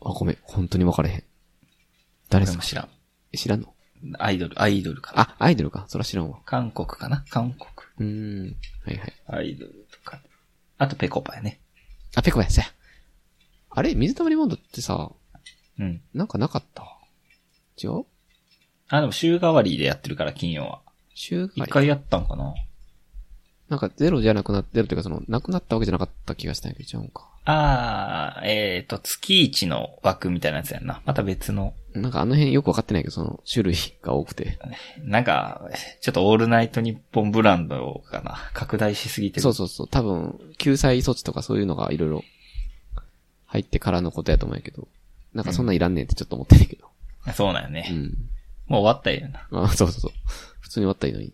[SPEAKER 1] あ、ごめん。本当に分からへん。
[SPEAKER 2] こ
[SPEAKER 1] 誰で
[SPEAKER 2] れ
[SPEAKER 1] す
[SPEAKER 2] も
[SPEAKER 1] か
[SPEAKER 2] 知らん。
[SPEAKER 1] 知らんの
[SPEAKER 2] アイドル、アイドルかな。
[SPEAKER 1] あ、アイドルか。そら知らんわ。
[SPEAKER 2] 韓国かな韓国。
[SPEAKER 1] うーん。はいはい。
[SPEAKER 2] アイドルとか。あとペコパやね。
[SPEAKER 1] あ、ペコや、そや。あれ水溜りボンドってさ、
[SPEAKER 2] うん。
[SPEAKER 1] なんかなかった違う
[SPEAKER 2] あ、でも週替わりでやってるから、金曜は。
[SPEAKER 1] 週替わり
[SPEAKER 2] 一回やったんかな
[SPEAKER 1] なんかゼロじゃなくなって、ゼロというかその、なくなったわけじゃなかった気がしたんやけど、違うんか。
[SPEAKER 2] あー、えっ、と、月一の枠みたいなやつやんな。また別の。
[SPEAKER 1] なんかあの辺よくわかってないけど、その、種類が多くて。
[SPEAKER 2] なんか、ちょっとオールナイト日本ブランドかな。拡大しすぎてる。
[SPEAKER 1] そうそうそう。多分、救済措置とかそういうのがいろいろ入ってからのことやと思うんやけど。なんかそんなんいらんねんってちょっと思ってんねんけど。
[SPEAKER 2] そうなんよ
[SPEAKER 1] う
[SPEAKER 2] ね。
[SPEAKER 1] ん。
[SPEAKER 2] もう終わったよな。
[SPEAKER 1] あ、そうそうそう。普通に終わったらいいのに。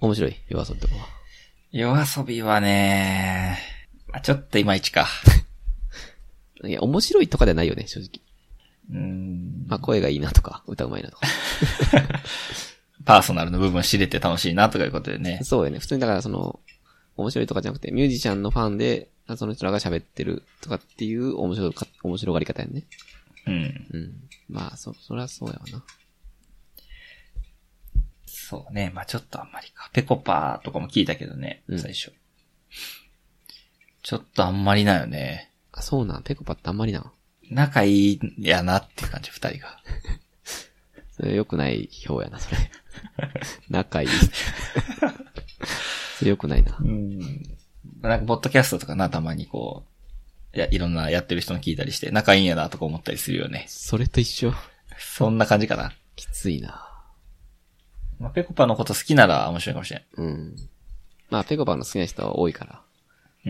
[SPEAKER 1] 面白い。夜遊びとかは。
[SPEAKER 2] 夜遊びはね、まあ、ちょっといまいちか。
[SPEAKER 1] いや、面白いとかではないよね、正直。
[SPEAKER 2] うーん。
[SPEAKER 1] まあ、声がいいなとか、歌うまいなとか。
[SPEAKER 2] パーソナルの部分知れて楽しいなとかいうことでね。
[SPEAKER 1] そうよね。普通にだからその、面白いとかじゃなくて、ミュージシャンのファンで、あその人らが喋ってるとかっていう面白か、面白がり方やね。
[SPEAKER 2] うん。
[SPEAKER 1] うん。まあ、そ、そりゃそうやわな。
[SPEAKER 2] そうね。まあちょっとあんまりか。ペコパーとかも聞いたけどね。
[SPEAKER 1] うん
[SPEAKER 2] 最初。ちょっとあんまりなよね。
[SPEAKER 1] あ、そうなん。ペコパってあんまりな。
[SPEAKER 2] 仲いいんやなっていう感じ、二人が。
[SPEAKER 1] それ良くない表やな、それ。仲いい。 それ良くないな。
[SPEAKER 2] なんか、ポッドキャストとかな、たまにこう、いや、いろんなやってる人の聞いたりして、仲いいんやなとか思ったりするよね。
[SPEAKER 1] それと一緒。
[SPEAKER 2] そんな感じかな。
[SPEAKER 1] きついな。
[SPEAKER 2] まあ、ペコパのこと好きなら面白いかもしれ
[SPEAKER 1] うん。まあ、ペコパの好きな人は多いから、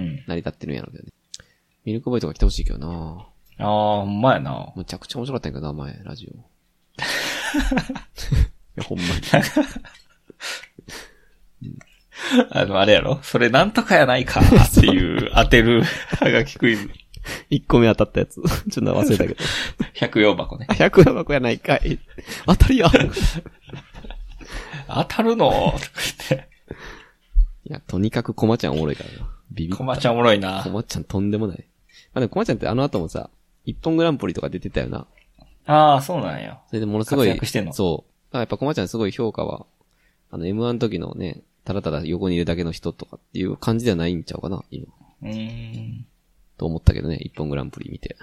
[SPEAKER 2] ん。うん。
[SPEAKER 1] 成り立ってるんやろうけどね。ミルクボーイとか来てほしいけどな。
[SPEAKER 2] ああ、ほんまやな。
[SPEAKER 1] むちゃくちゃ面白かったんやけどな、前、ラ ジオ。いや、ほんまに。
[SPEAKER 2] あの、あれやろそれなんとかやないかって いう当てるはがきクイズ。
[SPEAKER 1] 1個目当たったや つ。ちょっと忘れたけど。
[SPEAKER 2] 104箱ね。
[SPEAKER 1] 100円箱やないかい。 当たり や。
[SPEAKER 2] 当たるのと か言って。
[SPEAKER 1] いや、とにかくコマちゃんおもろいからな。ビビった
[SPEAKER 2] コマちゃんおもろいな
[SPEAKER 1] コ。マちゃんとんでもない。まあでもコマちゃんってあの後もさ、一本グランプリとか出てたよな。
[SPEAKER 2] ああ、そうなんや。
[SPEAKER 1] それでものすごい。
[SPEAKER 2] 活躍してんの
[SPEAKER 1] そう。だからやっぱコマちゃんすごい評価は、あの M1 の時のね、ただただ横にいるだけの人とかっていう感じではないんちゃうかな、今。
[SPEAKER 2] うーん。
[SPEAKER 1] と思ったけどね、一本グランプリ見て。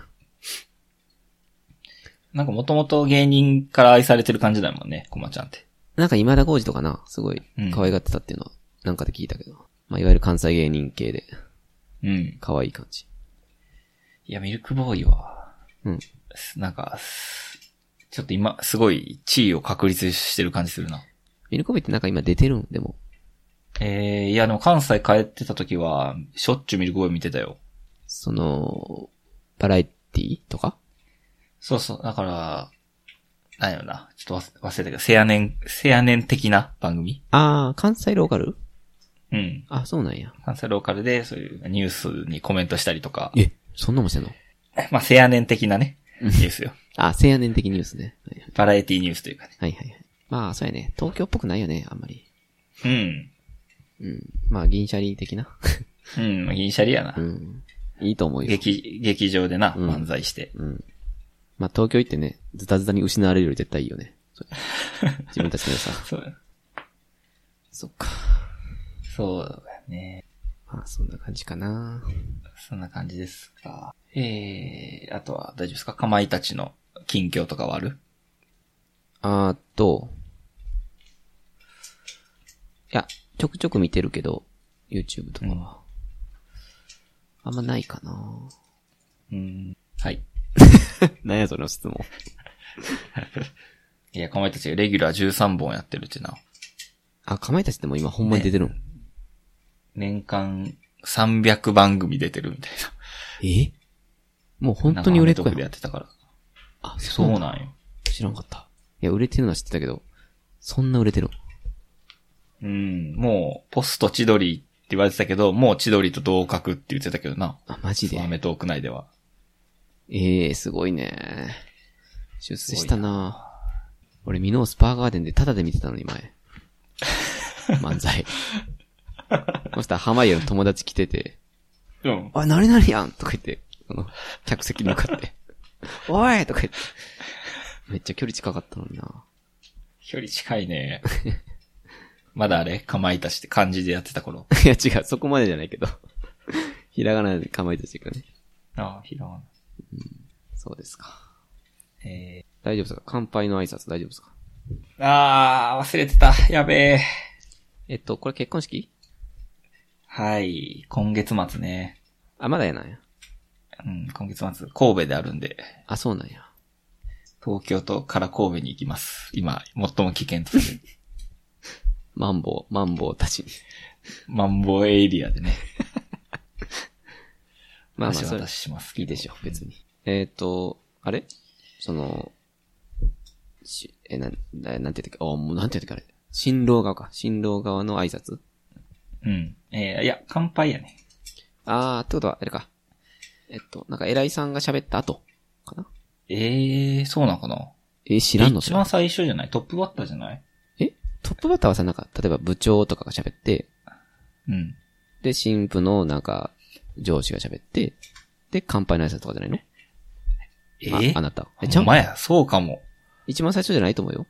[SPEAKER 2] なんかもともと芸人から愛されてる感じだもんね、コマちゃんって。
[SPEAKER 1] なんか今田耕司とかな、すごい可愛がってたっていうのは、なんかで聞いたけど。まあいわゆる関西芸人系で、
[SPEAKER 2] うん。
[SPEAKER 1] 可愛い感じ。
[SPEAKER 2] いや、ミルクボーイは、
[SPEAKER 1] うん。
[SPEAKER 2] なんか、すちょっと今、すごい地位を確立してる感じするな。
[SPEAKER 1] ミルコビってなんか今出てるんでも。
[SPEAKER 2] えー、いや、でも関西帰ってた時は、しょっちゅうミルクボーイ見てたよ。
[SPEAKER 1] その、バラエティとか
[SPEAKER 2] そうそう、だから、なんやろな。ちょっと忘忘れたけど、せやねん、せやねん的な番組
[SPEAKER 1] ああ、関西ローカル
[SPEAKER 2] うん。
[SPEAKER 1] あ、そうなんや。
[SPEAKER 2] 関西ローカルで、そういうニュースにコメントしたりとか、
[SPEAKER 1] え、そんなもんしてんの
[SPEAKER 2] まあ、せやねん的なね、ニュースよ。
[SPEAKER 1] あ、青年的ニュースね。はい
[SPEAKER 2] バラエティニュースというかね。
[SPEAKER 1] はいはいはい。まあ、そうやね。東京っぽくないよね、あんまり。
[SPEAKER 2] うん。
[SPEAKER 1] うん。まあ、銀シャリ的な。
[SPEAKER 2] うん、まあ銀シャリやな
[SPEAKER 1] う。ん。いいと思うよ。
[SPEAKER 2] 劇、劇場でな、
[SPEAKER 1] うん
[SPEAKER 2] 漫才して。
[SPEAKER 1] うん。まあ、東京行ってね、ズタズタに失われるより絶対いいよね。 それ自分たちの良さ。
[SPEAKER 2] そう、
[SPEAKER 1] そっか。
[SPEAKER 2] そうだよね。
[SPEAKER 1] まあ、そんな感じかな。
[SPEAKER 2] そんな感じですか。えー、あとは大丈夫ですかかまいたちの近況とかはある
[SPEAKER 1] あーっと、いや、ちょくちょく見てるけど、YouTube とかは。あんまないかな。
[SPEAKER 2] うん。はい。
[SPEAKER 1] なんやその質問。
[SPEAKER 2] いや、かまいたちがレギュラー13本やってるってな。
[SPEAKER 1] あ、かまいたちってもう今ほんまに出てるの、
[SPEAKER 2] 年間300番組出てるみたいな。
[SPEAKER 1] えもう本当に売れっ子
[SPEAKER 2] なんかアメトークで
[SPEAKER 1] や
[SPEAKER 2] や
[SPEAKER 1] ん
[SPEAKER 2] っ。てたから。
[SPEAKER 1] あ、
[SPEAKER 2] そ
[SPEAKER 1] そう
[SPEAKER 2] う
[SPEAKER 1] なん
[SPEAKER 2] なんよ。
[SPEAKER 1] 知らんかった。いや、売れてるのは知ってたけど、そんな売れてるの
[SPEAKER 2] うん。もう、ポスト千鳥って言われてたけど、もう千鳥と同格って言ってたけどな。
[SPEAKER 1] あ、マジで
[SPEAKER 2] ア。メトーク内では。
[SPEAKER 1] ええー、すごいね。出世したな俺、ミノースパーガーデンでタダで見てたのに、前。漫才。そしたら、濱家の友達来てて、
[SPEAKER 2] うん。
[SPEAKER 1] おい、何々やんとか言って、その、客席に向かって、おいとか言って。めっちゃ距離近かったのにな。
[SPEAKER 2] 距離近 いね。まだあれかまいたちって漢字でやってた 頃。
[SPEAKER 1] いや、違う、そこまでじゃないけど。ひらがなで構えたしていくね。
[SPEAKER 2] ああ、ひらがな
[SPEAKER 1] そうですか。
[SPEAKER 2] え
[SPEAKER 1] 大丈夫ですか乾杯の挨拶大丈夫ですか
[SPEAKER 2] ー、あー、忘れてた。やべえ。
[SPEAKER 1] えっと、これ結婚式
[SPEAKER 2] はい。今月末ね。
[SPEAKER 1] あ、まだやなんや。
[SPEAKER 2] うん、今月末、神戸であるんで、
[SPEAKER 1] あ、そうなんや。
[SPEAKER 2] 東京とから神戸に行きます。今、最も危険とする。
[SPEAKER 1] マンボウ、マンボウたちに。
[SPEAKER 2] マンボウエリアでね。
[SPEAKER 1] まあまあ、
[SPEAKER 2] 橋
[SPEAKER 1] それ
[SPEAKER 2] 渡しします。
[SPEAKER 1] いいでしょ、別に。えっ、と、あれその、し、え、なん、ななんて言うとき、あ、もうなんて言うときあれ。新郎側か。新郎側の挨拶
[SPEAKER 2] うん。えーいや、乾杯やね。
[SPEAKER 1] あー、ってことは、あれか。えっと、なんか偉いさんが喋った後、かな
[SPEAKER 2] ええー、そうなのかな
[SPEAKER 1] え知らんの
[SPEAKER 2] 一番最初じゃないトップバッターじゃない
[SPEAKER 1] えトップバッターはさ、なんか、例えば部長とかが喋って、
[SPEAKER 2] うん。
[SPEAKER 1] で、新婦のなんか、上司が喋って、で、乾杯の挨拶とかじゃないの
[SPEAKER 2] ええ
[SPEAKER 1] ああなた。え、ちゃ
[SPEAKER 2] ほん
[SPEAKER 1] ん
[SPEAKER 2] まや、そうかも。
[SPEAKER 1] 一番最初じゃないと思うよ。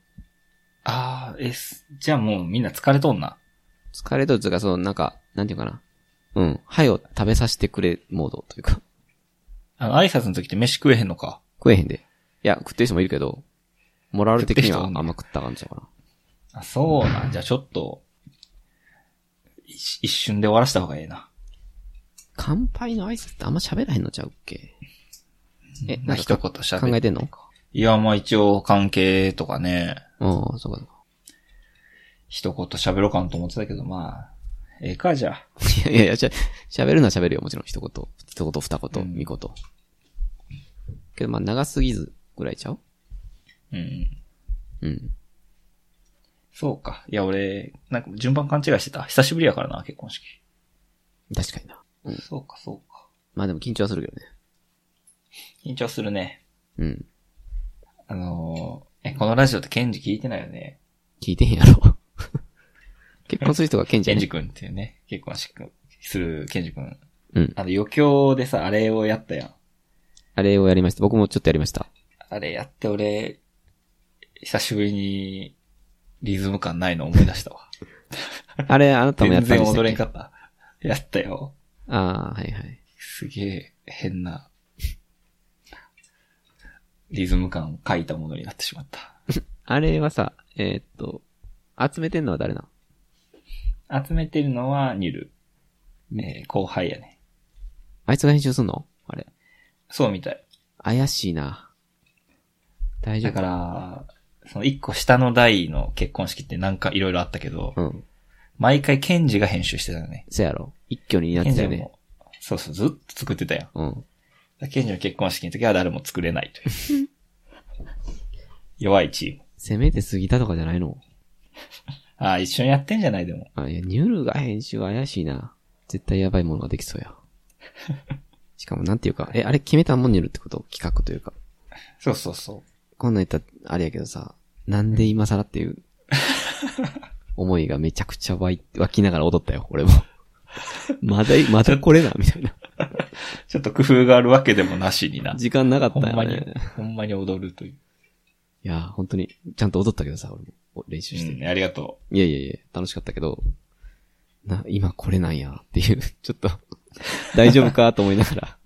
[SPEAKER 2] ああ、え、すじゃあもうみんな疲れとんな。
[SPEAKER 1] 疲れとるつうか、その、なんか、なんていうかな。うん。はよ、食べさせてくれ、モードというか。
[SPEAKER 2] あの、挨拶の時って飯食えへんのか。
[SPEAKER 1] 食えへんで。いや、食ってる人もいるけど、モラル的には
[SPEAKER 2] 食ってる人お
[SPEAKER 1] あ
[SPEAKER 2] ん
[SPEAKER 1] ん
[SPEAKER 2] ね
[SPEAKER 1] ま食った感じだから。
[SPEAKER 2] あ、そうなん。じゃあちょっと、い一瞬で終わらせた方がええな。
[SPEAKER 1] 乾杯の挨拶ってあんま喋らへんのちゃうっけえ、
[SPEAKER 2] ま
[SPEAKER 1] な
[SPEAKER 2] あ
[SPEAKER 1] ん
[SPEAKER 2] 一言
[SPEAKER 1] かか
[SPEAKER 2] 喋
[SPEAKER 1] 考え
[SPEAKER 2] る。
[SPEAKER 1] てんの
[SPEAKER 2] いや、まあ一応関係とかね、
[SPEAKER 1] うん、そうか そうか。
[SPEAKER 2] 一言喋ろうかなと思ってたけど、まあ、ええか、じゃあ。
[SPEAKER 1] いやいやいや、しゃ、喋るのは喋るよ、もちろん。一言。一言、二言、
[SPEAKER 2] うん
[SPEAKER 1] 三言。けど、まあ、長すぎずぐらいちゃう
[SPEAKER 2] うん。
[SPEAKER 1] うん。
[SPEAKER 2] そうか。いや、俺、なんか順番勘違いしてた。久しぶりやからな、結婚式。
[SPEAKER 1] 確かにな。
[SPEAKER 2] そうか、そうか。
[SPEAKER 1] まあでも緊張はするけどね。
[SPEAKER 2] 緊張するね。
[SPEAKER 1] うん。
[SPEAKER 2] あのーえ、このラジオってケンジ聞いてないよね。
[SPEAKER 1] 聞いてへんやろ。 結婚する人がケンジ
[SPEAKER 2] ケ
[SPEAKER 1] や
[SPEAKER 2] ン
[SPEAKER 1] ね
[SPEAKER 2] ジ君っていうね、結婚式するケンジ君。
[SPEAKER 1] うん。
[SPEAKER 2] あの余興でさ、あれをやったやん。
[SPEAKER 1] あれをやりました。僕もちょっとやりました。
[SPEAKER 2] あれやって俺、久しぶりにリズム感ないの思い出したわ。
[SPEAKER 1] あれ、あなたもや
[SPEAKER 2] 全
[SPEAKER 1] ったん
[SPEAKER 2] 然
[SPEAKER 1] でした
[SPEAKER 2] 踊
[SPEAKER 1] っ
[SPEAKER 2] れん
[SPEAKER 1] け
[SPEAKER 2] かった。やったよ。
[SPEAKER 1] ああ、はいはい。
[SPEAKER 2] すげえ変な、リズム感を書いたものになってしまった。
[SPEAKER 1] あれはさ、えーっと、集めてんのは誰なの
[SPEAKER 2] 集めてるのはニル。えー後輩やね。
[SPEAKER 1] あいつが編集すんのあれ。
[SPEAKER 2] そうみたい。
[SPEAKER 1] 怪しいな。大丈
[SPEAKER 2] だ
[SPEAKER 1] 夫
[SPEAKER 2] か
[SPEAKER 1] か。
[SPEAKER 2] ら、その一個下の台の結婚式ってなんかいろいろあったけど、
[SPEAKER 1] うん。
[SPEAKER 2] 毎回ケンジが編集してたよね。
[SPEAKER 1] せやろ。一挙になっ
[SPEAKER 2] ケ
[SPEAKER 1] てた
[SPEAKER 2] ンジ
[SPEAKER 1] よね。
[SPEAKER 2] も、そうそう、ずっと作ってたやん。
[SPEAKER 1] うん。
[SPEAKER 2] ケンジの結婚式の時は誰も作れないという。 弱いチーム。
[SPEAKER 1] せめて過ぎたとかじゃないの
[SPEAKER 2] ああ、一緒にやってんじゃないでも。
[SPEAKER 1] あ、いや、ニュルが編集は怪しいな。絶対やばいものができそう や。しかも、なんていうか、え、あれ決めたもんニュルってこと企画というか。
[SPEAKER 2] そうそうそ
[SPEAKER 1] こんなん言ったら、あれやけどさ、なんで今更っていう、思いがめちゃくちゃ湧い湧きながら踊ったよ、 俺も。まだい、まだこれな、みたいな。
[SPEAKER 2] う。ちょっと工夫があるわけでもなしにな。
[SPEAKER 1] 時間なかっ
[SPEAKER 2] ほ
[SPEAKER 1] た
[SPEAKER 2] ん
[SPEAKER 1] よ
[SPEAKER 2] まに
[SPEAKER 1] ね。、
[SPEAKER 2] ほんまに踊るという。
[SPEAKER 1] いや、本当に、ちゃんと踊ったけどさ、俺もお練習して。
[SPEAKER 2] うん、ありがと
[SPEAKER 1] いやいやいや、楽しかったけど、な、今これなんや、っていう、ちょっと、大丈夫かと思いながら、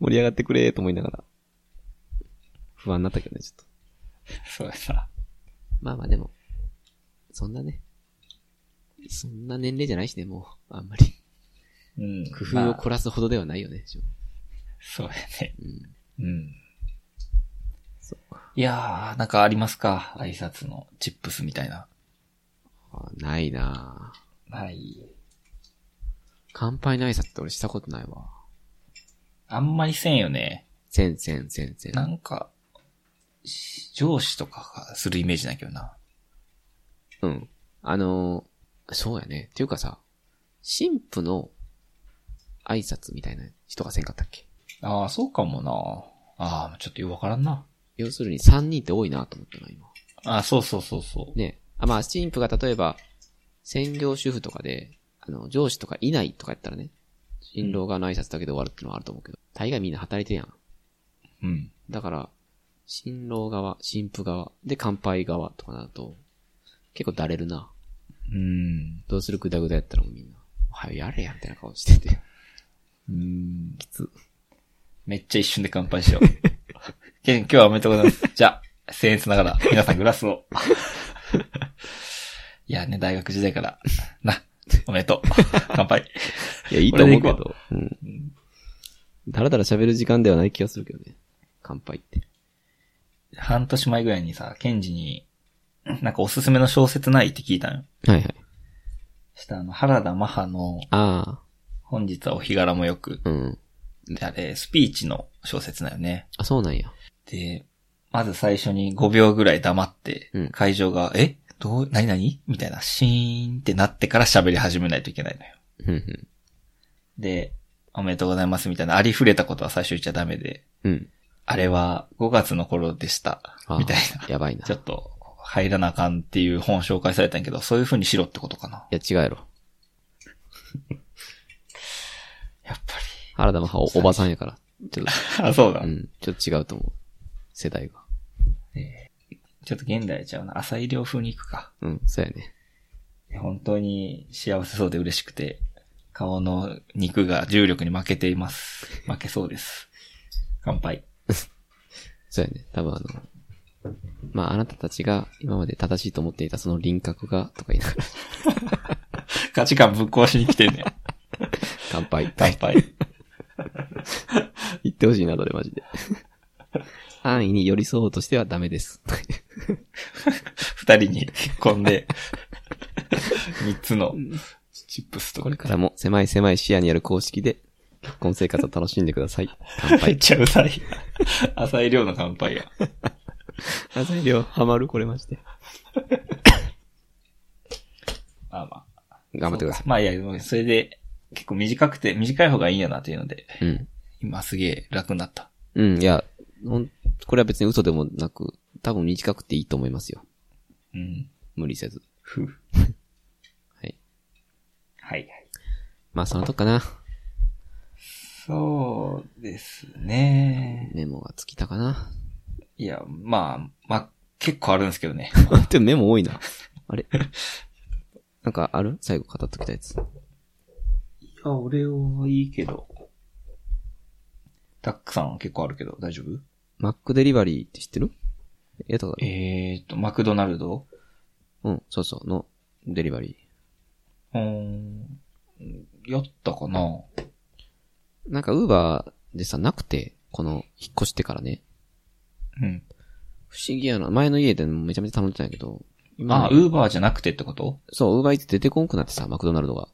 [SPEAKER 1] 盛り上がってくれ、と思いながら、不安になったけどね、ちょっと。
[SPEAKER 2] う。そうやな。
[SPEAKER 1] まあまあでも、そんなね、そんな年齢じゃないしね、もう、あんまり。
[SPEAKER 2] うん。
[SPEAKER 1] 工夫を
[SPEAKER 2] まあ
[SPEAKER 1] 凝らすほどではないよね。
[SPEAKER 2] そうやね。
[SPEAKER 1] うん
[SPEAKER 2] うん。
[SPEAKER 1] そ
[SPEAKER 2] いやー、なんかありますか挨拶のチップスみたいな。
[SPEAKER 1] あないなぁ
[SPEAKER 2] はい。
[SPEAKER 1] 乾杯の挨拶って俺したことないわ。
[SPEAKER 2] あんまりせんよね。
[SPEAKER 1] せんせんせんせん。
[SPEAKER 2] なんか、し上司とかがするイメージだけどな。
[SPEAKER 1] うん。あのーそうやね。っていうかさ、神父の挨拶みたいな人がせんかったっけ
[SPEAKER 2] ああ、そうかもな。ああ、ちょっとよくわからんな。
[SPEAKER 1] 要するに3人って多いなと思ったな、今。
[SPEAKER 2] ああ、そうそうそうそう。
[SPEAKER 1] ね。あ、まあ、神父が例えば、専業主婦とかで、あの、上司とかいないとかやったらね、新郎側の挨拶だけで終わるってのはあると思うけど、大概みんな働いてるやん。
[SPEAKER 2] うん。
[SPEAKER 1] だから、新郎側、新婦側、で乾杯側とかなると、結構だれるな。
[SPEAKER 2] うん。
[SPEAKER 1] どうするぐだぐだやったらもうみんな、おはよやれや、みたいな顔してて。
[SPEAKER 2] うん。きつ。めっちゃ一瞬で乾杯 しよう。ケン、今日はおめでとうございます。じゃあ、僭越なが ら、皆さんグラスを。いやね、大学時代から、な、おめでとう。乾杯。
[SPEAKER 1] い や、いいと思うけ
[SPEAKER 2] 俺で
[SPEAKER 1] ど。うん。だらだら喋る時間ではない気がするけどね。乾杯って。
[SPEAKER 2] 半年前ぐらいにさ、ケンジに、なんかおすすめの小説ないって聞いたのよ。
[SPEAKER 1] はいはい。
[SPEAKER 2] そしたらあの、原田マハの、
[SPEAKER 1] あ
[SPEAKER 2] 本日はお日柄もよく、
[SPEAKER 1] あ、うん。
[SPEAKER 2] であれ、スピーチの小説だよね。
[SPEAKER 1] あ、そうなんや。
[SPEAKER 2] で、まず最初に5秒ぐらい黙って、
[SPEAKER 1] うん
[SPEAKER 2] 会場が、えどう、何何みたいな、シーンってなってから喋り始めないといけないのよ。
[SPEAKER 1] うんうん。
[SPEAKER 2] で、おめでとうございますみたいな、ありふれたことは最初言っちゃダメで、
[SPEAKER 1] うん。
[SPEAKER 2] あれは5月の頃でした
[SPEAKER 1] あー。
[SPEAKER 2] みたいな。
[SPEAKER 1] やばいな。
[SPEAKER 2] ちょ
[SPEAKER 1] い
[SPEAKER 2] っと、入らなあかんっていう本紹介されたんやけど、そういう風にしろってことかな。
[SPEAKER 1] や、違うやろ。
[SPEAKER 2] やっぱ
[SPEAKER 1] 原田真帆おばさんやから。ちょっ
[SPEAKER 2] り。あ、そうだ。
[SPEAKER 1] と、うん。ちょっと違うと思う。世代が。
[SPEAKER 2] ちょっと現代ちゃうな。浅井亮風に行くか。
[SPEAKER 1] うん、そうやね。
[SPEAKER 2] 本当に幸せそうで嬉しくて、顔の肉が重力に負けています。負けそうです。乾杯。
[SPEAKER 1] そうやね。多分あの、まあ、あなたたちが今まで正しいと思っていたその輪郭が、とか言いなが ら、
[SPEAKER 2] 価値観ぶっ壊しに 来てんね。
[SPEAKER 1] 乾杯。
[SPEAKER 2] 乾杯。
[SPEAKER 1] 言ってほしいな、それマジで。安易に寄り添おうとしてはダメです。
[SPEAKER 2] 二人に引っ込んで、三つのチップスと
[SPEAKER 1] これからも狭い狭い視野にある公式で結婚生活を楽しんでください。乾
[SPEAKER 2] めっ
[SPEAKER 1] 杯。
[SPEAKER 2] ちゃうざい。浅井亮の乾杯や。
[SPEAKER 1] あ、材料ハマるこれまして。
[SPEAKER 2] まあまあ。
[SPEAKER 1] 頑張ってくださ
[SPEAKER 2] まあいや、それで、結構短くて、短い方がいいんやなっていうので、
[SPEAKER 1] い。うん。
[SPEAKER 2] 今すげえ楽になった。
[SPEAKER 1] うん、いや、ほん、これは別に嘘でもなく、多分短くていいと思いますよ。
[SPEAKER 2] うん。
[SPEAKER 1] 無理せず。
[SPEAKER 2] ふう
[SPEAKER 1] はい。
[SPEAKER 2] はい。
[SPEAKER 1] まあ、そのとこかな。
[SPEAKER 2] そうですね。
[SPEAKER 1] メモが尽きたかな。
[SPEAKER 2] いや、まあ、まあ、結構あるんですけどね。
[SPEAKER 1] でもメモ多いな。 あれなんかある最後語っときたやつ。
[SPEAKER 2] いや、俺はいいけど。たくさんは結構あるけど、大丈夫
[SPEAKER 1] マックデリバリーって知ってるやったことある
[SPEAKER 2] えーと、マクドナルド
[SPEAKER 1] うん、そうそう、の、デリバリ
[SPEAKER 2] うーん。やったかな
[SPEAKER 1] ー。なんか、ウーバーでさ、なくて、この、引っ越してからね。
[SPEAKER 2] うん。
[SPEAKER 1] 不思議やな。前の家でもめちゃめちゃ頼んでたんやけど。ね
[SPEAKER 2] あ、ウーバーじゃなくてってこと
[SPEAKER 1] そう、ウーバーイーツ出てこんくなってさ、マクドナルドが。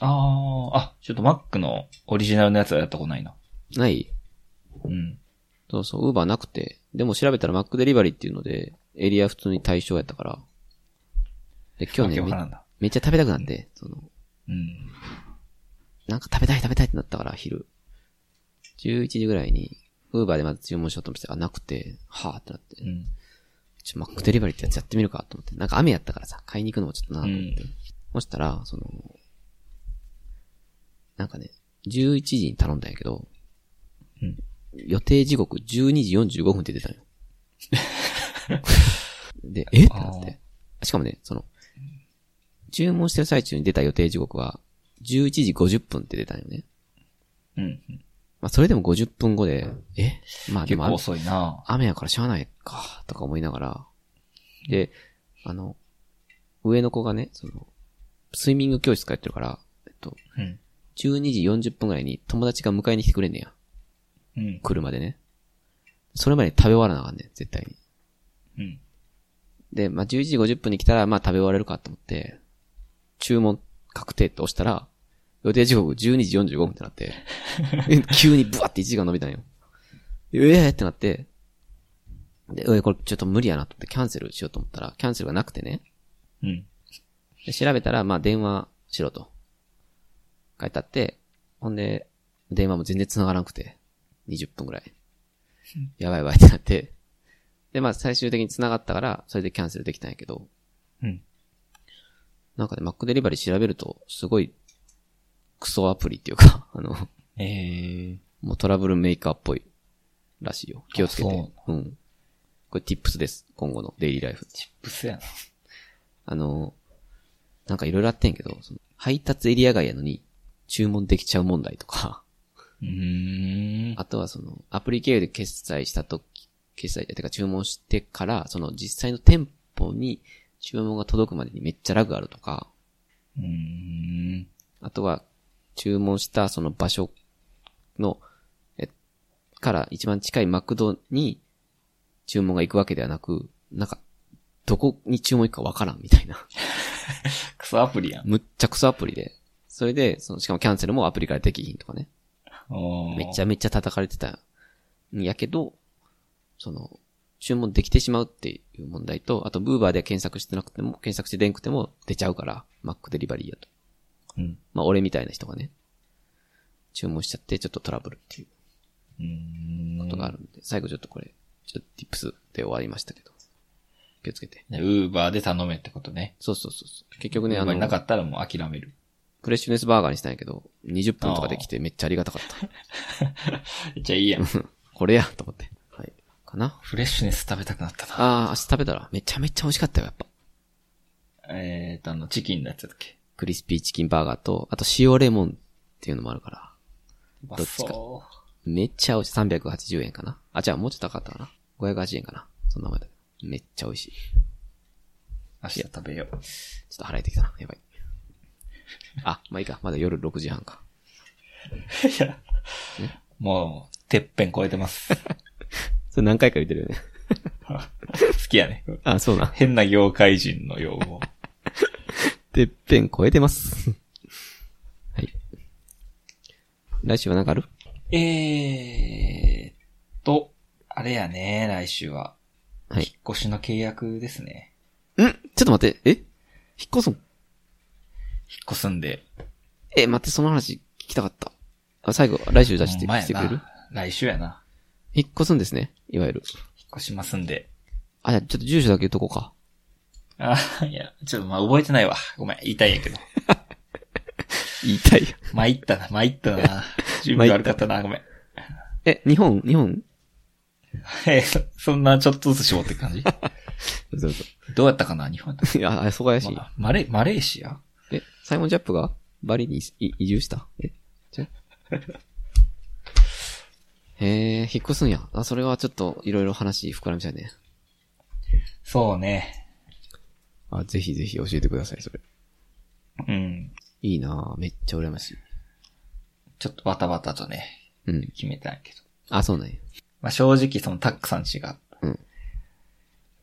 [SPEAKER 2] あー、あ、ちょっとマックのオリジナルのやつはやったことないな。
[SPEAKER 1] ない
[SPEAKER 2] うん。
[SPEAKER 1] そうそう、ウーバーなくて。でも調べたらマックデリバリーっていうので、エリア普通に対象やったから。で、今日ね
[SPEAKER 2] わけわから
[SPEAKER 1] め、
[SPEAKER 2] んな。
[SPEAKER 1] めっちゃ食べたくなって、その、
[SPEAKER 2] うん。
[SPEAKER 1] なんか食べたい食べたいってなったから、昼。11時ぐらいに、ウーバーでまず注文しようと思ってたらなくて、はぁってなって
[SPEAKER 2] う。ん。
[SPEAKER 1] ちょ、マックデリバリーってやつやってみるかと思って。なんか雨やったからさ、買いに行くのもちょっとなと思って。
[SPEAKER 2] うん
[SPEAKER 1] そしたら、その、なんかね、11時に頼んだんやけど、
[SPEAKER 2] うん
[SPEAKER 1] 予定時刻12時45分って出たのよ。 で、えってなって。しかもね、その、注文してる最中に出た予定時刻は、11時50分って出たんよね。
[SPEAKER 2] うん。
[SPEAKER 1] まあ、それでも50分後で、えまあ、で
[SPEAKER 2] 結
[SPEAKER 1] も
[SPEAKER 2] 構遅いな
[SPEAKER 1] 雨やからしゃあないか、とか思いながら。で、あの、上の子がね、その、スイミング教室通ってるから、えっと、
[SPEAKER 2] うん。
[SPEAKER 1] 12時40分ぐらいに友達が迎えに来てくれんねや。
[SPEAKER 2] うん。
[SPEAKER 1] 車でね。それまでに食べ終わらなあかんねん、絶対に。
[SPEAKER 2] うん。
[SPEAKER 1] で、まあ、11時50分に来たら、まあ、食べ終われるかと思って、注文確定って押したら、予定時刻12時45分ってなって、え急にブワって1時間伸びたんよ。でええー、ってなって、で、おいこれちょっと無理やなと思ってキャンセルしようと思ったら、キャンセルがなくてね。
[SPEAKER 2] うん。
[SPEAKER 1] で、調べたら、まあ、電話しろと。書いてあって、ほんで、電話も全然繋がらなくて、20分ぐらい。やばいやばいってなって、で、まあ、最終的に繋がったから、それでキャンセルできたんやけど、
[SPEAKER 2] うん。
[SPEAKER 1] なんかね、Mac デリバリー調べると、すごい、クソアプリっていうか、 あの、
[SPEAKER 2] えー。
[SPEAKER 1] もうトラブルメーカーっぽいらしいよ。気をつけ
[SPEAKER 2] あ
[SPEAKER 1] て
[SPEAKER 2] そ。
[SPEAKER 1] うん。これ tips です。今後のデイリーライフ。
[SPEAKER 2] チップスやな。
[SPEAKER 1] あの、なんかいろいろあってんけど、その配達エリア外やのに注文できちゃう問題とか、
[SPEAKER 2] うーん。
[SPEAKER 1] あとはその、アプリ経由で決済したとき、決済、てか注文してから、その実際の店舗に注文が届くまでにめっちゃラグあるとか、
[SPEAKER 2] うーん。
[SPEAKER 1] あとは、注文したその場所の、え、から一番近いマクドに注文が行くわけではなく、なんか、どこに注文行くかわからんみたいな。
[SPEAKER 2] クソアプリやん。
[SPEAKER 1] むっちゃクソアプリで。それで、その、しかもキャンセルもアプリからできひんとかね。めち
[SPEAKER 2] ゃ。
[SPEAKER 1] ゃめちゃ叩かれてたんやけど、その、注文できてしまうっていう問題と、あと、ブーバーで検索してなくても、検索してでんくても出ちゃうから、マックデリバリーやと。
[SPEAKER 2] うん。
[SPEAKER 1] まあ、俺みたいな人がね、注文しちゃって、ちょっとトラブルっていう
[SPEAKER 2] うーん。
[SPEAKER 1] ことがあるんで、最後ちょっとこれ、ちょっとティップスで終わりましたけど、気をつけて。
[SPEAKER 2] ウーバーで頼めってことね。
[SPEAKER 1] そうそうそうそう。結局
[SPEAKER 2] ウ
[SPEAKER 1] ね、あ
[SPEAKER 2] ーバ
[SPEAKER 1] の
[SPEAKER 2] ーに、なかったらもう諦める。
[SPEAKER 1] フレッシュネスバーガーにしたんやけど、20分とかできてめっちゃありがたか った。
[SPEAKER 2] めっちゃいいやん。
[SPEAKER 1] これやと思って。はい。かな
[SPEAKER 2] フレッシュネス食べたくなったな。
[SPEAKER 1] ああ、明日食べたらめちゃめちゃ美味しかったよ、やっぱ。
[SPEAKER 2] えーと、あの、チキンのやつだっけ。
[SPEAKER 1] クリスピーチキンバーガーと、あと塩レモンっていうのもあるから、
[SPEAKER 2] うま
[SPEAKER 1] どっちか
[SPEAKER 2] そ
[SPEAKER 1] めっちゃ美味しい。380円かな。あ、じゃあもうちょっと高かったかな。580円かな。そんなもんだけど。めっちゃ美味しい。
[SPEAKER 2] う明日食べよ
[SPEAKER 1] ち
[SPEAKER 2] う。
[SPEAKER 1] ょっと払えてきたな。やばい。あ、まあいいか。まだ夜6時半か。
[SPEAKER 2] いや、もう、てっぺん超えてます。
[SPEAKER 1] それ何回か言ってるよね。
[SPEAKER 2] 好きやね。
[SPEAKER 1] あ、そうな。
[SPEAKER 2] 変な業界人の用 語。
[SPEAKER 1] てっぺん超えてます。 はい。来週は何かある
[SPEAKER 2] えーっと、あれやね、来週は。
[SPEAKER 1] はい
[SPEAKER 2] 引っ越しの契約ですね。
[SPEAKER 1] んちょっと待って。え引っ越すん
[SPEAKER 2] 引っ越すんで。
[SPEAKER 1] え、待って、その話聞きたかった。あ最後、来週出して、
[SPEAKER 2] ほんまや
[SPEAKER 1] してくれる
[SPEAKER 2] な来週やな。
[SPEAKER 1] 引っ越すんですね。いわゆる。
[SPEAKER 2] 引っ越しますんで。
[SPEAKER 1] あ、じゃあちょっと住所だけ言っとこうか。
[SPEAKER 2] あいや、ちょっとまあ覚えてないわ。ごめん、言いたいんやけど。
[SPEAKER 1] 言いたい。
[SPEAKER 2] 参ったな、参ったな。準備悪かったな、ごめん。
[SPEAKER 1] え、日本日本
[SPEAKER 2] えー、そんなちょっとずつ絞ってく感じ
[SPEAKER 1] そうそ
[SPEAKER 2] どうやったかな、日本だ
[SPEAKER 1] う。いや、あそこ怪しい。
[SPEAKER 2] まマレ、マレーシア
[SPEAKER 1] え、サイモン・ジャップがバリにい移住したえじゃ へえ、引っ越すんや。あ、それはちょっといろいろ話膨らみちゃうね。
[SPEAKER 2] そうね。
[SPEAKER 1] あ、ぜひぜひ教えてください、それ。
[SPEAKER 2] うん。
[SPEAKER 1] いいなぁ、めっちゃ羨ましい。
[SPEAKER 2] ちょっとバタバタとね、
[SPEAKER 1] うん。
[SPEAKER 2] 決めたんやけど。
[SPEAKER 1] あ、そうなんや。
[SPEAKER 2] まあ、正直そのタックさん家が、
[SPEAKER 1] うん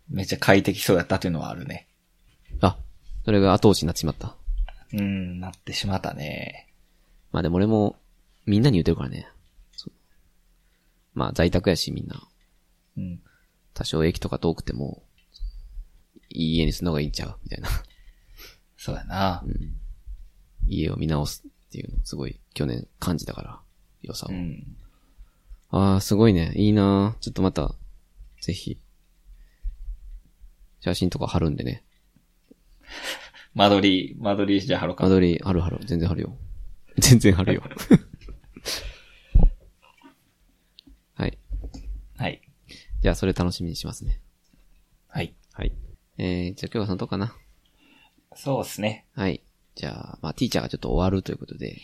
[SPEAKER 2] めっちゃ快適そうやったというのはあるね。
[SPEAKER 1] あ、それが後押しになってしまった。
[SPEAKER 2] うん、なってしまったね。
[SPEAKER 1] まあでも俺も、みんなに言うてるからね。そうまあ在宅やし、みんな。
[SPEAKER 2] うん。
[SPEAKER 1] 多少駅とか遠くても、いい家に住んだ方がいいんちゃうみたいな。
[SPEAKER 2] そうやな。
[SPEAKER 1] 家を見直すっていうのをすごい去年感じたから、良さを。
[SPEAKER 2] うん。
[SPEAKER 1] ああ、すごいね。いいなーちょっとまた、ぜひ、写真とか貼るんでね。
[SPEAKER 2] 間取り、間取りじゃあ貼ろうか
[SPEAKER 1] 間。取り貼る貼る。全然貼るよ。 全然貼るよ。 はい。
[SPEAKER 2] はい。
[SPEAKER 1] じゃあ、それ楽しみにしますね。
[SPEAKER 2] はい。
[SPEAKER 1] はい。えー、じゃあ今日はそのとこかな。
[SPEAKER 2] そうですね。
[SPEAKER 1] はい。じゃあ、まあ、ティーチャーがちょっと終わるということで、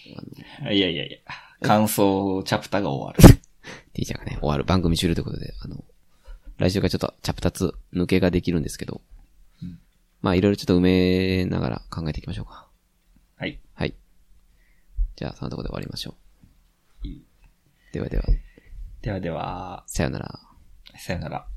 [SPEAKER 1] あの
[SPEAKER 2] いやいやいや。感想チャプターが終わる。
[SPEAKER 1] ティーチャーがね、終わる、番組終了ということで、あの、来週からちょっとチャプター2抜けができるんですけど、まあいろいろちょっと埋めながら考えていきましょうか。
[SPEAKER 2] はい。
[SPEAKER 1] はい。じゃあ、そのところで終わりましょう。ではでは、
[SPEAKER 2] ではでは、
[SPEAKER 1] さようなら。
[SPEAKER 2] さよなら。